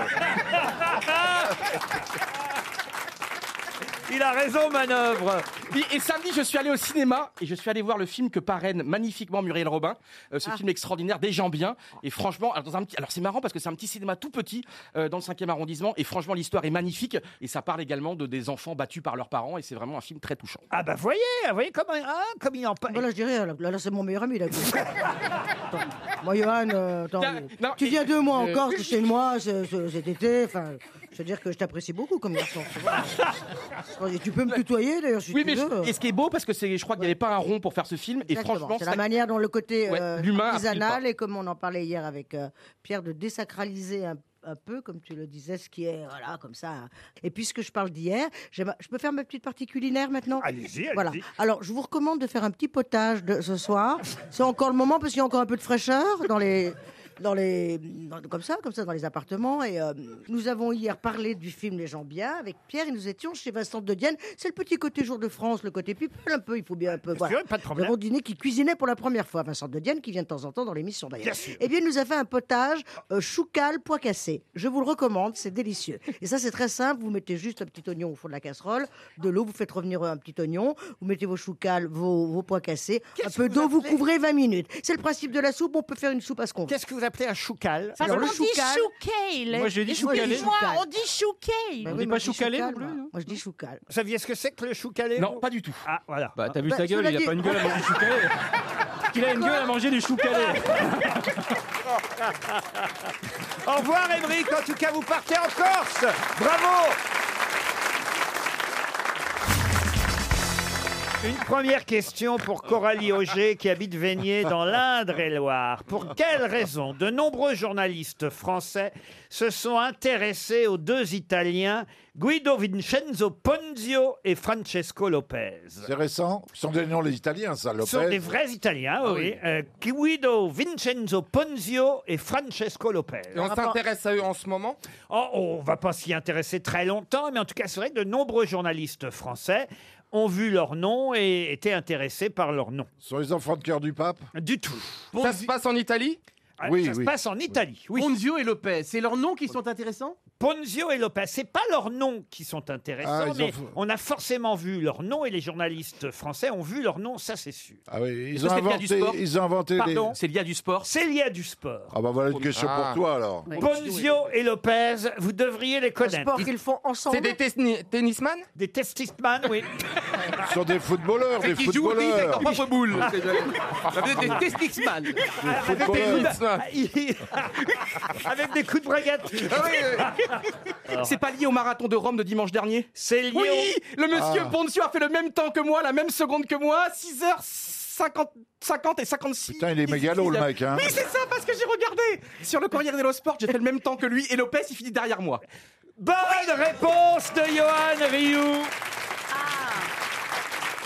Speaker 3: Il a raison, manœuvre.
Speaker 5: Et, et samedi, je suis allé au cinéma et je suis allé voir le film que parraine magnifiquement Muriel Robin. Euh, ce film extraordinaire, des gens bien. Et franchement, alors, dans un petit, alors c'est marrant parce que c'est un petit cinéma tout petit euh, dans le 5e arrondissement. Et franchement, l'histoire est magnifique et ça parle également de des enfants battus par leurs parents. Et c'est vraiment un film très touchant.
Speaker 3: Ah bah voyez, voyez comme, hein, comme il en parle.
Speaker 4: Voilà, je dirais, là, là, là, c'est mon meilleur ami, là. Attends, moi, Johan, euh, attends, tu viens deux mois en
Speaker 5: euh,
Speaker 4: Corse, de chez moi, ce- ce- cet été, enfin, je veux dire que je t'apprécie beaucoup comme garçon. Et tu peux me tutoyer, d'ailleurs, si
Speaker 5: Oui,
Speaker 4: tu
Speaker 5: mais
Speaker 4: veux.
Speaker 5: je- et ce qui est beau parce que c'est, je crois qu'il n'y avait pas un rond pour faire ce film. Et
Speaker 4: Exactement,
Speaker 5: franchement,
Speaker 4: c'est la
Speaker 5: ça-
Speaker 4: manière dont le côté
Speaker 5: Ouais,
Speaker 4: euh,
Speaker 5: l'humain a pris le
Speaker 4: artisanal
Speaker 5: pas.
Speaker 4: et comme on en parlait hier avec euh, Pierre de désacraliser un, un peu, comme tu le disais, ce qui est, voilà, comme ça. Et puisque je parle d'hier, j'aime- je peux faire ma petite partie culinaire maintenant
Speaker 3: Allez-y, allez-y.
Speaker 4: Voilà. Alors, je vous recommande de faire un petit potage de, ce soir. C'est encore le moment parce qu'il y a encore un peu de fraîcheur dans les. Dans les, dans- comme ça, comme ça, dans les appartements. Et euh, nous avons hier parlé du film Les gens bien avec Pierre et nous étions chez Vincent de Dienne. C'est le petit côté jour de France, le côté people un peu. Il faut bien un peu. Voilà.
Speaker 3: pas de problème.
Speaker 4: Nous avons dîné qui cuisinait pour la première fois. Vincent de Dienne qui vient de temps en temps dans l'émission d'ailleurs.
Speaker 3: Bien sûr.
Speaker 4: Eh bien, il nous a fait un potage euh, choucal pois cassé. Je vous le recommande, c'est délicieux. Et ça, c'est très simple. Vous mettez juste un petit oignon au fond de la casserole, de l'eau, vous faites revenir un petit oignon, vous mettez vos choucals, vos, vos pois cassés, un peu d'eau, vous couvrez 20 minutes. C'est le principe de la soupe. On peut faire une soupe à ce qu'on veut. Qu'est-ce
Speaker 3: que vous appelez un choucal
Speaker 23: Parce qu'on dit choucale.
Speaker 4: Moi, je dis choucale.
Speaker 23: Excuse-moi, on dit choucale.
Speaker 4: Bah oui, moi, je dis choucal, moi. Moi, je dis choucal.
Speaker 3: hein. Vous saviez ce que c'est que le choucalé
Speaker 7: Non,
Speaker 3: pas du tout. Ah, voilà.
Speaker 7: Bah, t'as vu
Speaker 3: Bah,
Speaker 7: sa gueule,
Speaker 3: cela
Speaker 7: il a
Speaker 3: dit-
Speaker 7: pas une gueule à manger du chou calé. Qu'il a une gueule à manger du chou calé.
Speaker 3: Au revoir, Émeric. En tout cas, vous partez en Corse. Bravo. Une première question pour Coralie Auger qui habite Veigné dans l'Indre-et-Loire. Pour quelle raison de nombreux journalistes français se sont intéressés aux deux Italiens Guido Vincenzo Ponzio et Francesco Lopez
Speaker 6: C'est récent. Ce sont des noms les Italiens, ça, Lopez.
Speaker 3: Ce sont des vrais Italiens,
Speaker 6: Ah
Speaker 3: oui. Euh, Guido Vincenzo Ponzio et Francesco Lopez.
Speaker 12: Et on s'intéresse à eux en ce moment
Speaker 3: Oh, on va pas s'y intéresser très longtemps, mais en tout cas, c'est vrai que de nombreux journalistes français ont vu leur nom et étaient intéressés par leur nom.
Speaker 6: Ce sont les enfants de cœur du pape
Speaker 3: Du tout.
Speaker 12: Ça se passe en Italie
Speaker 3: Ah, ça se passe en Italie. Oui.
Speaker 7: Ponzio et Lopez, c'est leurs noms qui sont intéressants
Speaker 3: Ponzio et Lopez, c'est pas leurs noms qui sont
Speaker 6: Ah,
Speaker 3: intéressants,
Speaker 6: ils
Speaker 3: mais
Speaker 6: ont fait-
Speaker 3: on a forcément vu leur nom et les journalistes français ont vu leur nom, ça c'est sûr.
Speaker 6: Ah oui,
Speaker 3: Est-ce
Speaker 6: ils
Speaker 3: que
Speaker 6: ont
Speaker 3: c'est le cas du
Speaker 6: inventé.
Speaker 3: sport
Speaker 6: Ils ont inventé des.
Speaker 3: Pardon
Speaker 7: C'est lié à du sport Oh
Speaker 3: C'est lié à du sport.
Speaker 6: Ah bah voilà une question
Speaker 3: Ah.
Speaker 6: pour toi alors.
Speaker 3: Ponzio et Lopez, vous devriez les connaître.
Speaker 12: sport qu'ils
Speaker 4: font
Speaker 12: C'est des tesni- tennisman
Speaker 3: Des testisman, oui.
Speaker 6: Ce sont des footballeurs,
Speaker 12: Et
Speaker 6: des
Speaker 12: qui jouent au tennis avec
Speaker 6: footballeurs.
Speaker 12: leur propre boule. C'est- Ça veut dire des testisman.
Speaker 3: Avec des coups
Speaker 4: Ah,
Speaker 3: de- Avec des coups de brigade.
Speaker 5: C'est pas lié au marathon de Rome de dimanche dernier
Speaker 3: C'est lié
Speaker 5: Oui
Speaker 12: au-
Speaker 5: Le monsieur
Speaker 12: Ah.
Speaker 5: Ponzio a fait le même temps que moi, la même seconde que moi, 6h50 50 et 56.
Speaker 6: Putain, il est mégalo le mec. Hein.
Speaker 5: Oui, c'est ça, parce que j'ai regardé Sur le Corriere dello Sport, j'ai fait le même temps que lui, et Lopez, il finit derrière moi.
Speaker 3: Bonne réponse de Johan Rioux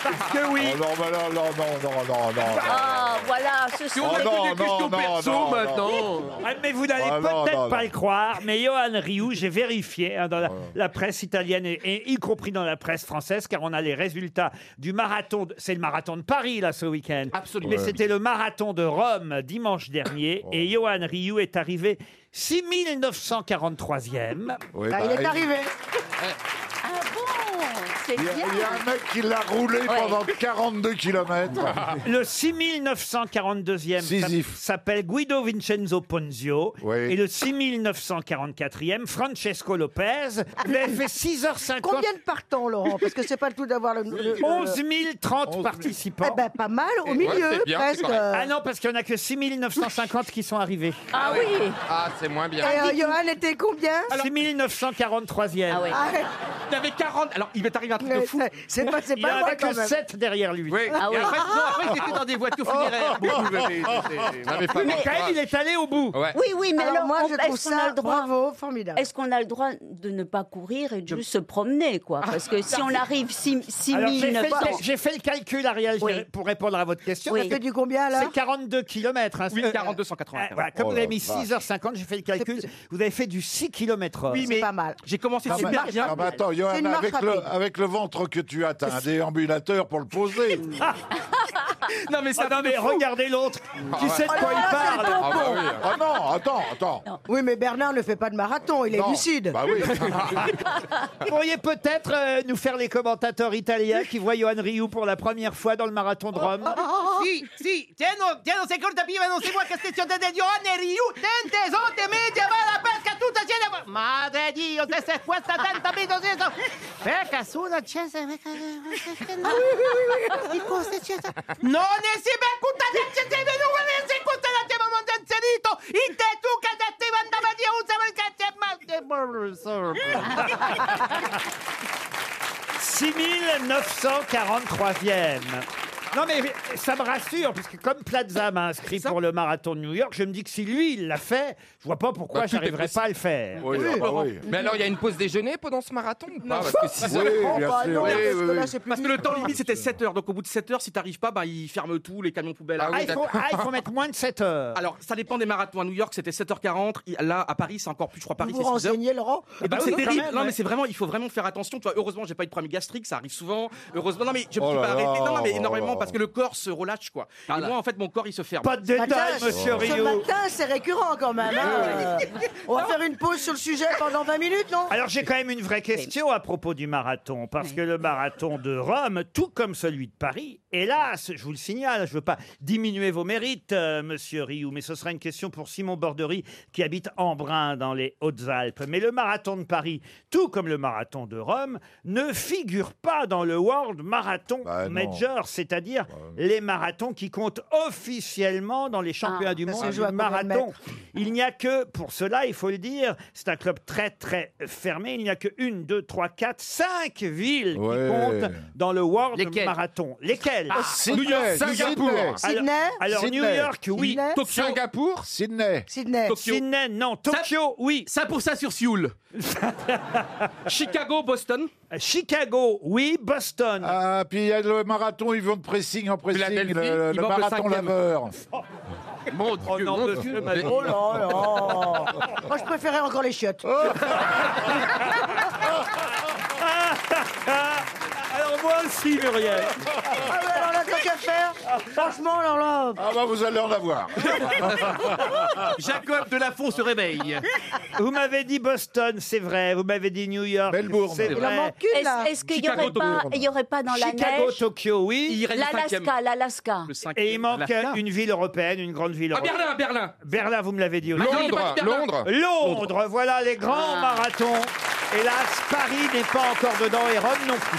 Speaker 3: Parce que oui.
Speaker 6: Oh non, bah non, non, non, non, non, non.
Speaker 10: Ah, voilà, ce
Speaker 6: Si on Oh répond non, des questions non, non, perso, non, maintenant. non.
Speaker 3: Ah, mais vous n'allez
Speaker 6: Ah, non,
Speaker 3: peut-être
Speaker 6: non,
Speaker 3: pas
Speaker 6: non.
Speaker 3: le croire, mais Johan Rioux, j'ai vérifié hein, dans la, la presse italienne et, et y compris dans la presse française, car on a les résultats du marathon. de- C'est le marathon de Paris, là, ce week-end. Absolument. Mais
Speaker 12: Ouais.
Speaker 3: c'était le marathon de Rome dimanche dernier, et Johan Rioux est arrivé 6943e.
Speaker 6: Oui, Ah, il bah, est il- arrivé.
Speaker 23: Ah bon C'est
Speaker 6: Il y, a, il y a un mec qui l'a roulé pendant 42 kilomètres.
Speaker 3: Le 6942e s'app- s'appelle Guido Vincenzo Ponzio. Et le 6944e, Francesco Lopez.
Speaker 6: Ah.
Speaker 3: Vous avez fait 6h50.
Speaker 4: Combien de partants, Laurent Parce que c'est pas le tout d'avoir le. le- le-
Speaker 3: 11 030 participants.
Speaker 4: Eh ben, pas mal, au milieu, presque.
Speaker 3: Ah non, parce qu'il n'y en a que 6950 qui sont arrivés.
Speaker 12: Ah oui Ah, c'est moins
Speaker 4: Et
Speaker 12: bien.
Speaker 4: euh, Johan était combien
Speaker 3: 6943e.
Speaker 4: Ah ouais.
Speaker 5: Il avait 40. Alors, il m'est arrivé un truc de
Speaker 4: Mais
Speaker 5: fou.
Speaker 4: c'est- c'est pas- c'est
Speaker 3: Il
Speaker 4: pas
Speaker 3: en
Speaker 4: moi,
Speaker 3: avait
Speaker 4: quand
Speaker 3: que
Speaker 4: même.
Speaker 3: 7 derrière lui. Ah.
Speaker 12: Oui.
Speaker 4: Ah
Speaker 12: et
Speaker 4: oui.
Speaker 12: après, non, après, il était dans des voitures funéraires.
Speaker 3: Oh,
Speaker 12: Beaucoup, mais c'est-
Speaker 3: Mais
Speaker 12: n'avait
Speaker 3: quand
Speaker 12: pas le droit.
Speaker 3: même, il est allé au bout.
Speaker 12: Ouais.
Speaker 10: Oui, oui, mais
Speaker 4: Alors,
Speaker 10: alors,
Speaker 4: moi,
Speaker 10: on-
Speaker 4: je
Speaker 10: est-ce
Speaker 4: trouve
Speaker 10: qu'on
Speaker 4: ça
Speaker 10: a le droit,
Speaker 4: bravo, formidable.
Speaker 10: Est-ce qu'on a le droit de ne pas courir et de juste se promener, quoi Parce que si on arrive six-
Speaker 3: Alors, j'ai fait le
Speaker 10: 6900...
Speaker 3: cal- J'ai fait le calcul, Ariel, j'ai- pour répondre à votre question.
Speaker 10: Oui.
Speaker 3: parce
Speaker 10: Ça
Speaker 3: que
Speaker 10: fait du combien, alors
Speaker 3: C'est 42 km.
Speaker 5: Oui, 42, 180.
Speaker 3: Euh, voilà, comme
Speaker 5: Oh
Speaker 3: vous avez
Speaker 5: la
Speaker 3: mis
Speaker 5: vache.
Speaker 3: 6h50, j'ai fait le calcul. Vous avez fait du 6 km heure. Ah
Speaker 5: Oui, mais pas mal. J'ai commencé
Speaker 6: Non, mais,
Speaker 5: super
Speaker 4: hein.
Speaker 5: bien.
Speaker 3: bah
Speaker 6: non, mais bah, ah attends, Johan, avec le, avec le ventre que tu as, t'as un déambulateur pour le poser.
Speaker 5: Non, mais ça
Speaker 3: Ah, non, mais regardez l'autre qui sait de
Speaker 4: Oh là
Speaker 3: quoi
Speaker 4: là,
Speaker 3: il
Speaker 4: c'est le
Speaker 3: parle. bah
Speaker 4: pompon.
Speaker 6: Ah non, attends, attends.
Speaker 4: Oui, mais Bernard ne fait pas de marathon, il est lucide.
Speaker 6: Bah oui.
Speaker 3: Ah,
Speaker 5: Ah.
Speaker 3: Vous pourriez peut-être euh, nous faire les commentateurs italiens qui voient Johan Rioux pour la première fois dans le marathon de
Speaker 5: Oh,
Speaker 3: Rome.
Speaker 29: Sì, sì, tieno, tieno, se corta piva non si vuole che stessione di Giovanni Riu, tente, sonte, media, va la pesca, tutta c'è la... Madre Dio, se se questa tenta, mi dosito... Pesca, suda, c'è, se... Di cosa c'è? Non ne si per cutta, c'è, c'è, c'è, non ne si cutta, la tema non ti inserito, in te tu che te ti mandava di usa, perché c'è... Ma...
Speaker 3: 6943e. Non mais ça me rassure, puisque comme Plaza m'a inscrit pour le marathon de New York, je me dis que si lui, il l'a fait, je vois pas pourquoi
Speaker 30: Bah, tout
Speaker 3: je
Speaker 30: est
Speaker 3: n'arriverai
Speaker 30: possible.
Speaker 3: pas à le faire.
Speaker 30: Oui, ah bah oui. Mais alors, il y a une pause déjeuner pendant ce marathon ou
Speaker 3: Ah,
Speaker 30: pas Parce que si ça-
Speaker 5: Oh, bah, Parce que le temps limite c'était 7 heures, donc au bout de 7 heures, si t'arrives pas, bah ils ferment tout, les camions poubelles.
Speaker 3: Ah, il faut, ah, il faut mettre moins de 7 heures.
Speaker 5: Alors, ça dépend des marathons. À New York, c'était 7h40. I- Là, à Paris, c'est encore plus. Je crois Paris,
Speaker 4: Vous
Speaker 5: c'est
Speaker 4: vous
Speaker 5: 6 heures.
Speaker 4: renseignez, Laurent
Speaker 3: Eh
Speaker 5: Et
Speaker 3: ben bah
Speaker 5: donc,
Speaker 4: Ah
Speaker 5: c'est
Speaker 4: oui, quand
Speaker 5: terrible.
Speaker 3: hein.
Speaker 4: même,
Speaker 5: non,
Speaker 4: ouais.
Speaker 5: mais c'est vraiment, il faut vraiment faire attention. Tu vois, heureusement, j'ai pas eu de problème gastrique, ça arrive souvent. Heureusement, non, mais je me
Speaker 3: Oh
Speaker 5: suis
Speaker 3: là
Speaker 5: pas arrêté.
Speaker 3: là,
Speaker 5: Non, non, mais
Speaker 3: oh
Speaker 5: énormément
Speaker 3: là
Speaker 5: parce que le corps se relâche, quoi. Et moi, en fait, mon corps, il se ferme.
Speaker 3: Pas de détails, monsieur
Speaker 4: Ce
Speaker 3: Rio.
Speaker 4: matin, c'est récurrent quand même. hein. Euh, On va faire une pause sur le sujet pendant 20 minutes, non
Speaker 3: Alors j'ai quand même une vraie question à propos du marathon, parce que le marathon de Rome, tout comme celui de Paris, hélas, je vous le signale, je veux pas diminuer vos mérites, euh, monsieur Rioux, mais ce sera une question pour Simon Bordery qui habite Embrun dans les Hautes-Alpes. Mais le marathon de Paris, tout comme le marathon de Rome, ne figure pas dans le World Marathon
Speaker 30: non.
Speaker 3: Major, c'est-à-dire les marathons qui comptent officiellement dans les championnats du
Speaker 30: ça se
Speaker 3: monde
Speaker 30: joue à
Speaker 3: du
Speaker 30: combien de
Speaker 3: marathon.
Speaker 30: mètres
Speaker 3: Il n'y a que, pour cela, il faut le dire, c'est un club très très fermé. Il n'y a que une, deux, trois, quatre, cinq villes
Speaker 30: Ouais.
Speaker 3: qui comptent dans le World
Speaker 30: Lesquelles
Speaker 3: Marathon. Lesquelles
Speaker 30: Ah, Sydney, New York, Sydney, Singapour.
Speaker 3: Alors-
Speaker 30: Sydney,
Speaker 3: Alors,
Speaker 30: Sydney,
Speaker 3: New York, oui.
Speaker 30: Sydney, Singapour,
Speaker 3: Sydney.
Speaker 4: Sydney.
Speaker 3: Tokyo. Sydney, non. Tokyo, oui.
Speaker 5: Ça pour ça sur Sioul. Chicago, Boston.
Speaker 3: Chicago, oui. Boston.
Speaker 6: Ah, puis il y a le marathon, ils vont de pressing en pressing.
Speaker 30: Philadelphie,
Speaker 6: Le, le
Speaker 30: ils vont au
Speaker 6: marathon
Speaker 30: cinquième.
Speaker 6: laveur.
Speaker 30: Mon Dieu, mon Dieu, ma-
Speaker 4: Oh là là Moi, je préférais encore les chiottes.
Speaker 3: Oh. Ah.
Speaker 12: Ah,
Speaker 3: Alors moi aussi, Muriel.
Speaker 4: Ah ouais, alors là, tant qu'à faire, franchement, alors là...
Speaker 6: Ah bah vous allez en avoir.
Speaker 3: Jacob Delafont se réveille. Vous m'avez dit Boston, c'est vrai. Vous m'avez dit New York. c'est
Speaker 10: Il en
Speaker 3: vrai.
Speaker 10: manque une, là. Est-ce- est-ce qu'il y aurait
Speaker 3: Chicago,
Speaker 10: pas-
Speaker 3: Tokyo.
Speaker 10: il y aurait pas dans la
Speaker 3: Chicago,
Speaker 10: neige
Speaker 3: Tokyo, oui.
Speaker 10: L'Alaska, l'Alaska.
Speaker 3: Et il manque une ville européenne, une grande ville européenne.
Speaker 5: Berlin, Berlin.
Speaker 3: Berlin, vous me l'avez dit. aussi.
Speaker 30: Londres, Londres.
Speaker 3: Londres, voilà les grands
Speaker 30: Ah.
Speaker 3: marathons. Hélas, Paris n'est pas encore dedans et Rome non plus.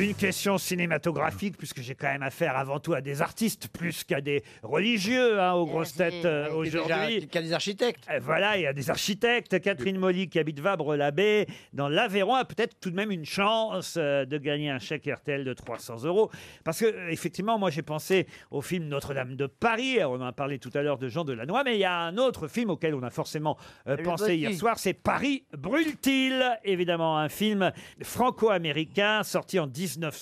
Speaker 3: Une question cinématographique, puisque j'ai quand même affaire avant tout à des artistes plus qu'à des religieux, hein, aux grosses têtes euh, aujourd'hui.
Speaker 13: Il y a des architectes.
Speaker 3: Euh, Voilà, il y a des architectes. Catherine Molly qui habite Vabre-l'Abbé dans l'Aveyron a peut-être tout de même une chance euh, de gagner un chèque RTL de 300 euros. Parce que, euh, effectivement, moi j'ai pensé au film Notre-Dame de Paris. On en a parlé tout à l'heure de Jean Delannoy, mais il y a un autre film auquel on a forcément
Speaker 13: Ah
Speaker 3: euh,
Speaker 30: Le
Speaker 3: pensé
Speaker 30: Bossu.
Speaker 3: hier soir, c'est Paris brûle-t-il Évidemment, un film franco-américain sorti en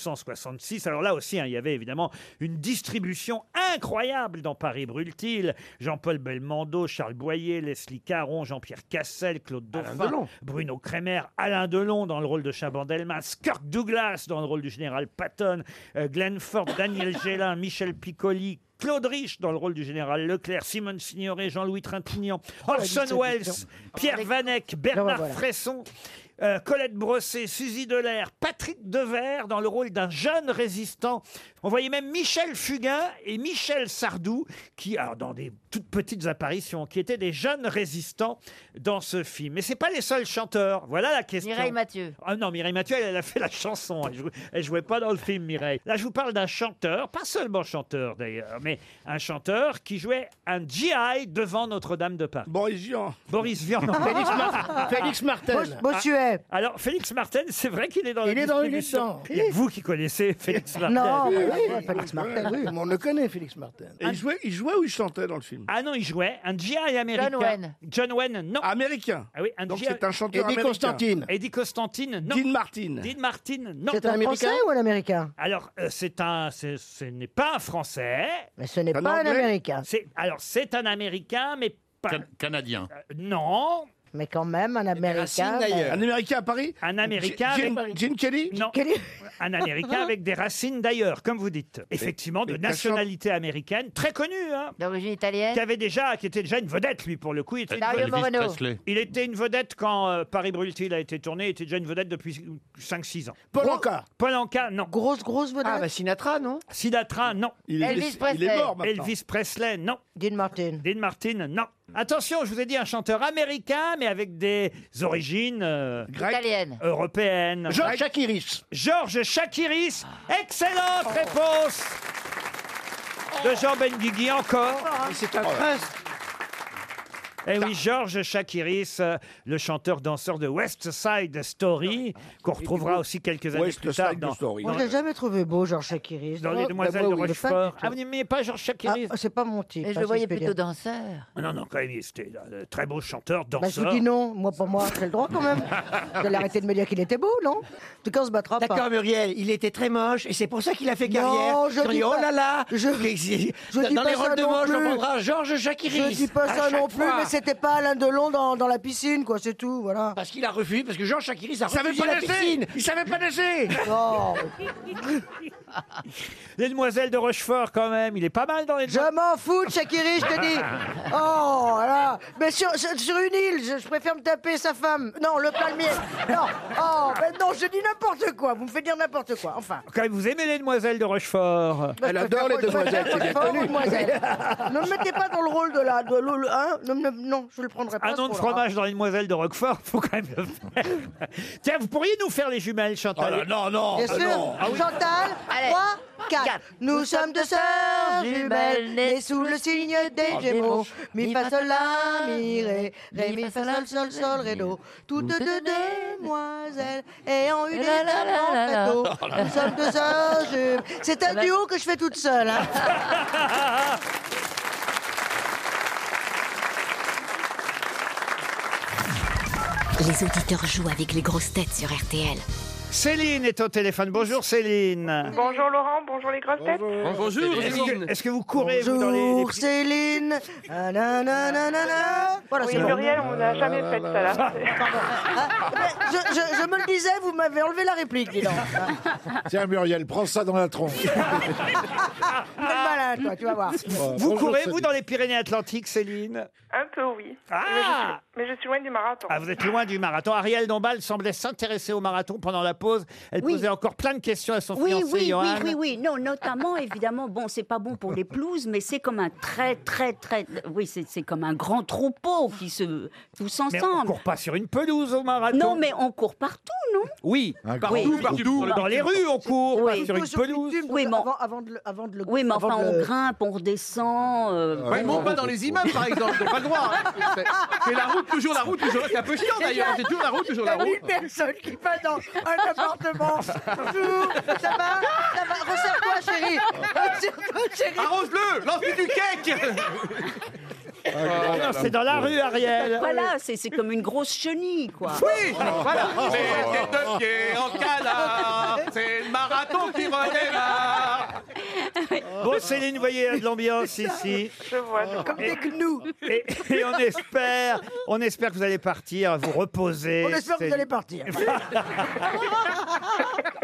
Speaker 3: 1966. Alors là aussi, hein, il y avait évidemment une distribution incroyable dans Paris brûle-t-il. Jean-Paul Belmondo, Charles Boyer, Leslie Caron, Jean-Pierre Cassel, Claude Dauphin,
Speaker 30: Delon.
Speaker 3: Bruno Kremer, Alain Delon dans le rôle de Chabandelmas, Kirk Douglas dans le rôle du général Patton, euh, Glenn Ford, Daniel Gélin, Michel Piccoli, Claude Rich dans le rôle du général Leclerc, Simone Signoret, Jean-Louis Trintignant,
Speaker 30: Oh,
Speaker 3: Orson
Speaker 30: la liste est
Speaker 3: Welles, Pierre Vanek, Bernard Fresson, euh, Colette Brossé, Suzy Delair, Patrick Devers dans le rôle d'un jeune résistant. On voyait même Michel Fugain et Michel Sardou qui, alors dans des toutes petites apparitions, qui étaient des jeunes résistants dans ce film. Mais c'est pas les seuls chanteurs. Voilà la question.
Speaker 11: Mireille Mathieu.
Speaker 3: Ah non, Mireille Mathieu, elle, elle a fait la chanson. Elle jouait, elle jouait pas dans le film, Mireille. Là, je vous parle d'un chanteur, pas seulement chanteur d'ailleurs, mais un chanteur qui jouait un GI devant Notre-Dame de Paris. Boris Vian. Boris Vian. non.
Speaker 8: Félix Mar- Félix Martel. Bos-
Speaker 4: Bossuet.
Speaker 3: Ah, Alors, Félix Martel, c'est vrai qu'il est dans
Speaker 8: Il
Speaker 3: la
Speaker 8: est dans une
Speaker 3: distribution.
Speaker 8: licence.
Speaker 3: Il y a que vous qui connaissez Félix Martel.
Speaker 8: Non, oui, oui, Félix Martin. Oui, mais on le connaît, Félix Martin. Et il jouait, il jouait ou il chantait dans le film
Speaker 3: Ah non, il jouait un GI américain.
Speaker 8: John Wayne.
Speaker 3: John Wayne, non.
Speaker 8: Américain.
Speaker 3: Ah oui, un
Speaker 8: Donc
Speaker 3: GI
Speaker 8: c'est un chanteur Eddie américain. Constantine.
Speaker 3: Eddie Constantine, non. Dean
Speaker 8: Martin.
Speaker 3: Dean Martin, non.
Speaker 4: C'est un Français ou un Américain
Speaker 3: Alors, euh, c'est un, c'est- ce n'est pas un Français.
Speaker 4: Mais ce n'est pas un Américain.
Speaker 3: C'est- alors, c'est un Américain, mais pas. Euh, Canadien. non.
Speaker 4: Mais quand
Speaker 30: Eh
Speaker 4: même, un Américain. mais-
Speaker 3: Un Américain à Paris Un Américain
Speaker 4: Jim-
Speaker 3: avec... Kelly Non. un Américain avec des racines d'ailleurs, comme vous dites. Effectivement, de nationalité américaine, très connu. Hein,
Speaker 11: D'origine italienne.
Speaker 3: qui avait déjà, qui était déjà une vedette, lui, pour le coup. Il était,
Speaker 11: Dario
Speaker 3: une...
Speaker 11: Elvis Moreno. Presley.
Speaker 3: il était une vedette quand euh, Paris Brûle-t-il a été tourné. Il était déjà une vedette depuis 5-6 ans. Paul Anka Paul Anka, non.
Speaker 4: Grosse, grosse vedette.
Speaker 3: Ah, bah
Speaker 13: Sinatra, non
Speaker 3: Sinatra, non.
Speaker 13: Il est- Elvis il est Presley. mort maintenant.
Speaker 3: Elvis Presley, non.
Speaker 4: Dean Martin.
Speaker 3: Dean Martin, non. Attention, je vous ai dit un chanteur américain, mais avec des origines euh,
Speaker 11: Italiennes.
Speaker 3: européennes.
Speaker 11: Georges
Speaker 3: Chakiris. Georges Chakiris. Excellente réponse de Jean Benguigui encore.
Speaker 13: C'est un prince.
Speaker 3: Eh oui, Georges Chakiris, euh, le chanteur-danseur de West Side Story, qu'on retrouvera aussi quelques années
Speaker 8: West
Speaker 3: plus tard
Speaker 8: Side
Speaker 3: dans,
Speaker 8: Story.
Speaker 3: dans-
Speaker 4: Moi, je l'ai jamais trouvé beau, Georges Chakiris.
Speaker 3: Dans les Demoiselles de Rochefort. Ah, vous n'aimez pas Georges Chakiris Ah,
Speaker 4: C'est pas mon type.
Speaker 11: Mais je
Speaker 4: hein,
Speaker 11: le
Speaker 4: si
Speaker 11: voyais
Speaker 4: peux
Speaker 11: plutôt
Speaker 4: dire.
Speaker 11: danseur.
Speaker 3: Non, non, quand même, il- c'était euh, très beau chanteur,
Speaker 4: Bah, je
Speaker 3: danseur.
Speaker 4: vous dis non, moi pour moi, j'ai le droit quand même. Vous allez arrêter de me dire qu'il était beau, non En tout cas, on se battra pas.
Speaker 13: D'accord, Muriel, il était très moche et c'est pour ça qu'il a fait
Speaker 4: Non,
Speaker 13: carrière.
Speaker 4: je
Speaker 13: Ils ont
Speaker 4: dis
Speaker 13: dit,
Speaker 4: pas-
Speaker 13: oh là là
Speaker 4: Je,
Speaker 13: mais c'est-
Speaker 4: je
Speaker 13: Dans
Speaker 4: dis
Speaker 13: les
Speaker 4: pas ça
Speaker 13: rôles de
Speaker 4: non
Speaker 13: moche, on
Speaker 4: plus.
Speaker 13: prendra Georges Chakiris.
Speaker 4: Je dis pas
Speaker 13: à
Speaker 4: ça non
Speaker 13: chaque
Speaker 4: plus,
Speaker 13: fois.
Speaker 4: mais c'était pas Alain Delon dans, dans la piscine, quoi, c'est tout, voilà.
Speaker 13: Parce qu'il a refusé, parce que Georges Chakiris a
Speaker 4: Il savait
Speaker 13: refusé
Speaker 4: pas Oh.
Speaker 13: la
Speaker 4: nager
Speaker 13: piscine. Il savait pas nager
Speaker 4: Non
Speaker 3: Les Demoiselles de Rochefort, quand même, il est pas mal dans les...
Speaker 4: Je m'en fous de Shakiri, je te dis. Oh là, mais sur, sur- sur une île, je, je préfère me taper sa femme. Non, le palmier. Non, oh, mais non, je dis n'importe quoi. Vous me faites dire n'importe quoi. Enfin.
Speaker 3: Quand même, vous aimez les Demoiselles de Rochefort
Speaker 4: Moi, je préfère- moi, je préfère Rochefort aux demoiselles. Ne me mettez pas dans le rôle de la, de l'eau- hein, non, non, non, je le prendrai pas.
Speaker 3: Un
Speaker 4: ce
Speaker 3: nom de
Speaker 4: rôle-là.
Speaker 3: fromage dans les Demoiselles de Roquefort, faut quand même le faire. Tiens, vous pourriez nous faire les jumelles, Chantal
Speaker 13: Oh là, non, non,
Speaker 4: Bien
Speaker 3: ah
Speaker 4: sûr,
Speaker 3: non. Ah oui.
Speaker 4: Chantal, 3, 4. Nous, sommes deux sœurs jumelles, nées sous le signe des Gémeaux. Mi fa sol la mi ré, ré mi fa sol sol sol ré do. Toutes deux demoiselles ayant eu des
Speaker 11: La, la, la,
Speaker 4: amants
Speaker 11: la, la.
Speaker 4: très tôt.
Speaker 3: Oh
Speaker 4: Nous sommes deux sœurs jumelles. C'est un duo que je fais toute seule. hein.
Speaker 7: Ah,
Speaker 27: Les auditeurs jouent avec les grosses têtes sur RTL.
Speaker 3: Céline est au téléphone. Bonjour Céline.
Speaker 9: Bonjour Laurent, bonjour les grosses têtes.
Speaker 3: Est-ce que, est-ce que vous courez vous, dans les, les-
Speaker 4: Bonjour Céline. Ah, na, na, na, na, na. Voilà,
Speaker 9: oui,
Speaker 4: c'est bon. Ah,
Speaker 9: Muriel, on n'a jamais fait ça là.
Speaker 4: Je, je- je me le disais, vous m'avez enlevé la réplique, dis donc. Ah,
Speaker 6: Tiens, Muriel, prends ça dans la tronche.
Speaker 4: Vous êtes malin, toi, tu vas voir.
Speaker 3: Vous courez vous dans les Pyrénées-Atlantiques, Céline
Speaker 9: Un peu oui. mais, je suis,
Speaker 3: Ah
Speaker 9: mais je suis loin du marathon.
Speaker 3: Ah, vous êtes loin du marathon. Ariel Dombal semblait s'intéresser au marathon pendant la pause. Elle posait encore plein de questions à son
Speaker 10: Oui,
Speaker 3: fiancé
Speaker 10: oui, oui,
Speaker 3: Johan.
Speaker 10: oui, oui. Non, notamment, évidemment, bon, c'est pas bon pour les pelouses, mais c'est comme un très, très, très. Oui, c'est c'est comme un grand troupeau qui se. tous
Speaker 3: Mais on
Speaker 10: ensemble.
Speaker 3: court pas sur une pelouse au marathon.
Speaker 10: Non, mais on court partout, non
Speaker 3: Oui, partout,
Speaker 10: Oui.
Speaker 3: partout. Dans les rues, on court, pas sur une pelouse.
Speaker 10: Oui, mais,
Speaker 4: Avant, avant de le, avant de le-
Speaker 10: oui, mais
Speaker 4: avant
Speaker 10: enfin,
Speaker 4: de
Speaker 10: on
Speaker 4: le-
Speaker 10: grimpe, on redescend. euh,
Speaker 7: Ils montent pas dans les immeubles, par exemple, ils n'ont pas le droit.
Speaker 3: Ah,
Speaker 7: hein. C'est- C'est la route, toujours la route, toujours. C'est un peu chiant d'ailleurs, c'est toujours la route, toujours la
Speaker 4: T'as
Speaker 7: route.
Speaker 4: une personne qui passe dans un appartement. Bonjour, ça va Ça va Resserre-toi, chérie. Resserre-toi, chérie.
Speaker 7: Arrose-le, lance-lui du cake
Speaker 3: Ah non, c'est dans la rue, Ariel.
Speaker 10: Voilà, c'est c'est comme une grosse chenille, quoi.
Speaker 7: Oui, voilà.
Speaker 4: Oh.
Speaker 7: C'est deux pieds en canard, c'est le marathon qui redémarre.
Speaker 3: Bon, Céline, vous voyez, il y a de l'ambiance ici.
Speaker 9: Je vois, je vois.
Speaker 4: Comme des gnous.
Speaker 3: Oh. Et, et on espère, on espère que vous allez partir, vous reposer.
Speaker 4: On espère que vous
Speaker 3: Céline.
Speaker 4: allez partir.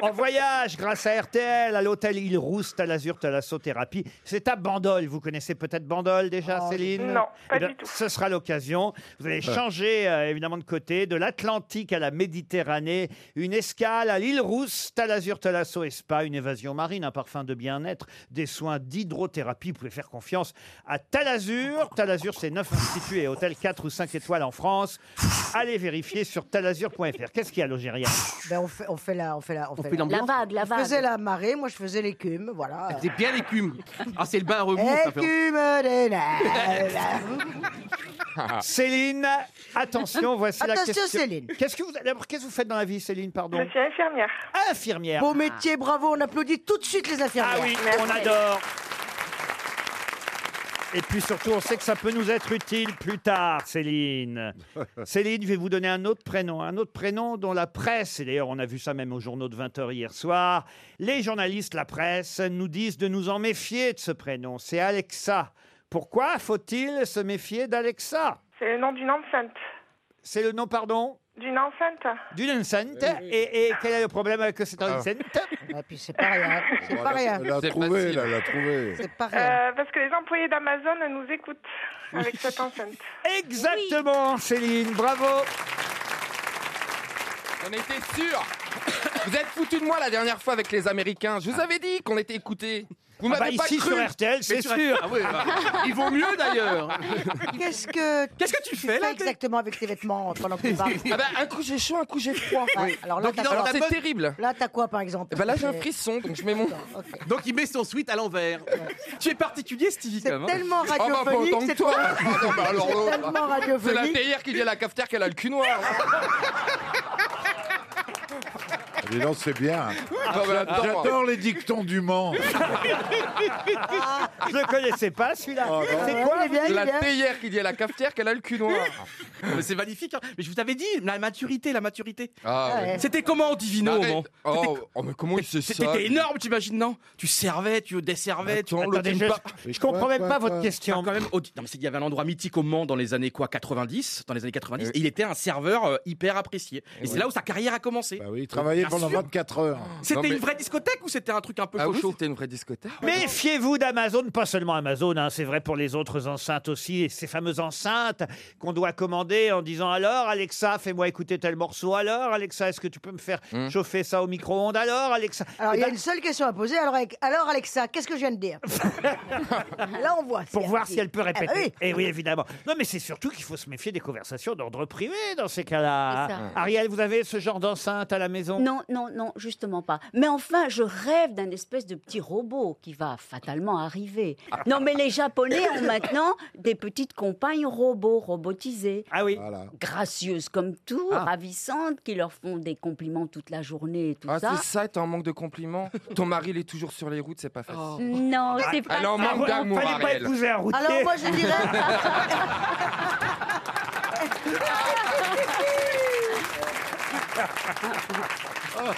Speaker 3: En voyage, grâce à RTL, à l'hôtel Il Rouste, à l'Azurte, à la Sauthérapie. C'est à Bandol. Vous connaissez peut-être Bandol déjà, Céline
Speaker 9: Oh, non, pas
Speaker 3: Eh bien,
Speaker 9: du tout.
Speaker 3: Ce sera l'occasion. Vous allez changer, euh, évidemment, de côté, de l'Atlantique à la Méditerranée. Une escale à l'île Rouste, à l'Azurte, à la Sceaux et Spa, une évasion marine, un parfum de bien-être, des soins d'hydrothérapie. Vous pouvez faire confiance à Talazur. Talazur, c'est 9 instituts et hôtels 4 ou 5 étoiles en France. Allez vérifier sur talazur.fr. Qu'est-ce qu'il y a, Logérien
Speaker 4: Ben, on, fait, on fait la... On fait la, on fait
Speaker 3: fait
Speaker 4: la,
Speaker 3: l'ambiance.
Speaker 10: La vague, la
Speaker 4: Je faisais
Speaker 10: vague.
Speaker 4: la marée, moi je faisais l'écume, voilà.
Speaker 7: C'est bien l'écume. Ah, c'est le bain à remous. ça fait-
Speaker 4: Écume des naves.
Speaker 3: Céline, attention, voici la
Speaker 4: Attention,
Speaker 3: question.
Speaker 4: Céline.
Speaker 3: Qu'est-ce que vous d'abord, qu'est-ce que vous faites dans la vie, Céline, pardon
Speaker 9: Je suis infirmière.
Speaker 3: Infirmière.
Speaker 4: Beau métier, bravo, on applaudit tout de suite les
Speaker 3: Ah
Speaker 4: infirmières.
Speaker 3: oui, on adore. Et puis surtout, on sait que ça peut nous être utile plus tard, Céline. Céline, je vais vous donner un autre prénom, un autre prénom dont la presse, et d'ailleurs on a vu ça même aux journaux de 20h hier soir, les journalistes, la presse, nous disent de nous en méfier de ce prénom. C'est Alexa. Pourquoi faut-il se méfier d'Alexa
Speaker 9: C'est le nom d'une enceinte.
Speaker 3: C'est le nom, pardon
Speaker 9: D'une enceinte
Speaker 3: D'une enceinte. Et, et quel est le problème avec cette
Speaker 8: Ah.
Speaker 3: enceinte
Speaker 4: Et Ah, puis c'est pas rien, c'est pas rien.
Speaker 6: Elle a trouvé, là, elle a trouvé.
Speaker 4: C'est pas rien.
Speaker 9: Euh, Parce que les employés d'Amazon nous écoutent avec cette enceinte.
Speaker 3: Exactement, Céline, bravo.
Speaker 30: On était sûrs. Vous êtes foutu de moi la dernière fois avec les Américains. Je vous avais dit qu'on était écoutés.
Speaker 3: Vous m'avez pas
Speaker 4: ici,
Speaker 3: cru.
Speaker 4: sur RTL,
Speaker 3: Mais
Speaker 4: c'est
Speaker 3: sur-
Speaker 4: sûr.
Speaker 3: Ah oui, ah. Il vaut mieux, d'ailleurs.
Speaker 4: Qu'est-ce que Qu'est-ce que tu fais là exactement avec tes vêtements pendant que tu parles
Speaker 30: Ah bah, un coup j'ai chaud, un coup j'ai froid.
Speaker 4: Ouais, alors là,
Speaker 30: Donc,
Speaker 4: t'as
Speaker 30: non,
Speaker 4: quoi
Speaker 30: c'est
Speaker 4: Alors,
Speaker 30: terrible.
Speaker 4: Là, t'as quoi par exemple
Speaker 30: Eh ben là, j'ai un frisson, donc je mets mon.
Speaker 7: Donc il met son sweat à l'envers. tu es particulier, Stevie, quand même. hein.
Speaker 4: tellement
Speaker 30: Ah bah, pas autant que toi. Ah non, bah, alors, l'autre. C'est la théière qui dit à la cafetière qu'elle a le cul noir.
Speaker 6: Dis donc, c'est bien.
Speaker 4: Ah,
Speaker 30: Non, mais Ah, bah, attends.
Speaker 6: J'adore les dictons du Mans.
Speaker 4: Ah.
Speaker 3: Je ne connaissais pas celui-là.
Speaker 30: Ah
Speaker 4: C'est quoi,
Speaker 30: La théière qui dit à la cafetière qu'elle a le cul noir.
Speaker 5: Mais c'est magnifique. hein. Mais je vous avais dit, la maturité, la maturité.
Speaker 30: Ah, ouais.
Speaker 5: C'était comment au Divino
Speaker 30: Arrête.
Speaker 5: au Mans
Speaker 30: Oh,
Speaker 5: C'était-
Speaker 30: oh, mais comment il sait ça Bah,
Speaker 5: C'était énorme, t'imagines, non Tu servais, tu desservais, tu
Speaker 30: Attends,
Speaker 5: l'autre,
Speaker 30: attendez,
Speaker 5: il
Speaker 30: je-
Speaker 5: part.
Speaker 30: je comprends même pas votre question.
Speaker 5: Ah, quand même, au- non, mais c'est qu'il y avait un endroit mythique au Mans dans les années quoi 90, dans les années 90, et il était un serveur euh, hyper apprécié.
Speaker 30: Eh
Speaker 5: Et, c'est
Speaker 6: oui.
Speaker 5: là où sa carrière a commencé.
Speaker 30: Bah
Speaker 6: Il travaillait
Speaker 5: Bien
Speaker 6: pendant
Speaker 5: sûr.
Speaker 6: 24 heures.
Speaker 5: C'était
Speaker 6: Non, mais-
Speaker 5: une vraie discothèque ou c'était un truc un peu
Speaker 30: Ah oui,
Speaker 5: cochon
Speaker 30: c'était une vraie discothèque.
Speaker 3: Méfiez-vous d'Amazon, pas seulement Amazon, hein, c'est vrai pour les autres enceintes aussi, et ces fameuses enceintes qu'on doit commander en disant alors Alexa, fais-moi écouter tel morceau, alors Alexa, est-ce que tu peux me faire chauffer ça au micro-ondes, alors Alexa.
Speaker 4: Alors,
Speaker 3: Et
Speaker 4: il y a
Speaker 3: ben,
Speaker 4: une seule question à poser. Alors, avec- alors Alexa, qu'est-ce que je viens de dire Là, on voit.
Speaker 3: Pour
Speaker 4: C'est-
Speaker 3: voir si elle peut
Speaker 4: Ah bah
Speaker 3: répéter.
Speaker 4: oui.
Speaker 3: Et oui, évidemment. Non, mais c'est surtout qu'il faut se méfier des conversations d'ordre privé dans ces cas-là.
Speaker 10: C'est ça.
Speaker 3: hein. Ariel, vous avez ce genre d'enceinte à la maison
Speaker 10: Non, non, non, justement pas. Mais enfin, je rêve d'un espèce de petit robot qui va fatalement arriver. Non, mais les Japonais ont maintenant des petites compagnes robots, robotisées.
Speaker 3: Ah oui.
Speaker 10: Gracieuses comme tout, ravissantes, qui leur font des compliments toute la journée et tout
Speaker 30: Ah,
Speaker 10: ça.
Speaker 30: c'est ça, t'es en manque de compliments. Ton mari, il est toujours sur les routes, c'est pas facile.
Speaker 10: Non, c'est
Speaker 30: Elle
Speaker 10: pas
Speaker 30: est en
Speaker 10: ça.
Speaker 30: manque d'amour, Ariel.
Speaker 4: Alors, moi, je dirais.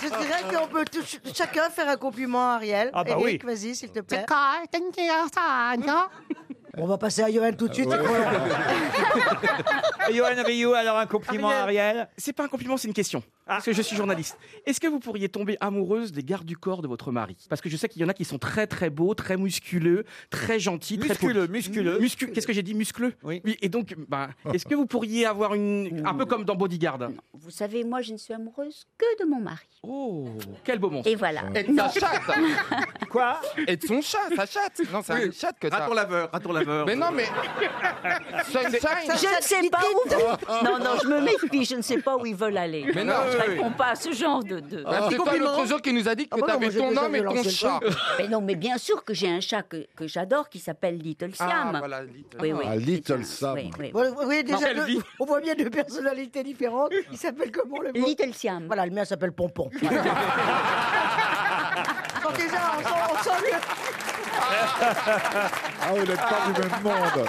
Speaker 4: Je dirais qu'on peut tous- chacun faire un compliment à Ariel.
Speaker 3: Ah bah
Speaker 4: Eric,
Speaker 3: oui.
Speaker 4: vas-y, s'il te plaît. On va passer à Johan tout de suite. c'est trop long.
Speaker 3: Ah, Johan Rioux, alors un compliment à Ariel Ah.
Speaker 5: C'est pas un compliment, c'est une question. Parce que je suis journaliste. Est-ce que vous pourriez tomber amoureuse des gardes du corps de votre mari Parce que je sais qu'il y en a qui sont très très beaux, très musculeux, très gentils, très
Speaker 3: Musculeux,
Speaker 5: polis.
Speaker 3: musculeux.
Speaker 5: Muscu- Qu'est-ce que j'ai dit Musculeux oui. Et donc, ben, est-ce que vous pourriez avoir une. Un peu comme dans Bodyguard
Speaker 10: Vous savez, moi, je ne suis amoureuse que de mon mari.
Speaker 5: Oh, quel beau monstre.
Speaker 10: Et voilà.
Speaker 30: Et de
Speaker 10: Non.
Speaker 30: sa chatte.
Speaker 3: Quoi
Speaker 30: Et de son chat, sa chatte. Non, c'est
Speaker 5: Oui.
Speaker 30: un chat que t'as.
Speaker 5: Raton laveur, raton laveur.
Speaker 30: Mais non, mais. C'est une chatte.
Speaker 10: Je ne sais pas où. Non, non, je me méfie. Je ne sais pas où ils veulent aller.
Speaker 30: Mais non,
Speaker 10: je
Speaker 30: oui.
Speaker 10: réponds pas à ce genre de. de...
Speaker 30: Bah, c'est toi l'autre jour qui nous a dit que
Speaker 10: Ah bah non,
Speaker 30: t'avais
Speaker 10: moi, j'ai
Speaker 30: ton
Speaker 10: déjà
Speaker 30: homme et ton
Speaker 10: relancé le
Speaker 30: chat.
Speaker 10: truc. Mais non, mais bien sûr que j'ai un chat que, que j'adore qui s'appelle Little Siam.
Speaker 30: Ah, voilà, Little
Speaker 10: Oui, oui.
Speaker 6: Ah, Little Sam.
Speaker 10: Oui, oui.
Speaker 4: Voilà, Vous voyez déjà,
Speaker 10: Quelle
Speaker 4: deux-
Speaker 10: vie.
Speaker 4: on voit bien deux personnalités différentes. Il s'appelle comment le mot
Speaker 10: Little Siam.
Speaker 4: Voilà, le mien s'appelle Pompon.
Speaker 3: Ah.
Speaker 4: Voilà. On sent déjà, on sent, on sent le-
Speaker 6: Ah, vous n'êtes pas du même monde.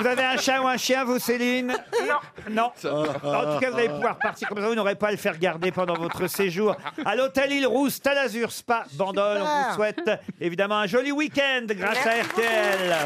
Speaker 3: Vous avez un chat ou un chien, vous, Céline Non. Non.
Speaker 7: Ah,
Speaker 3: En tout cas, vous allez pouvoir partir comme ça, vous n'aurez pas à le faire garder pendant votre séjour. À l'hôtel Île Rousse, Talazur, Spa, Bandol, on vous souhaite évidemment un joli week-end grâce à RTL.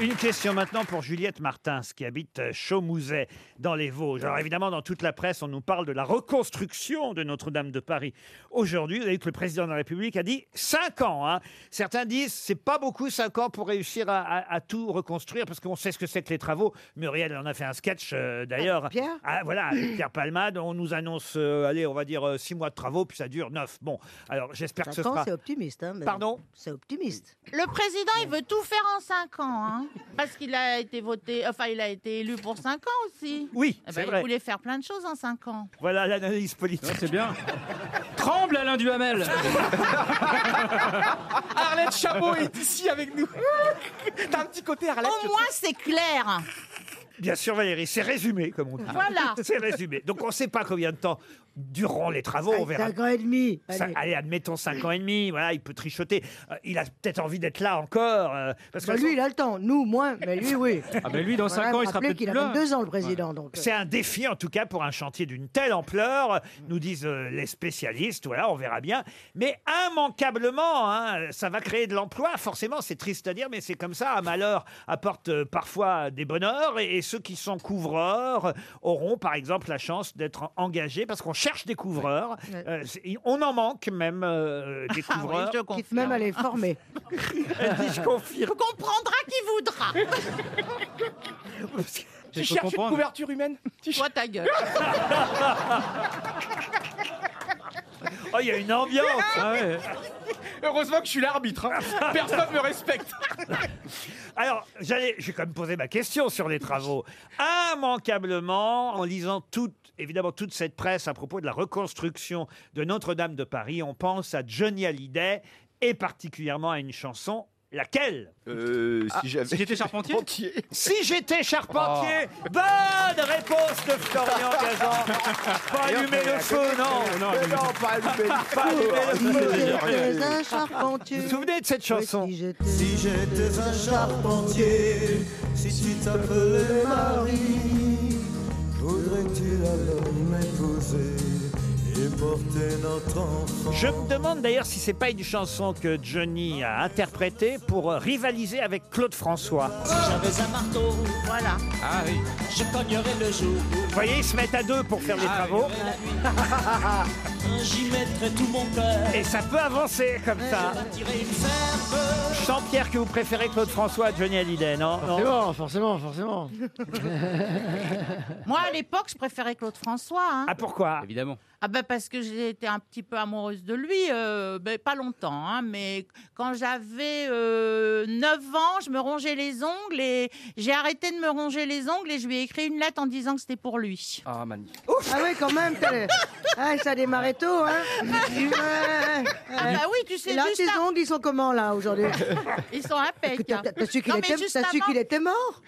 Speaker 3: Une question maintenant pour Juliette Martins, qui habite Chaumouzet, dans les Vosges. Alors évidemment, dans toute la presse, on nous parle de la reconstruction de Notre-Dame de Paris. Aujourd'hui, vous avez vu que le président de la République a dit 5 ans. hein. Certains disent c'est pas beaucoup 5 ans pour réussir à, à- à tout reconstruire, parce qu'on sait ce que c'est que les travaux. Muriel en a fait un sketch euh, d'ailleurs.
Speaker 4: Pierre
Speaker 3: Ah, voilà, avec Pierre Palmade, on nous annonce, euh, allez, on va dire 6 mois de travaux, puis ça dure 9. Bon, alors j'espère que ce
Speaker 4: Attends,
Speaker 3: sera...
Speaker 4: c'est optimiste. hein, mais-
Speaker 3: Pardon
Speaker 4: C'est optimiste.
Speaker 23: Le président, il veut tout faire en 5 ans, hein. Parce qu'il a été voté, enfin, il a été élu pour 5 ans aussi.
Speaker 3: Oui,
Speaker 23: Eh
Speaker 3: c'est
Speaker 23: ben,
Speaker 3: vrai.
Speaker 23: Il voulait faire plein de choses en 5 ans.
Speaker 3: Voilà l'analyse politique. C'est bien.
Speaker 7: Tremble Alain Duhamel Arlette Chabot est ici avec nous T'as un petit côté Arlette
Speaker 23: Au moins, c'est clair.
Speaker 3: Bien sûr, Valérie, c'est résumé, comme on dit.
Speaker 23: Voilà.
Speaker 3: C'est résumé. Donc, on ne sait pas combien de temps dureront les travaux. On verra.
Speaker 4: 5 Ah, ans et demi.
Speaker 3: Ça-
Speaker 4: Allez.
Speaker 3: allez, admettons 5 ans et demi. Voilà, il peut trichoter. Euh, il a peut-être envie d'être là encore. euh, parce que
Speaker 4: Bah, lui, il a le temps. Nous, moins. Mais lui, oui.
Speaker 3: Ah, mais lui, dans cinq
Speaker 4: Voilà,
Speaker 3: ans, il sera
Speaker 4: rappelez
Speaker 3: peut-être
Speaker 4: qu'il
Speaker 3: plus là.
Speaker 4: a 22 ans, le président. Donc, euh,
Speaker 3: c'est un défi, en tout cas, pour un chantier d'une telle ampleur, euh, nous disent euh, les spécialistes. Voilà, on verra bien. Mais immanquablement, hein, ça va créer de l'emploi. Forcément, c'est triste à dire, mais c'est comme ça. Un malheur apporte euh, parfois des bonheurs. Et, et ceux qui sont couvreurs euh, auront, par exemple, la chance d'être engagés parce qu'on cherche des couvreurs.
Speaker 4: Ouais.
Speaker 3: Euh, c'est- on en manque même euh, des
Speaker 23: Ah oui,
Speaker 3: couvreurs.
Speaker 23: je
Speaker 4: qui
Speaker 23: confirme.
Speaker 4: même à les former.
Speaker 3: Elle dit, je confirme.
Speaker 23: On prendra qui voudra.
Speaker 5: Tu cherches une couverture humaine
Speaker 23: Toi, ta gueule.
Speaker 3: Oh, il y a une ambiance
Speaker 5: Ah
Speaker 3: hein.
Speaker 5: Heureusement que je suis l'arbitre. hein. Personne me respecte.
Speaker 3: Alors, j'allais, j'ai quand même posé ma question sur les travaux. Immanquablement, en lisant toute, évidemment, toute cette presse à propos de la reconstruction de Notre-Dame de Paris, on pense à Johnny Hallyday et particulièrement à une chanson. Laquelle
Speaker 7: Ah, si j'étais charpentier
Speaker 3: Si j'étais charpentier
Speaker 5: Ah.
Speaker 3: Bonne réponse de Florian Gazan Pas
Speaker 12: Et
Speaker 3: allumer
Speaker 12: on est à
Speaker 3: le feu,
Speaker 12: côté.
Speaker 3: non
Speaker 12: Non, Mais non, non, pas
Speaker 8: Ah,
Speaker 12: allumer le
Speaker 3: Pas
Speaker 12: feu.
Speaker 3: allumer le feu.
Speaker 12: Si j'étais un
Speaker 3: Vous vous souvenez de cette chanson
Speaker 15: Si j'étais un charpentier, si tu t'appelais Marie, voudrais-tu alors m'épouser et porter notre enfant
Speaker 3: Je me demande d'ailleurs si c'est pas une chanson que Johnny a interprétée pour rivaliser avec Claude François.
Speaker 29: Si
Speaker 23: Ah
Speaker 29: j'avais un marteau, voilà.
Speaker 3: Ah oui.
Speaker 29: Je cognerais le jour.
Speaker 3: Vous voyez, ils se mettent à deux pour faire les
Speaker 8: Ah
Speaker 3: travaux.
Speaker 29: J'y mettrais tout mon cœur.
Speaker 3: Et ça peut avancer comme ça. Je sens, Pierre, que vous préférez Claude François à Johnny Hallyday, non
Speaker 13: Forcément, forcément, forcément.
Speaker 23: Moi, à l'époque, je préférais Claude François. hein.
Speaker 3: Ah pourquoi Évidemment.
Speaker 23: Ah ben parce que j'étais un petit peu amoureuse de lui, euh, ben, pas longtemps, hein, mais quand j'avais euh, 9 ans, je me rongeais les ongles et j'ai arrêté de me ronger les ongles et je lui ai écrit une lettre en disant que c'était pour lui.
Speaker 5: Ah, magnifique.
Speaker 4: Ah oui, quand même, t'as- ah, ça a démarré tôt, hein
Speaker 23: Ah bah oui, tu sais,
Speaker 4: Et Là,
Speaker 23: juste
Speaker 4: tes
Speaker 23: à-
Speaker 4: ongles, ils sont comment, là, aujourd'hui
Speaker 23: Ils sont impeccables.
Speaker 4: T'as t'as su qu'il
Speaker 23: Non, mais
Speaker 4: était,
Speaker 23: juste
Speaker 4: t'as su
Speaker 23: avant-
Speaker 4: qu'il était mort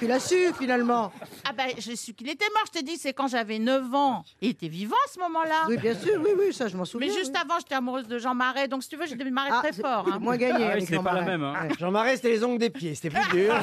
Speaker 4: Tu l'as su, finalement
Speaker 23: Ah ben, je suis qu'il était mort, je te dis, c'est quand j'avais 9 ans. Il était vivant à ce
Speaker 3: Ah.
Speaker 23: moment-là.
Speaker 4: Oui, bien sûr, oui, oui, ça, je m'en souviens.
Speaker 23: Mais juste avant, j'étais amoureuse de Jean Marais, donc si tu veux, j'ai démarré très fort. hein.
Speaker 4: moins gagné Ah oui, avec c'était Jean pas la Marais. même, hein.
Speaker 13: Jean Marais, c'était les ongles des pieds, c'était plus dur.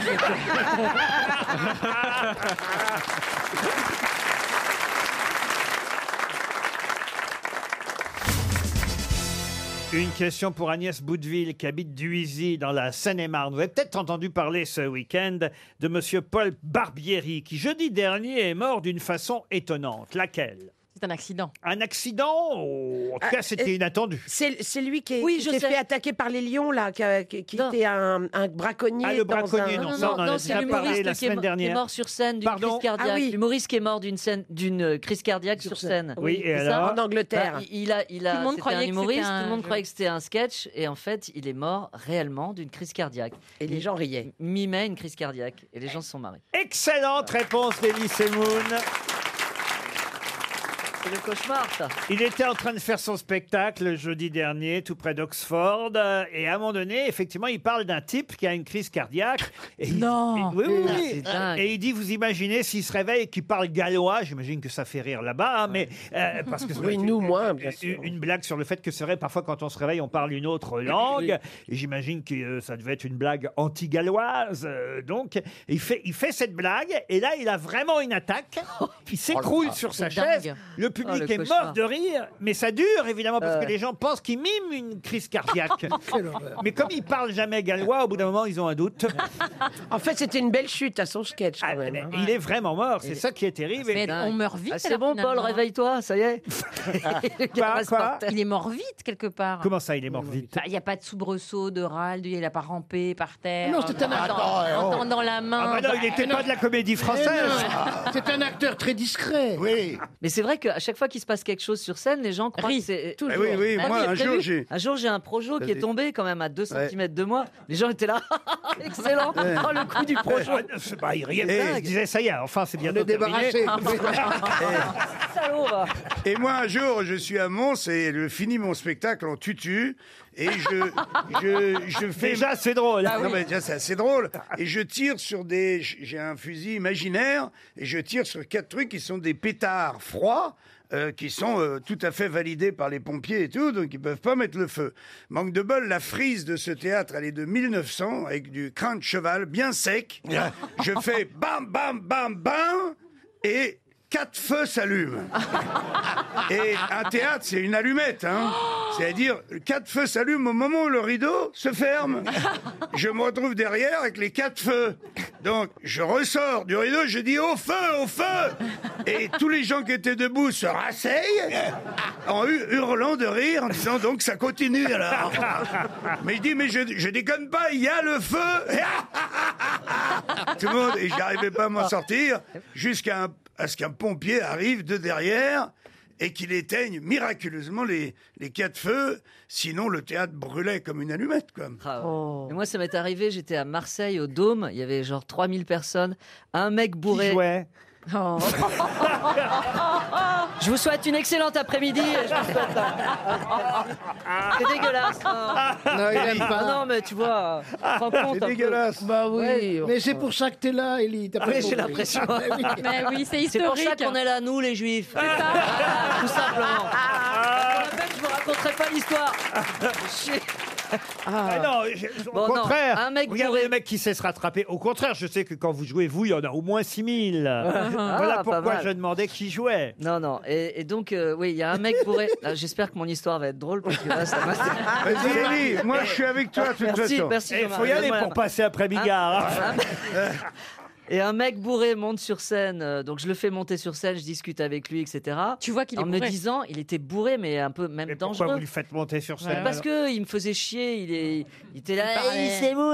Speaker 3: Une question pour Agnès Boudeville qui habite Duisy dans la Seine-et-Marne. Vous avez peut-être entendu parler ce week-end de Monsieur Paul Barbieri qui jeudi dernier est mort d'une façon étonnante. Laquelle
Speaker 19: C'est un accident.
Speaker 3: Un accident Oh, En tout
Speaker 19: Ah,
Speaker 3: cas, c'était
Speaker 19: et-
Speaker 3: inattendu.
Speaker 19: C'est c'est lui qui, est-
Speaker 31: Oui,
Speaker 19: qui
Speaker 31: je
Speaker 19: s'est
Speaker 31: sais.
Speaker 19: fait attaquer par les lions, là, qui, a- qui- qui était un, un braconnier.
Speaker 3: Ah, le
Speaker 19: dans
Speaker 3: braconnier,
Speaker 19: un-
Speaker 3: non, ça, on en a déjà parlé la
Speaker 19: qui est mo-
Speaker 3: semaine
Speaker 19: qui est
Speaker 3: dernière.
Speaker 19: mort sur scène d'une crise cardiaque. Ah oui. L'humoriste qui est mort d'une scène- d'une euh, crise cardiaque sur, scène. Oui, et C'est ça alors En Angleterre. Bah, il il a, il a, Tout le monde c'était croyait un que humoriste, c'était un tout le monde jeu. croyait que c'était un sketch, et en fait, il est mort réellement d'une crise cardiaque. Et les gens riaient. Mimait une crise cardiaque, et les gens se sont marrés.
Speaker 3: Excellente réponse d'Elie Semoun.
Speaker 19: C'est le cauchemar, ça.
Speaker 3: Il était en train de faire son spectacle jeudi dernier, tout près d'Oxford, euh, et à un moment donné, effectivement, il parle d'un type qui a une crise cardiaque. Et non Oui, oui, oui.
Speaker 19: Ah, C'est dingue.
Speaker 3: Et il dit, vous imaginez s'il se réveille et qu'il parle gallois, j'imagine que ça fait rire là-bas, hein, mais... euh, parce que
Speaker 19: Oui, nous,
Speaker 3: moins, bien sûr. Une blague sur le fait que c'est vrai, parfois, quand on se réveille, on parle une autre langue, et j'imagine que euh, ça devait être une blague anti-galloise, euh, donc, il fait, il fait cette blague, et là, il a vraiment une attaque, il s'écroule
Speaker 19: Oh là.
Speaker 3: sur sa
Speaker 19: C'est dingue.
Speaker 3: chaise, le public
Speaker 19: Oh, le
Speaker 3: est
Speaker 19: cauchemar.
Speaker 3: mort de rire, mais ça dure évidemment parce
Speaker 19: Euh.
Speaker 3: que les gens pensent qu'ils miment une crise cardiaque. mais comme ils parlent jamais gallois, au bout d'un moment ils ont un doute. Ah,
Speaker 19: En fait, c'était une belle chute à son sketch quand même. hein.
Speaker 3: Il est vraiment mort, c'est ça qui est terrible.
Speaker 19: Mais Ah, on meurt
Speaker 3: vite,
Speaker 19: c'est
Speaker 3: alors,
Speaker 19: bon, Paul,
Speaker 3: finalement.
Speaker 19: réveille-toi, ça y est. Le gars reste par terre. il est mort vite quelque part.
Speaker 3: Ah, Comment ça, il est mort vite
Speaker 19: Bah, Il n'y a pas de soubresaut, de râle, il n'a pas rampé par terre.
Speaker 13: Ah
Speaker 19: Ah,
Speaker 13: Non, c'est un
Speaker 19: en
Speaker 13: acteur.
Speaker 19: tendant- En
Speaker 13: Oh.
Speaker 19: tendant la main. Eh
Speaker 13: Ah bah non, il était pas de la
Speaker 3: comédie Ah,
Speaker 13: française. Ah. C'est un acteur très discret.
Speaker 19: Oui. Mais c'est vrai qu'à chaque fois qu'il se passe quelque chose sur scène, les gens croient que c'est. Bah
Speaker 13: Eh oui, oui, moi,
Speaker 19: j'ai
Speaker 13: un
Speaker 19: prévu.
Speaker 13: jour, j'ai-
Speaker 19: Un jour, j'ai un projo qui est
Speaker 13: Vas-y.
Speaker 19: tombé quand même à 2
Speaker 13: Ouais.
Speaker 19: cm de moi. Les gens étaient là. Excellent. Oh, le coup du projo.
Speaker 3: Ah, non, c'est pas- il riait
Speaker 8: Eh,
Speaker 3: pas, il disait ça y est, enfin c'est bien
Speaker 18: débarrassé.
Speaker 19: Ah, Salaud, va.
Speaker 18: Et moi, un jour, je suis à Mons et je finis mon spectacle en tutu. Et je, je, je fais.
Speaker 3: Déjà, c'est drôle.
Speaker 18: Non,
Speaker 3: Ah oui.
Speaker 18: mais déjà, c'est assez drôle. Et je tire sur des. J'ai un fusil imaginaire et je tire sur quatre trucs qui sont des pétards froids. euh, qui sont euh, tout à fait validés par les pompiers et tout, donc ils peuvent pas mettre le feu. Manque de bol, la frise de ce théâtre, elle est de 1900, avec du crin de cheval bien sec. Je fais bam, bam, bam, bam, et quatre feux s'allument. Et un théâtre, c'est une allumette. Hein. C'est-à-dire, quatre feux s'allument au moment où le rideau se ferme. Je me retrouve derrière avec les quatre feux. Donc, je ressors du rideau, je dis au feu, au feu Et tous les gens qui étaient debout se rasseillent en hu- hurlant de rire, en disant donc ça continue alors. Mais il dit, mais je, je déconne pas, il y a le feu tout le monde, et j'arrivais pas à m'en sortir, jusqu'à un- à ce qu'un pompier arrive de derrière et qu'il éteigne miraculeusement les, les quatre feux, sinon le théâtre brûlait comme une allumette. Quoi.
Speaker 19: Ah ouais.
Speaker 13: Oh.
Speaker 19: Mais Moi, ça m'est arrivé, j'étais à Marseille, au Dôme, il y avait genre 3000 personnes, un mec bourré.
Speaker 3: Ouais.
Speaker 4: Oh.
Speaker 19: je vous souhaite une excellente après-midi. et je vous souhaite
Speaker 3: Ah.
Speaker 19: un- C'est dégueulasse.
Speaker 4: Oh.
Speaker 19: hein.
Speaker 32: Non, il aime pas. Ah,
Speaker 19: Ah Non, mais tu vois, tu te rends compte. hein. un peu.
Speaker 32: Bah oui.
Speaker 19: Ouais.
Speaker 32: mais c'est pour ça que t'es là, Élie. t'as
Speaker 19: Ah
Speaker 32: pas
Speaker 19: oui, j'ai
Speaker 32: compris.
Speaker 19: l'impression.
Speaker 32: Mais oui.
Speaker 19: C'est pour ça qu'on est là, nous, les juifs. Tout
Speaker 4: Ah.
Speaker 19: simplement. Pour la peine, je vous raconterai pas l'histoire. Chier.
Speaker 3: Ah non, je- je-
Speaker 19: Bon,
Speaker 3: au
Speaker 19: non,
Speaker 3: contraire.
Speaker 19: un mec
Speaker 3: regardez le mec qui sait se rattraper. Au contraire, je sais que quand vous jouez, vous, il y en a au moins 6000. Euh, voilà
Speaker 19: Ah, pas
Speaker 3: pourquoi
Speaker 19: mal.
Speaker 3: je demandais qui jouait.
Speaker 19: Non, non. Et, et donc, euh, oui, il y a un mec bourré. Ah, J'espère que mon histoire va être drôle parce que là, ça m'a.
Speaker 18: Vas-y, Élie, moi, je suis avec toi, de toute
Speaker 19: merci,
Speaker 18: façon.
Speaker 19: Merci,
Speaker 18: Eh,
Speaker 19: Thomas.
Speaker 18: faut y aller
Speaker 19: Donne-moi la
Speaker 18: pour
Speaker 19: main.
Speaker 18: passer après
Speaker 3: hein.
Speaker 18: Bigard,
Speaker 19: Un- un- Et un mec bourré monte sur scène, euh, donc je le fais monter sur scène, je discute avec lui, etc. Tu vois
Speaker 3: qu'il
Speaker 19: en
Speaker 3: est
Speaker 19: me
Speaker 3: bourré.
Speaker 19: disant, il était bourré, mais un peu même dangereux.
Speaker 3: Pourquoi vous lui faites monter sur
Speaker 19: Mais
Speaker 3: scène
Speaker 19: parce
Speaker 3: alors
Speaker 19: que il me faisait chier, il, est, il était
Speaker 7: Il
Speaker 19: là,
Speaker 7: parlait.
Speaker 19: Hey, c'est vous,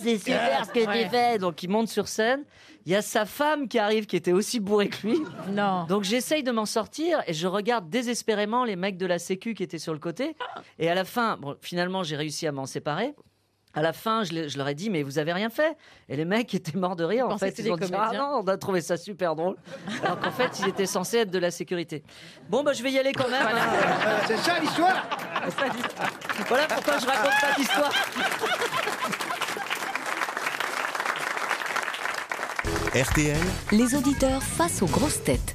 Speaker 19: c'est super ce que
Speaker 7: Ouais.
Speaker 19: tu fais. Eh, Donc il monte sur scène, il y a sa femme qui arrive qui était aussi bourrée que lui. Non. Donc j'essaye de m'en sortir et je regarde désespérément les mecs de la sécu qui étaient sur le côté. Et à la fin, bon, finalement j'ai réussi à m'en séparer. À la fin, je, l'ai- je leur ai dit, mais vous avez rien fait. Et les mecs étaient morts de rire.
Speaker 7: Ils
Speaker 19: en
Speaker 7: pensaient
Speaker 19: fait,
Speaker 7: que c'était
Speaker 19: ils ont
Speaker 7: des
Speaker 19: dit, ah
Speaker 7: comédiens.
Speaker 19: non, on a trouvé ça super drôle. Alors qu'en fait, ils étaient censés être de la sécurité. Bon, bah, je vais y aller quand même. hein.
Speaker 32: C'est ça l'histoire.
Speaker 19: Voilà pourquoi je raconte pas d'histoire.
Speaker 3: RTL.
Speaker 10: Les auditeurs face aux grosses têtes.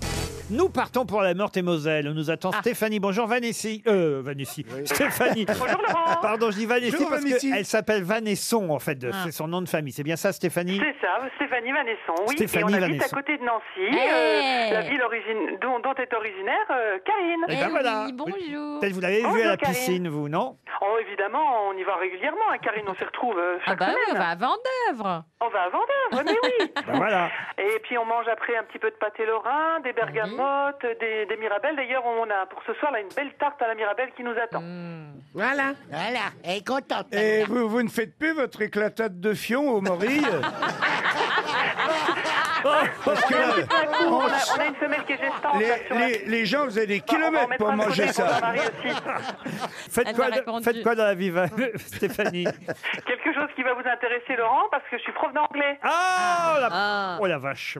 Speaker 3: Nous partons pour la Meurthe-et-Moselle. On nous attend
Speaker 9: Ah.
Speaker 3: Stéphanie. Bonjour Vanessi. Euh, Vanessi. Stéphanie.
Speaker 9: Bonjour, Laurent.
Speaker 3: Pardon, je dis Vanessi
Speaker 9: Bonjour,
Speaker 3: parce
Speaker 9: Vanessi.
Speaker 3: qu'elle s'appelle Vanesson, en fait. de-
Speaker 9: Ah.
Speaker 3: C'est son nom de famille. C'est bien ça, Stéphanie
Speaker 9: C'est ça, Stéphanie Vanesson. Oui,
Speaker 3: Stéphanie
Speaker 9: et on habite
Speaker 3: Vanesson.
Speaker 9: à côté de Nancy,
Speaker 3: Hey
Speaker 9: euh, la ville origine- dont, dont est originaire euh, Karine.
Speaker 3: Eh ben Eh voilà. oui,
Speaker 9: bonjour.
Speaker 3: Peut-être vous l'avez vue à la piscine, vous, non
Speaker 9: Oh, évidemment, on y va régulièrement à Karine, on s'y retrouve euh, chaque
Speaker 33: bah oui,
Speaker 9: semaine.
Speaker 33: on va à Vendœuvre.
Speaker 9: On va à Vendœuvre, mais oui.
Speaker 3: Ben voilà.
Speaker 9: Et puis on mange après un petit peu de pâté lorrain, des bergamotes, des, des mirabelles. D'ailleurs, on a pour ce soir là une belle tarte à la mirabelle qui nous attend.
Speaker 18: Voilà.
Speaker 9: Voilà, elle est contente.
Speaker 18: Et vous, vous ne faites plus votre éclatade de fion aux morilles Parce que là,
Speaker 9: on,
Speaker 18: on-
Speaker 9: a, on a une femelle qui est gestante. là, sur
Speaker 18: les,
Speaker 9: la-
Speaker 18: les- les gens faisaient des
Speaker 9: on va en
Speaker 18: kilomètres
Speaker 9: mettre
Speaker 18: pour
Speaker 9: un de
Speaker 18: manger
Speaker 9: côté
Speaker 18: ça.
Speaker 9: pour Marie aussi.
Speaker 3: Faites
Speaker 9: Elle
Speaker 3: quoi,
Speaker 9: m'a
Speaker 3: de-
Speaker 9: répondu.
Speaker 3: faites quoi dans la vie, Va- Stéphanie
Speaker 9: Quelque chose qui va vous intéresser, Laurent, parce que je suis prof d'anglais.
Speaker 3: Ah, la- Oh la vache.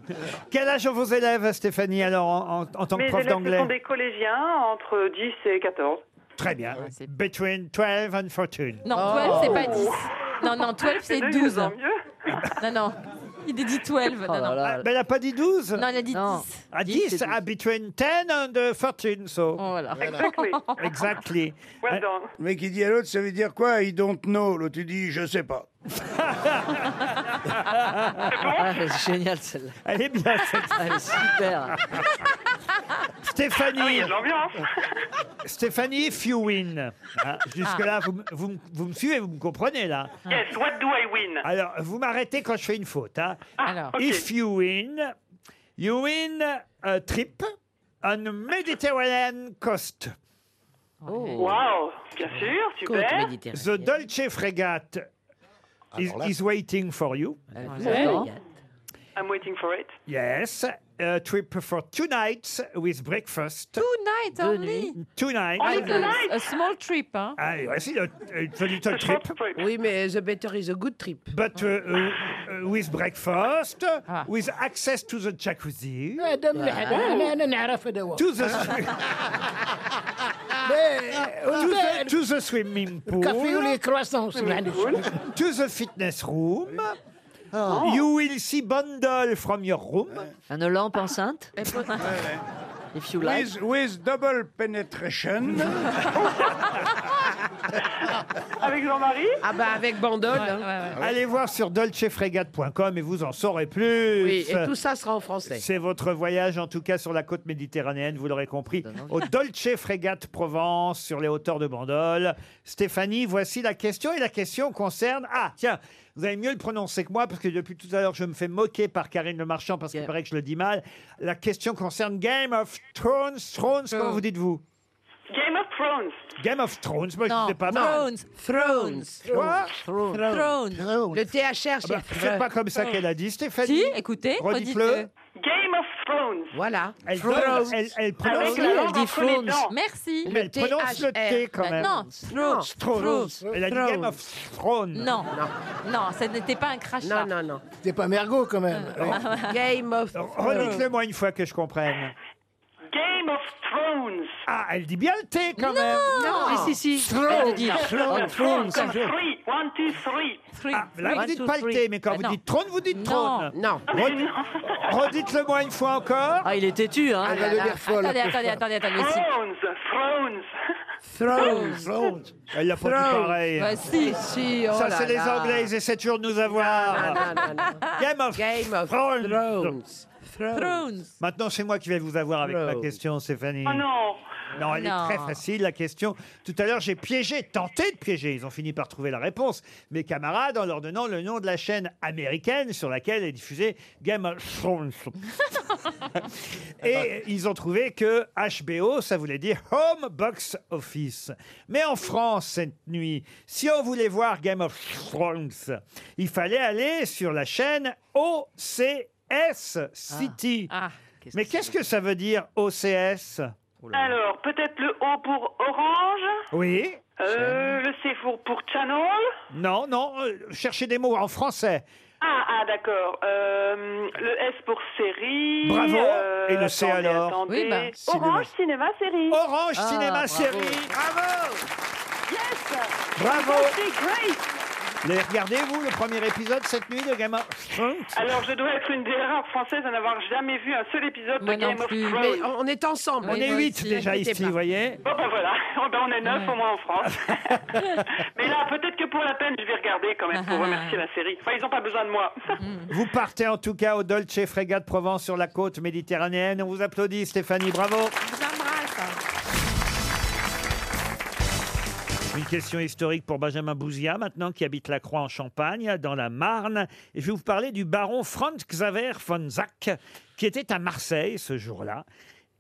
Speaker 3: Quel âge ont vos élèves, Stéphanie, alors, en, en- en tant que
Speaker 9: Mes
Speaker 3: prof
Speaker 9: élèves, ce sont
Speaker 3: d'anglais
Speaker 9: des collégiens entre 10 et 14.
Speaker 3: Très bien. Between 12 and 14.
Speaker 33: Non, 12, c'est pas 10. Non, non, 12, c'est 12. Non, non. Il est dit 12.
Speaker 19: Oh
Speaker 33: Non, non.
Speaker 3: Ah, mais elle n'a pas dit 12 Non,
Speaker 33: elle a dit 10.
Speaker 3: À
Speaker 33: 10,
Speaker 3: 10,
Speaker 33: c'est
Speaker 3: ah, between 10 and uh, 14, so.
Speaker 33: voilà.
Speaker 9: Exactly.
Speaker 3: Exactly.
Speaker 9: Well done.
Speaker 18: Le mec qui dit à l'autre, ça veut dire quoi I don't know. L'autre, il dit, je sais pas.
Speaker 19: Ah, elle est géniale celle-là.
Speaker 3: Elle est bien celle-là.
Speaker 19: Elle est super.
Speaker 3: Stéphanie.
Speaker 9: Ah, il y a de l'ambiance.
Speaker 3: Stéphanie, if you win. Hein, Jusque-là, vous, me- vous, me- vous me suivez, vous me comprenez, là
Speaker 9: Yes, what do I win?
Speaker 3: Alors, vous m'arrêtez quand je fais une faute. hein.
Speaker 9: Ah, ok.
Speaker 3: If you win, you win a trip on the Mediterranean coast. Oh.
Speaker 9: Wow, bien sûr, super.
Speaker 3: The Dolce Frigate is,
Speaker 9: Alors là-
Speaker 3: is waiting for you.
Speaker 9: Ouais. I'm waiting for it.
Speaker 3: Yes, a trip for two nights with breakfast. Two
Speaker 33: nights only.
Speaker 3: Two nights.
Speaker 33: Ah, a- a small trip, hein.
Speaker 3: Ah, voici le, it's a little trip.
Speaker 8: Oui, mais the better is a good trip.
Speaker 3: But uh, uh, uh, with breakfast,
Speaker 33: Ah.
Speaker 3: with access to the jacuzzi.
Speaker 8: دم لحد.
Speaker 3: Ah.
Speaker 8: أنا- أنا نعرف دوا.
Speaker 3: To the, swi-
Speaker 8: euh,
Speaker 3: to the, to the swimming pool.
Speaker 8: الكافي ولي كرواسون، سمعني.
Speaker 3: To the fitness room. You will see bundle from your room.
Speaker 19: Ah. Une lampe enceinte. If you like.
Speaker 18: With, with double penetration.
Speaker 9: Avec Jean-Marie
Speaker 8: Ah bah avec Bandol.
Speaker 19: Ah
Speaker 3: Allez voir sur dolcefregate.com et vous en saurez plus.
Speaker 8: Oui, et tout ça sera en français.
Speaker 3: C'est votre voyage, en tout cas sur la côte méditerranéenne, vous l'aurez compris, au Dolce Frégate Provence, sur les hauteurs de Bandol. Stéphanie, voici la question, et la question concerne... Ah, tiens, vous avez mieux le prononcer que moi, parce que depuis tout à l'heure, je me fais moquer par Karine Le Marchand, parce qu'il paraît que je le dis mal. La question concerne Game of Thrones. Thrones, comment vous dites-vous
Speaker 9: Game of Thrones.
Speaker 3: Game of Thrones, moi je
Speaker 8: Non,
Speaker 3: disais pas mal.
Speaker 8: Thrones, Thrones,
Speaker 3: Quoi
Speaker 8: Thrones. Thrones. Le THR,
Speaker 3: ben, Ah bah, c'est pas comme ça qu'elle a dit, Stéphanie.
Speaker 8: Si, écoutez,
Speaker 3: Redites-le.
Speaker 8: redites-le.
Speaker 9: Game of Thrones.
Speaker 31: Voilà.
Speaker 3: Elle,
Speaker 31: Thrones.
Speaker 3: donne- elle- elle
Speaker 31: Avec
Speaker 3: prononce
Speaker 31: la
Speaker 3: le-
Speaker 31: langue
Speaker 3: elle dit
Speaker 31: entre les
Speaker 3: Thrones.
Speaker 31: dents. Merci.
Speaker 3: Mais elle
Speaker 31: Le
Speaker 3: prononce le T
Speaker 31: THR.
Speaker 3: quand même.
Speaker 14: Non, Thrones.
Speaker 3: Thrones.
Speaker 14: Thrones.
Speaker 3: Elle a dit
Speaker 14: Thrones.
Speaker 3: Game of Thrones.
Speaker 14: Non, non, ça n'était pas un crachat. Euh, ah,
Speaker 31: Non, non, non.
Speaker 8: T'es pas mergot quand
Speaker 3: Euh,
Speaker 8: même.
Speaker 31: Game of
Speaker 3: Relique-le moi une fois que je comprenne.
Speaker 9: Game of Thrones.
Speaker 3: Ah, elle dit bien le T quand même.
Speaker 9: Non. Ah. Si, si, si.
Speaker 3: Ah. Thrones.
Speaker 9: Elle dit
Speaker 3: Thrones.
Speaker 9: Thrones.
Speaker 3: Thrones.
Speaker 9: Three, one, two, three.
Speaker 3: Ah, là, vous
Speaker 9: One,
Speaker 3: dites
Speaker 9: two,
Speaker 3: pas le T,
Speaker 9: three.
Speaker 3: mais quand
Speaker 9: Ah,
Speaker 3: vous
Speaker 9: non.
Speaker 3: dites trône, vous dites trône.
Speaker 9: Non.
Speaker 3: Redi- Redites-le moi une fois encore. Ah, il est têtu, hein.
Speaker 14: Ah là là. Attendez, attendez, attendez, attendez. aussi.
Speaker 9: Thrones. Thrones.
Speaker 3: Thrones. Elle l'a pas dit
Speaker 14: Thrones.
Speaker 3: pareil.
Speaker 14: Bah si, si, oh
Speaker 3: Ça,
Speaker 14: là
Speaker 3: c'est les
Speaker 14: là.
Speaker 3: Anglais, ils essaient toujours de nous avoir. Game of, Thrones.
Speaker 14: Thrones.
Speaker 3: Maintenant, c'est moi qui vais vous avoir avec ma
Speaker 14: Thrones.
Speaker 3: question, Stéphanie.
Speaker 9: Oh non.
Speaker 3: Non, elle
Speaker 9: Non.
Speaker 3: est très facile, la question. Tout à l'heure, j'ai piégé, tenté de piéger, ils ont fini par trouver la réponse, mes camarades en leur donnant le nom de la chaîne américaine sur laquelle est diffusée Game of Thrones. Et ils ont trouvé que HBO, ça voulait dire Home Box Office. Mais en France, cette nuit, si on voulait voir Game of Thrones, il fallait aller sur la chaîne OCS City. Mais Ah. qu'est-ce que ça veut dire OCS
Speaker 9: Alors, peut-être le O pour Orange.
Speaker 3: Oui.
Speaker 9: Euh, le C pour, pour Channel.
Speaker 30: Oh
Speaker 3: Non, non, euh, cherchez des mots en français.
Speaker 9: Ah, ah d'accord. Euh, le S pour série.
Speaker 3: Bravo.
Speaker 9: Euh,
Speaker 3: Et le C
Speaker 9: attendez,
Speaker 3: alors
Speaker 9: attendez.
Speaker 3: Oui, bah,
Speaker 9: Orange cinéma série.
Speaker 3: Orange cinéma série.
Speaker 9: Bravo. Yes.
Speaker 3: Bravo.
Speaker 9: C'est great.
Speaker 3: Vous avez regardé, vous, le premier épisode cette nuit de Game of Thrones
Speaker 9: Alors, je dois être une des rares françaises à n'avoir jamais vu un seul épisode de Game of Thrones.
Speaker 31: Mais on on est ensemble.
Speaker 3: On est huit déjà ici, vous voyez
Speaker 9: Bon, ben voilà, Oh, ben, on est neuf au moins en France. Mais là, peut-être que pour la peine, je vais regarder quand même pour remercier la série. Enfin, ils n'ont pas besoin de moi.
Speaker 3: Vous partez en tout cas au Dolce Frégate de Provence sur la côte méditerranéenne. On vous applaudit, Stéphanie, bravo. Ah. Une question historique pour Benjamin Bouzia, maintenant, qui habite la Croix en Champagne, dans la Marne. Et je vais vous parler du baron Franz Xaver von Zach, qui était à Marseille ce jour-là.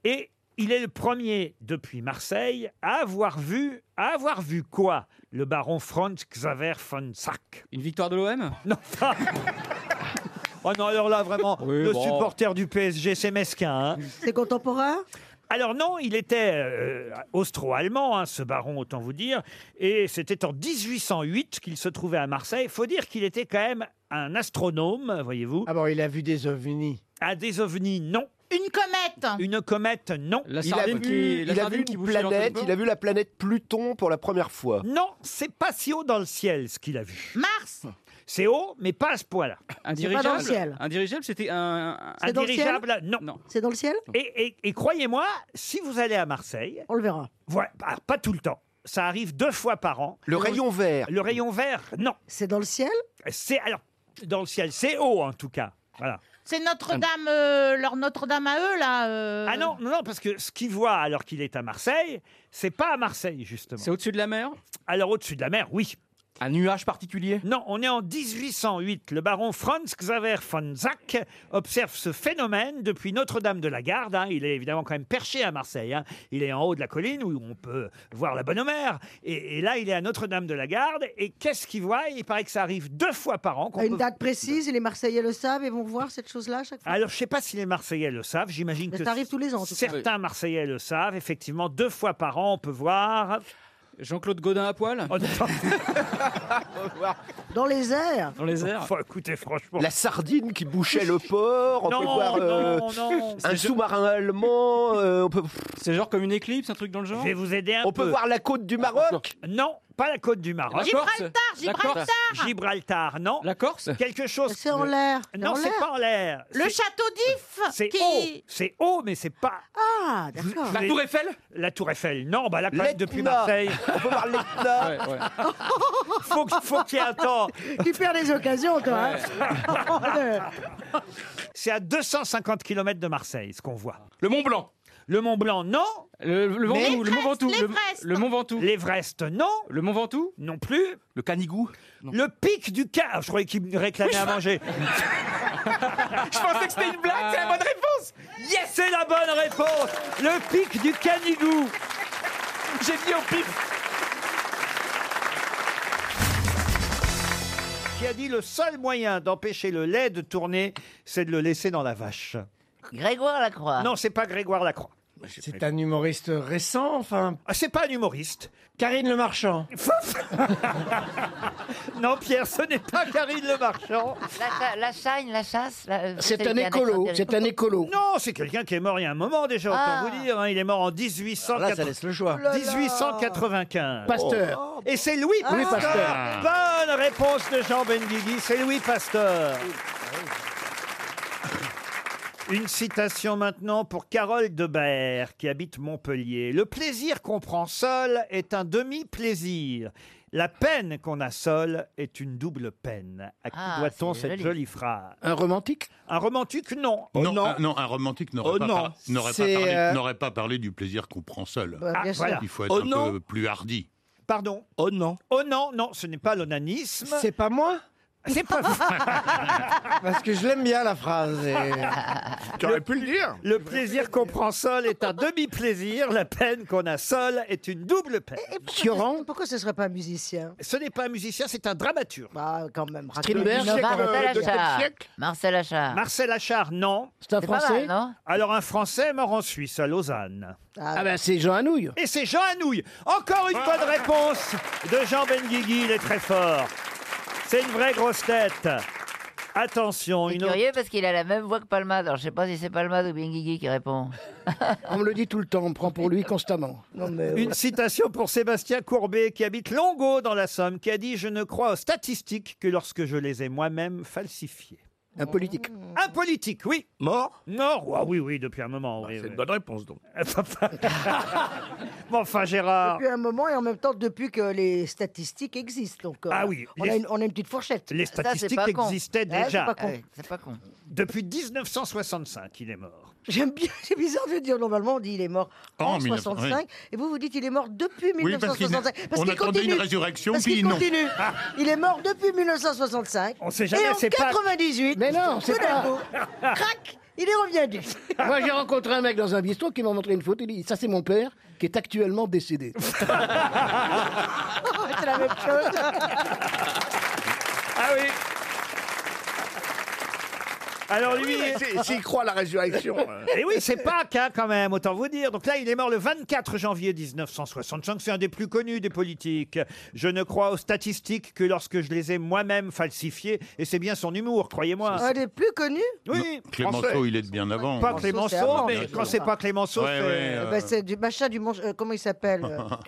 Speaker 3: Et il est le premier, depuis Marseille, à avoir vu... À avoir vu quoi, le baron Franz Xaver von Zach Une victoire de l'OM Non, Oh non, alors là, vraiment, le
Speaker 4: bon.
Speaker 3: supporter du PSG, c'est mesquin. hein.
Speaker 4: C'est contemporain
Speaker 3: Alors non, il était euh, austro-allemand, hein, ce baron, autant vous dire, et c'était en 1808 qu'il se trouvait à Marseille. Faut dire qu'il était quand même un astronome, voyez-vous. Ah bon, il a vu des ovnis. Ah, des ovnis, non.
Speaker 23: Une comète.
Speaker 3: Une comète, non.
Speaker 30: il a vu, il a vu une planète, il a vu la planète Pluton pour la première fois.
Speaker 3: Non, c'est pas si haut dans le ciel ce qu'il a vu.
Speaker 23: Mars.
Speaker 3: C'est haut, mais pas à ce point-là. Un
Speaker 4: C'est pas dans le dirigeable ciel.
Speaker 3: Un dirigeable, c'était un.
Speaker 4: C'est dans le ciel
Speaker 3: dirigeable, non.
Speaker 4: C'est dans le ciel
Speaker 3: Et, et- et croyez-moi, si vous allez à Marseille.
Speaker 4: On le verra.
Speaker 3: Voilà, bah, pas tout le temps. Ça arrive deux fois par an.
Speaker 30: Le rayon vert.
Speaker 3: Le rayon vert, non.
Speaker 4: C'est dans le ciel
Speaker 3: C'est. Alors, dans le ciel, c'est haut en tout cas. Voilà.
Speaker 23: C'est Notre-Dame, euh, leur Notre-Dame à eux, là. euh.
Speaker 3: Ah non, non, non, parce que ce qu'il voit alors qu'il est à Marseille, c'est pas à Marseille, justement. C'est au-dessus de la mer Alors, au-dessus de la mer, oui. Un nuage particulier Non, on est en 1808. Le baron Franz Xaver von Zach observe ce phénomène depuis Notre-Dame de la Garde. hein. Il est évidemment quand même perché à Marseille. hein. Il est en haut de la colline où on peut voir la bonne mer. Et, et là, il est à Notre-Dame de la Garde. Et qu'est-ce qu'il voit Il paraît que ça arrive deux fois par an. qu'on
Speaker 4: À une
Speaker 3: peut-
Speaker 4: date précise, et les Marseillais le savent et vont voir cette chose-là à chaque fois.
Speaker 3: alors, je ne sais pas si les Marseillais le savent. J'imagine
Speaker 4: Mais
Speaker 3: que
Speaker 4: ça arrive tous les ans, en tout cas.
Speaker 3: certains Marseillais le savent. Effectivement, deux fois par an, on peut voir. Oh, Jean-Claude Godin à poil
Speaker 4: Dans les airs
Speaker 3: Enfin, écoutez, franchement.
Speaker 30: La sardine qui bouchait le port, on
Speaker 3: Non,
Speaker 30: peut voir
Speaker 3: non,
Speaker 30: euh,
Speaker 3: non.
Speaker 30: un
Speaker 3: C'est-
Speaker 30: sous-marin
Speaker 3: Oh,
Speaker 30: allemand, euh, on peut
Speaker 3: C'est genre comme une éclipse, un truc dans le genre Je vais vous aider un
Speaker 30: On
Speaker 3: peu. Ah,
Speaker 30: peut voir la côte du Maroc
Speaker 3: Non, pas la côte du Maroc.
Speaker 30: La Corse Gibraltar,
Speaker 3: La Corse.
Speaker 23: Gibraltar.
Speaker 3: Gibraltar, non. La Corse Quelque chose.
Speaker 23: C'est en l'air. C'est
Speaker 3: Non,
Speaker 23: en
Speaker 3: c'est
Speaker 23: l'air.
Speaker 3: pas en l'air.
Speaker 23: Le
Speaker 3: C'est-
Speaker 23: château d'If.
Speaker 3: C'est
Speaker 23: qui-
Speaker 3: haut, c'est haut, mais c'est pas.
Speaker 4: Ah,
Speaker 3: d'accord. La Tour Eiffel La Tour Eiffel, non, bah là, quand même, depuis
Speaker 30: L'Etna.
Speaker 3: Marseille.
Speaker 30: On peut voir l'Etna.
Speaker 3: Ouais, ouais. Faut, que- faut qu'il y ait un temps.
Speaker 4: Tu perds des occasions, toi. hein.
Speaker 3: C'est à 250 km de Marseille, ce qu'on voit. Le Mont Blanc. Le Mont Blanc, non. Le,
Speaker 5: Ventoux, le Mont Ventoux, le- le Mont
Speaker 3: Ventoux. L'Everest, non. Le Mont Ventoux Non plus. Le Canigou Le pic du Ca... Ah, Je croyais qu'il me réclamait à manger.
Speaker 12: Je pensais que c'était une blague, c'est la bonne réponse.
Speaker 3: Yes, c'est la bonne réponse. Le pic du Canigou.
Speaker 12: J'ai dit au pif.
Speaker 3: Qui a dit le seul moyen d'empêcher le lait de tourner, c'est de le laisser dans la vache.
Speaker 11: Grégoire Lacroix.
Speaker 3: Non, c'est pas Grégoire Lacroix.
Speaker 13: C'est un humoriste récent, enfin.
Speaker 30: Ah,
Speaker 3: c'est pas un humoriste.
Speaker 13: Karine Le Marchand.
Speaker 3: non, Pierre, ce n'est
Speaker 30: Ah,
Speaker 3: pas Karine Le Marchand.
Speaker 11: La,
Speaker 3: Ah.
Speaker 11: cha- la chaîne, la chasse. la-
Speaker 3: C'est
Speaker 11: le
Speaker 3: un
Speaker 11: dernier
Speaker 3: écolo,
Speaker 11: cantel.
Speaker 3: c'est un écolo. Non, c'est quelqu'un qui est mort il y a un moment déjà, autant
Speaker 11: Ah.
Speaker 3: vous dire. hein. Il est mort en 1880
Speaker 13: Alors là, ça laisse le choix.
Speaker 3: 1895.
Speaker 13: Pasteur.
Speaker 3: Oh. Et c'est Louis
Speaker 13: Ah.
Speaker 3: Pasteur.
Speaker 13: Louis Pasteur.
Speaker 3: Bonne réponse de Jean Benguigui, c'est Louis Pasteur. Une citation maintenant pour Carole Debert, qui habite Montpellier. Le plaisir qu'on prend seul est un demi-plaisir. La peine qu'on a seul est une double peine. À qui
Speaker 10: Ah,
Speaker 3: doit-on
Speaker 10: c'est
Speaker 3: cette
Speaker 10: joli.
Speaker 3: jolie phrase Un romantique Un romantique, non.
Speaker 14: Oh
Speaker 3: Oh, Ah,
Speaker 10: Non,
Speaker 3: non.
Speaker 10: Un, non, un romantique n'aurait
Speaker 3: Oh
Speaker 10: pas,
Speaker 3: non.
Speaker 10: par- n'aurait pas
Speaker 3: C'est,
Speaker 10: parlé,
Speaker 3: euh,
Speaker 10: n'aurait pas parlé du plaisir qu'on prend seul.
Speaker 3: Bah, bien sûr. voilà.
Speaker 10: Il faut être
Speaker 3: Oh
Speaker 10: un
Speaker 3: non.
Speaker 10: peu plus hardi.
Speaker 3: Pardon Oh non. Oh non, non, ce n'est pas l'onanisme.
Speaker 13: C'est pas moi
Speaker 3: C'est pas
Speaker 13: Parce que je l'aime bien la phrase. et-
Speaker 3: Tu aurais pu le dire. Le plaisir qu'on prend seul est un demi-plaisir. La peine qu'on a seul est une double peine.
Speaker 4: Pourquoi ce serait pas un musicien
Speaker 3: Ce n'est pas un musicien, c'est un dramaturge.
Speaker 4: Bah, quand même.
Speaker 3: Strindberg,
Speaker 4: raconte-
Speaker 3: Marcel
Speaker 4: de quel
Speaker 3: Achard.
Speaker 4: siècle
Speaker 11: Marcel Achard.
Speaker 3: Marcel Achard, non.
Speaker 11: C'est un pas Français mal, non
Speaker 3: Alors un Français mort en Suisse, à Lausanne.
Speaker 4: Ah,
Speaker 3: ben c'est Jean Ah. Anouille. Et c'est Jean Anouille. Encore une bonne réponse de Jean Benguigui, il est très fort. C'est une vraie grosse tête. Attention,
Speaker 11: C'est
Speaker 3: une autre-
Speaker 11: curieux parce qu'il a la même voix que Palmade. Alors je sais pas si c'est Palmade ou Benguigui qui répond.
Speaker 8: On me le dit tout le temps, on me prend pour lui constamment. euh,
Speaker 3: Une citation pour Sébastien Courbet qui habite Longo dans la Somme, qui a dit Je ne crois aux statistiques que lorsque je les ai moi-même falsifiées. Un politique. Un politique, oui. Mort Mort, ouah, oui, oui, depuis un moment. c'est une bonne réponse donc. bon, enfin, Gérard.
Speaker 4: Depuis un moment et en même temps depuis que les statistiques existent. Donc, euh,
Speaker 3: Ah oui,
Speaker 4: on,
Speaker 3: les-
Speaker 4: a une, on a une petite fourchette.
Speaker 3: Les statistiques existaient
Speaker 4: Ah, c'est
Speaker 3: déjà.
Speaker 4: pas con.
Speaker 11: C'est pas con.
Speaker 3: Depuis 1965, il est mort.
Speaker 4: J'aime bien, c'est bizarre de dire, normalement on dit il est mort en,
Speaker 10: En 1900,
Speaker 4: 65,
Speaker 10: oui.
Speaker 4: et vous vous dites il est mort depuis
Speaker 10: Oui, parce qu'il-
Speaker 4: 1965.
Speaker 10: on
Speaker 4: qu'il
Speaker 10: attendait une résurrection, Ah.
Speaker 4: parce
Speaker 10: puis
Speaker 4: qu'il
Speaker 10: non.
Speaker 4: continue. Il est mort depuis 1965.
Speaker 3: On sait jamais,
Speaker 4: Et en
Speaker 3: c'est pas-
Speaker 4: 98,
Speaker 8: Mais non,
Speaker 4: tout
Speaker 8: c'est
Speaker 4: d'un
Speaker 8: pas-
Speaker 4: coup, crac, il est revenu.
Speaker 8: Moi, j'ai rencontré un mec dans un bistrot qui m'a montré une photo. Il dit Ça, c'est mon père qui est actuellement décédé.
Speaker 4: c'est la même chose.
Speaker 3: Ah oui alors lui,
Speaker 8: Oui, mais c'est- s'il croit à la résurrection, euh.
Speaker 3: Et oui, c'est Pâques hein, quand même, autant vous dire. Donc là, il est mort le 24 janvier 1965. C'est un des plus connus des politiques. Je ne crois aux statistiques que lorsque je les ai moi-même falsifiées. Et c'est bien son humour, croyez-moi.
Speaker 4: Un des plus connus
Speaker 3: Oui.
Speaker 10: Clémenceau, il est de bien avant.
Speaker 3: Pas Clémenceau, mais quand c'est pas Clémenceau,
Speaker 10: Ouais,
Speaker 3: c'est-
Speaker 10: ouais, euh,
Speaker 4: Bah, c'est du machin du manche- euh, comment il s'appelle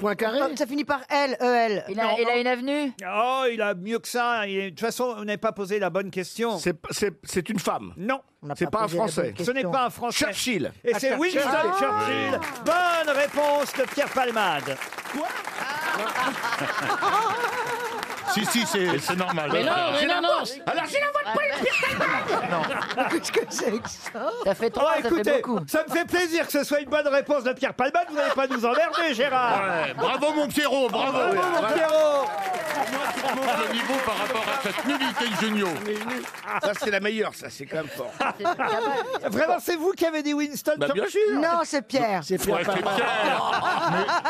Speaker 4: Point
Speaker 8: carré
Speaker 4: Ça finit par L, E-L.
Speaker 11: Il a- il a une
Speaker 4: avenue
Speaker 3: Oh, il a mieux que ça. Il est- De toute façon, on n'avez pas posé la bonne question. C'est une femme. Non.
Speaker 8: n'a C'est pas pas un posé la Français. bonne
Speaker 3: Ce n'est
Speaker 8: question.
Speaker 3: pas un Français.
Speaker 8: Churchill.
Speaker 3: Et
Speaker 8: Ah,
Speaker 3: c'est
Speaker 8: Churchill.
Speaker 3: Winston
Speaker 8: Ah.
Speaker 3: Churchill. Bonne réponse de Pierre Palmade.
Speaker 10: Si, si, c'est c'est normal.
Speaker 11: Mais non,
Speaker 4: Ah,
Speaker 11: mais non, non.
Speaker 10: Alors, c'est la voix de
Speaker 4: ben.
Speaker 10: Pauline
Speaker 4: Qu'est-ce que c'est que ça
Speaker 11: Ça fait
Speaker 3: Oh,
Speaker 11: trois, ça
Speaker 3: écoutez,
Speaker 11: fait beaucoup.
Speaker 3: ça me fait plaisir que ce soit une bonne réponse de Pierre Palmade. Vous n'allez pas nous emmerder, Gérard.
Speaker 10: Ouais, bravo, mon Pierrot, bravo.
Speaker 3: Bravo, mon
Speaker 10: Bravo.
Speaker 3: Pierrot.
Speaker 10: Le niveau par rapport à cette nullité de Junio.
Speaker 8: Ça, c'est la meilleure, ça, c'est quand même fort.
Speaker 3: Vraiment, c'est vous qui avez dit Winston
Speaker 8: Bah, bien
Speaker 3: Churchill
Speaker 8: sûr.
Speaker 4: Non, c'est Pierre.
Speaker 8: C'est Pierre Palmade.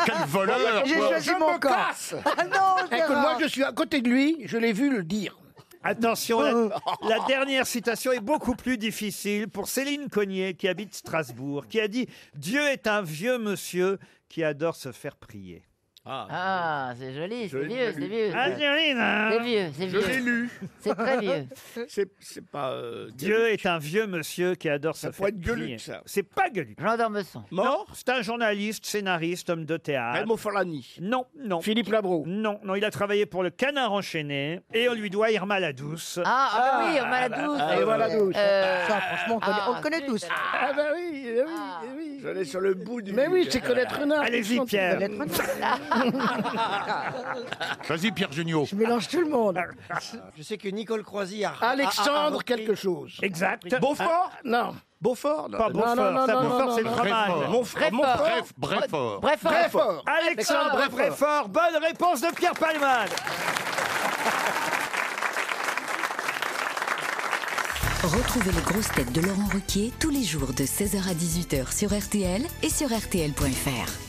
Speaker 10: Quel voleur
Speaker 4: J'ai
Speaker 10: quoi.
Speaker 4: choisi
Speaker 8: Je
Speaker 4: mon
Speaker 8: me
Speaker 4: camp.
Speaker 8: casse.
Speaker 4: Ah non,
Speaker 8: Écoute,
Speaker 4: Gérard.
Speaker 8: moi, je suis à côté de lui, je l'ai vu le dire. Oh.
Speaker 3: Attention, la, la dernière citation est beaucoup plus difficile pour Céline Cognier qui habite Strasbourg, qui a dit Dieu est un vieux monsieur qui adore se faire prier.
Speaker 11: Ah, c'est joli, c'est
Speaker 3: Je l'ai
Speaker 11: vieux,
Speaker 3: lu.
Speaker 11: c'est vieux.
Speaker 3: Ah, je l'ai lu, hein.
Speaker 11: C'est vieux, c'est
Speaker 3: Je
Speaker 11: vieux.
Speaker 3: l'ai lu.
Speaker 11: C'est très vieux.
Speaker 8: C'est c'est pas.
Speaker 3: Dieu est un vieux monsieur qui adore se faire
Speaker 8: pourrait être Gueluc,
Speaker 3: prier.
Speaker 8: ça.
Speaker 3: C'est pas Gueluc.
Speaker 11: Jean d'Ormesson.
Speaker 3: Mort C'est un journaliste, scénariste, homme de théâtre.
Speaker 8: Raymond Forlani.
Speaker 3: Non, non.
Speaker 8: Philippe Labro.
Speaker 3: Non, non, il a travaillé pour le Canard enchaîné et on lui doit Irma la douce.
Speaker 11: Ah, ah bah oui, Irma la
Speaker 3: bah,
Speaker 11: Douce.
Speaker 3: bah,
Speaker 11: Et
Speaker 3: bah,
Speaker 11: voilà
Speaker 3: bah.
Speaker 11: Douce. Euh,
Speaker 4: Ça, franchement, on connaît, on le connaît tous.
Speaker 8: Ah, bah oui, eh oui, eh oui. J'allais sur le bout du. Mais oui, c'est Colette Renard.
Speaker 3: Allez-y,
Speaker 8: Franchement, c'est
Speaker 3: Pierre.
Speaker 8: Colette Renard.
Speaker 10: Vas-y, Pierre Junio.
Speaker 4: Je mélange tout le monde.
Speaker 13: Je sais que Nicole Croisy a.
Speaker 8: Alexandre quelque chose.
Speaker 3: Exact. Ah.
Speaker 8: Beaufort Non. Beaufort non.
Speaker 3: Pas Beaufort,
Speaker 8: Non, non,
Speaker 3: ça,
Speaker 8: non,
Speaker 3: Beaufort,
Speaker 8: non,
Speaker 3: c'est le
Speaker 8: non,
Speaker 3: fromage.
Speaker 8: non.
Speaker 3: Beaufort.
Speaker 8: Beaufort.
Speaker 10: Brefort.
Speaker 8: Brefort. Brefort.
Speaker 3: Alexandre
Speaker 8: Brefort.
Speaker 3: Bréfort, bonne réponse de Pierre Palmade.
Speaker 27: Retrouvez les grosses têtes de Laurent Ruquier tous les jours de 16h à 18h sur RTL et sur RTL.fr.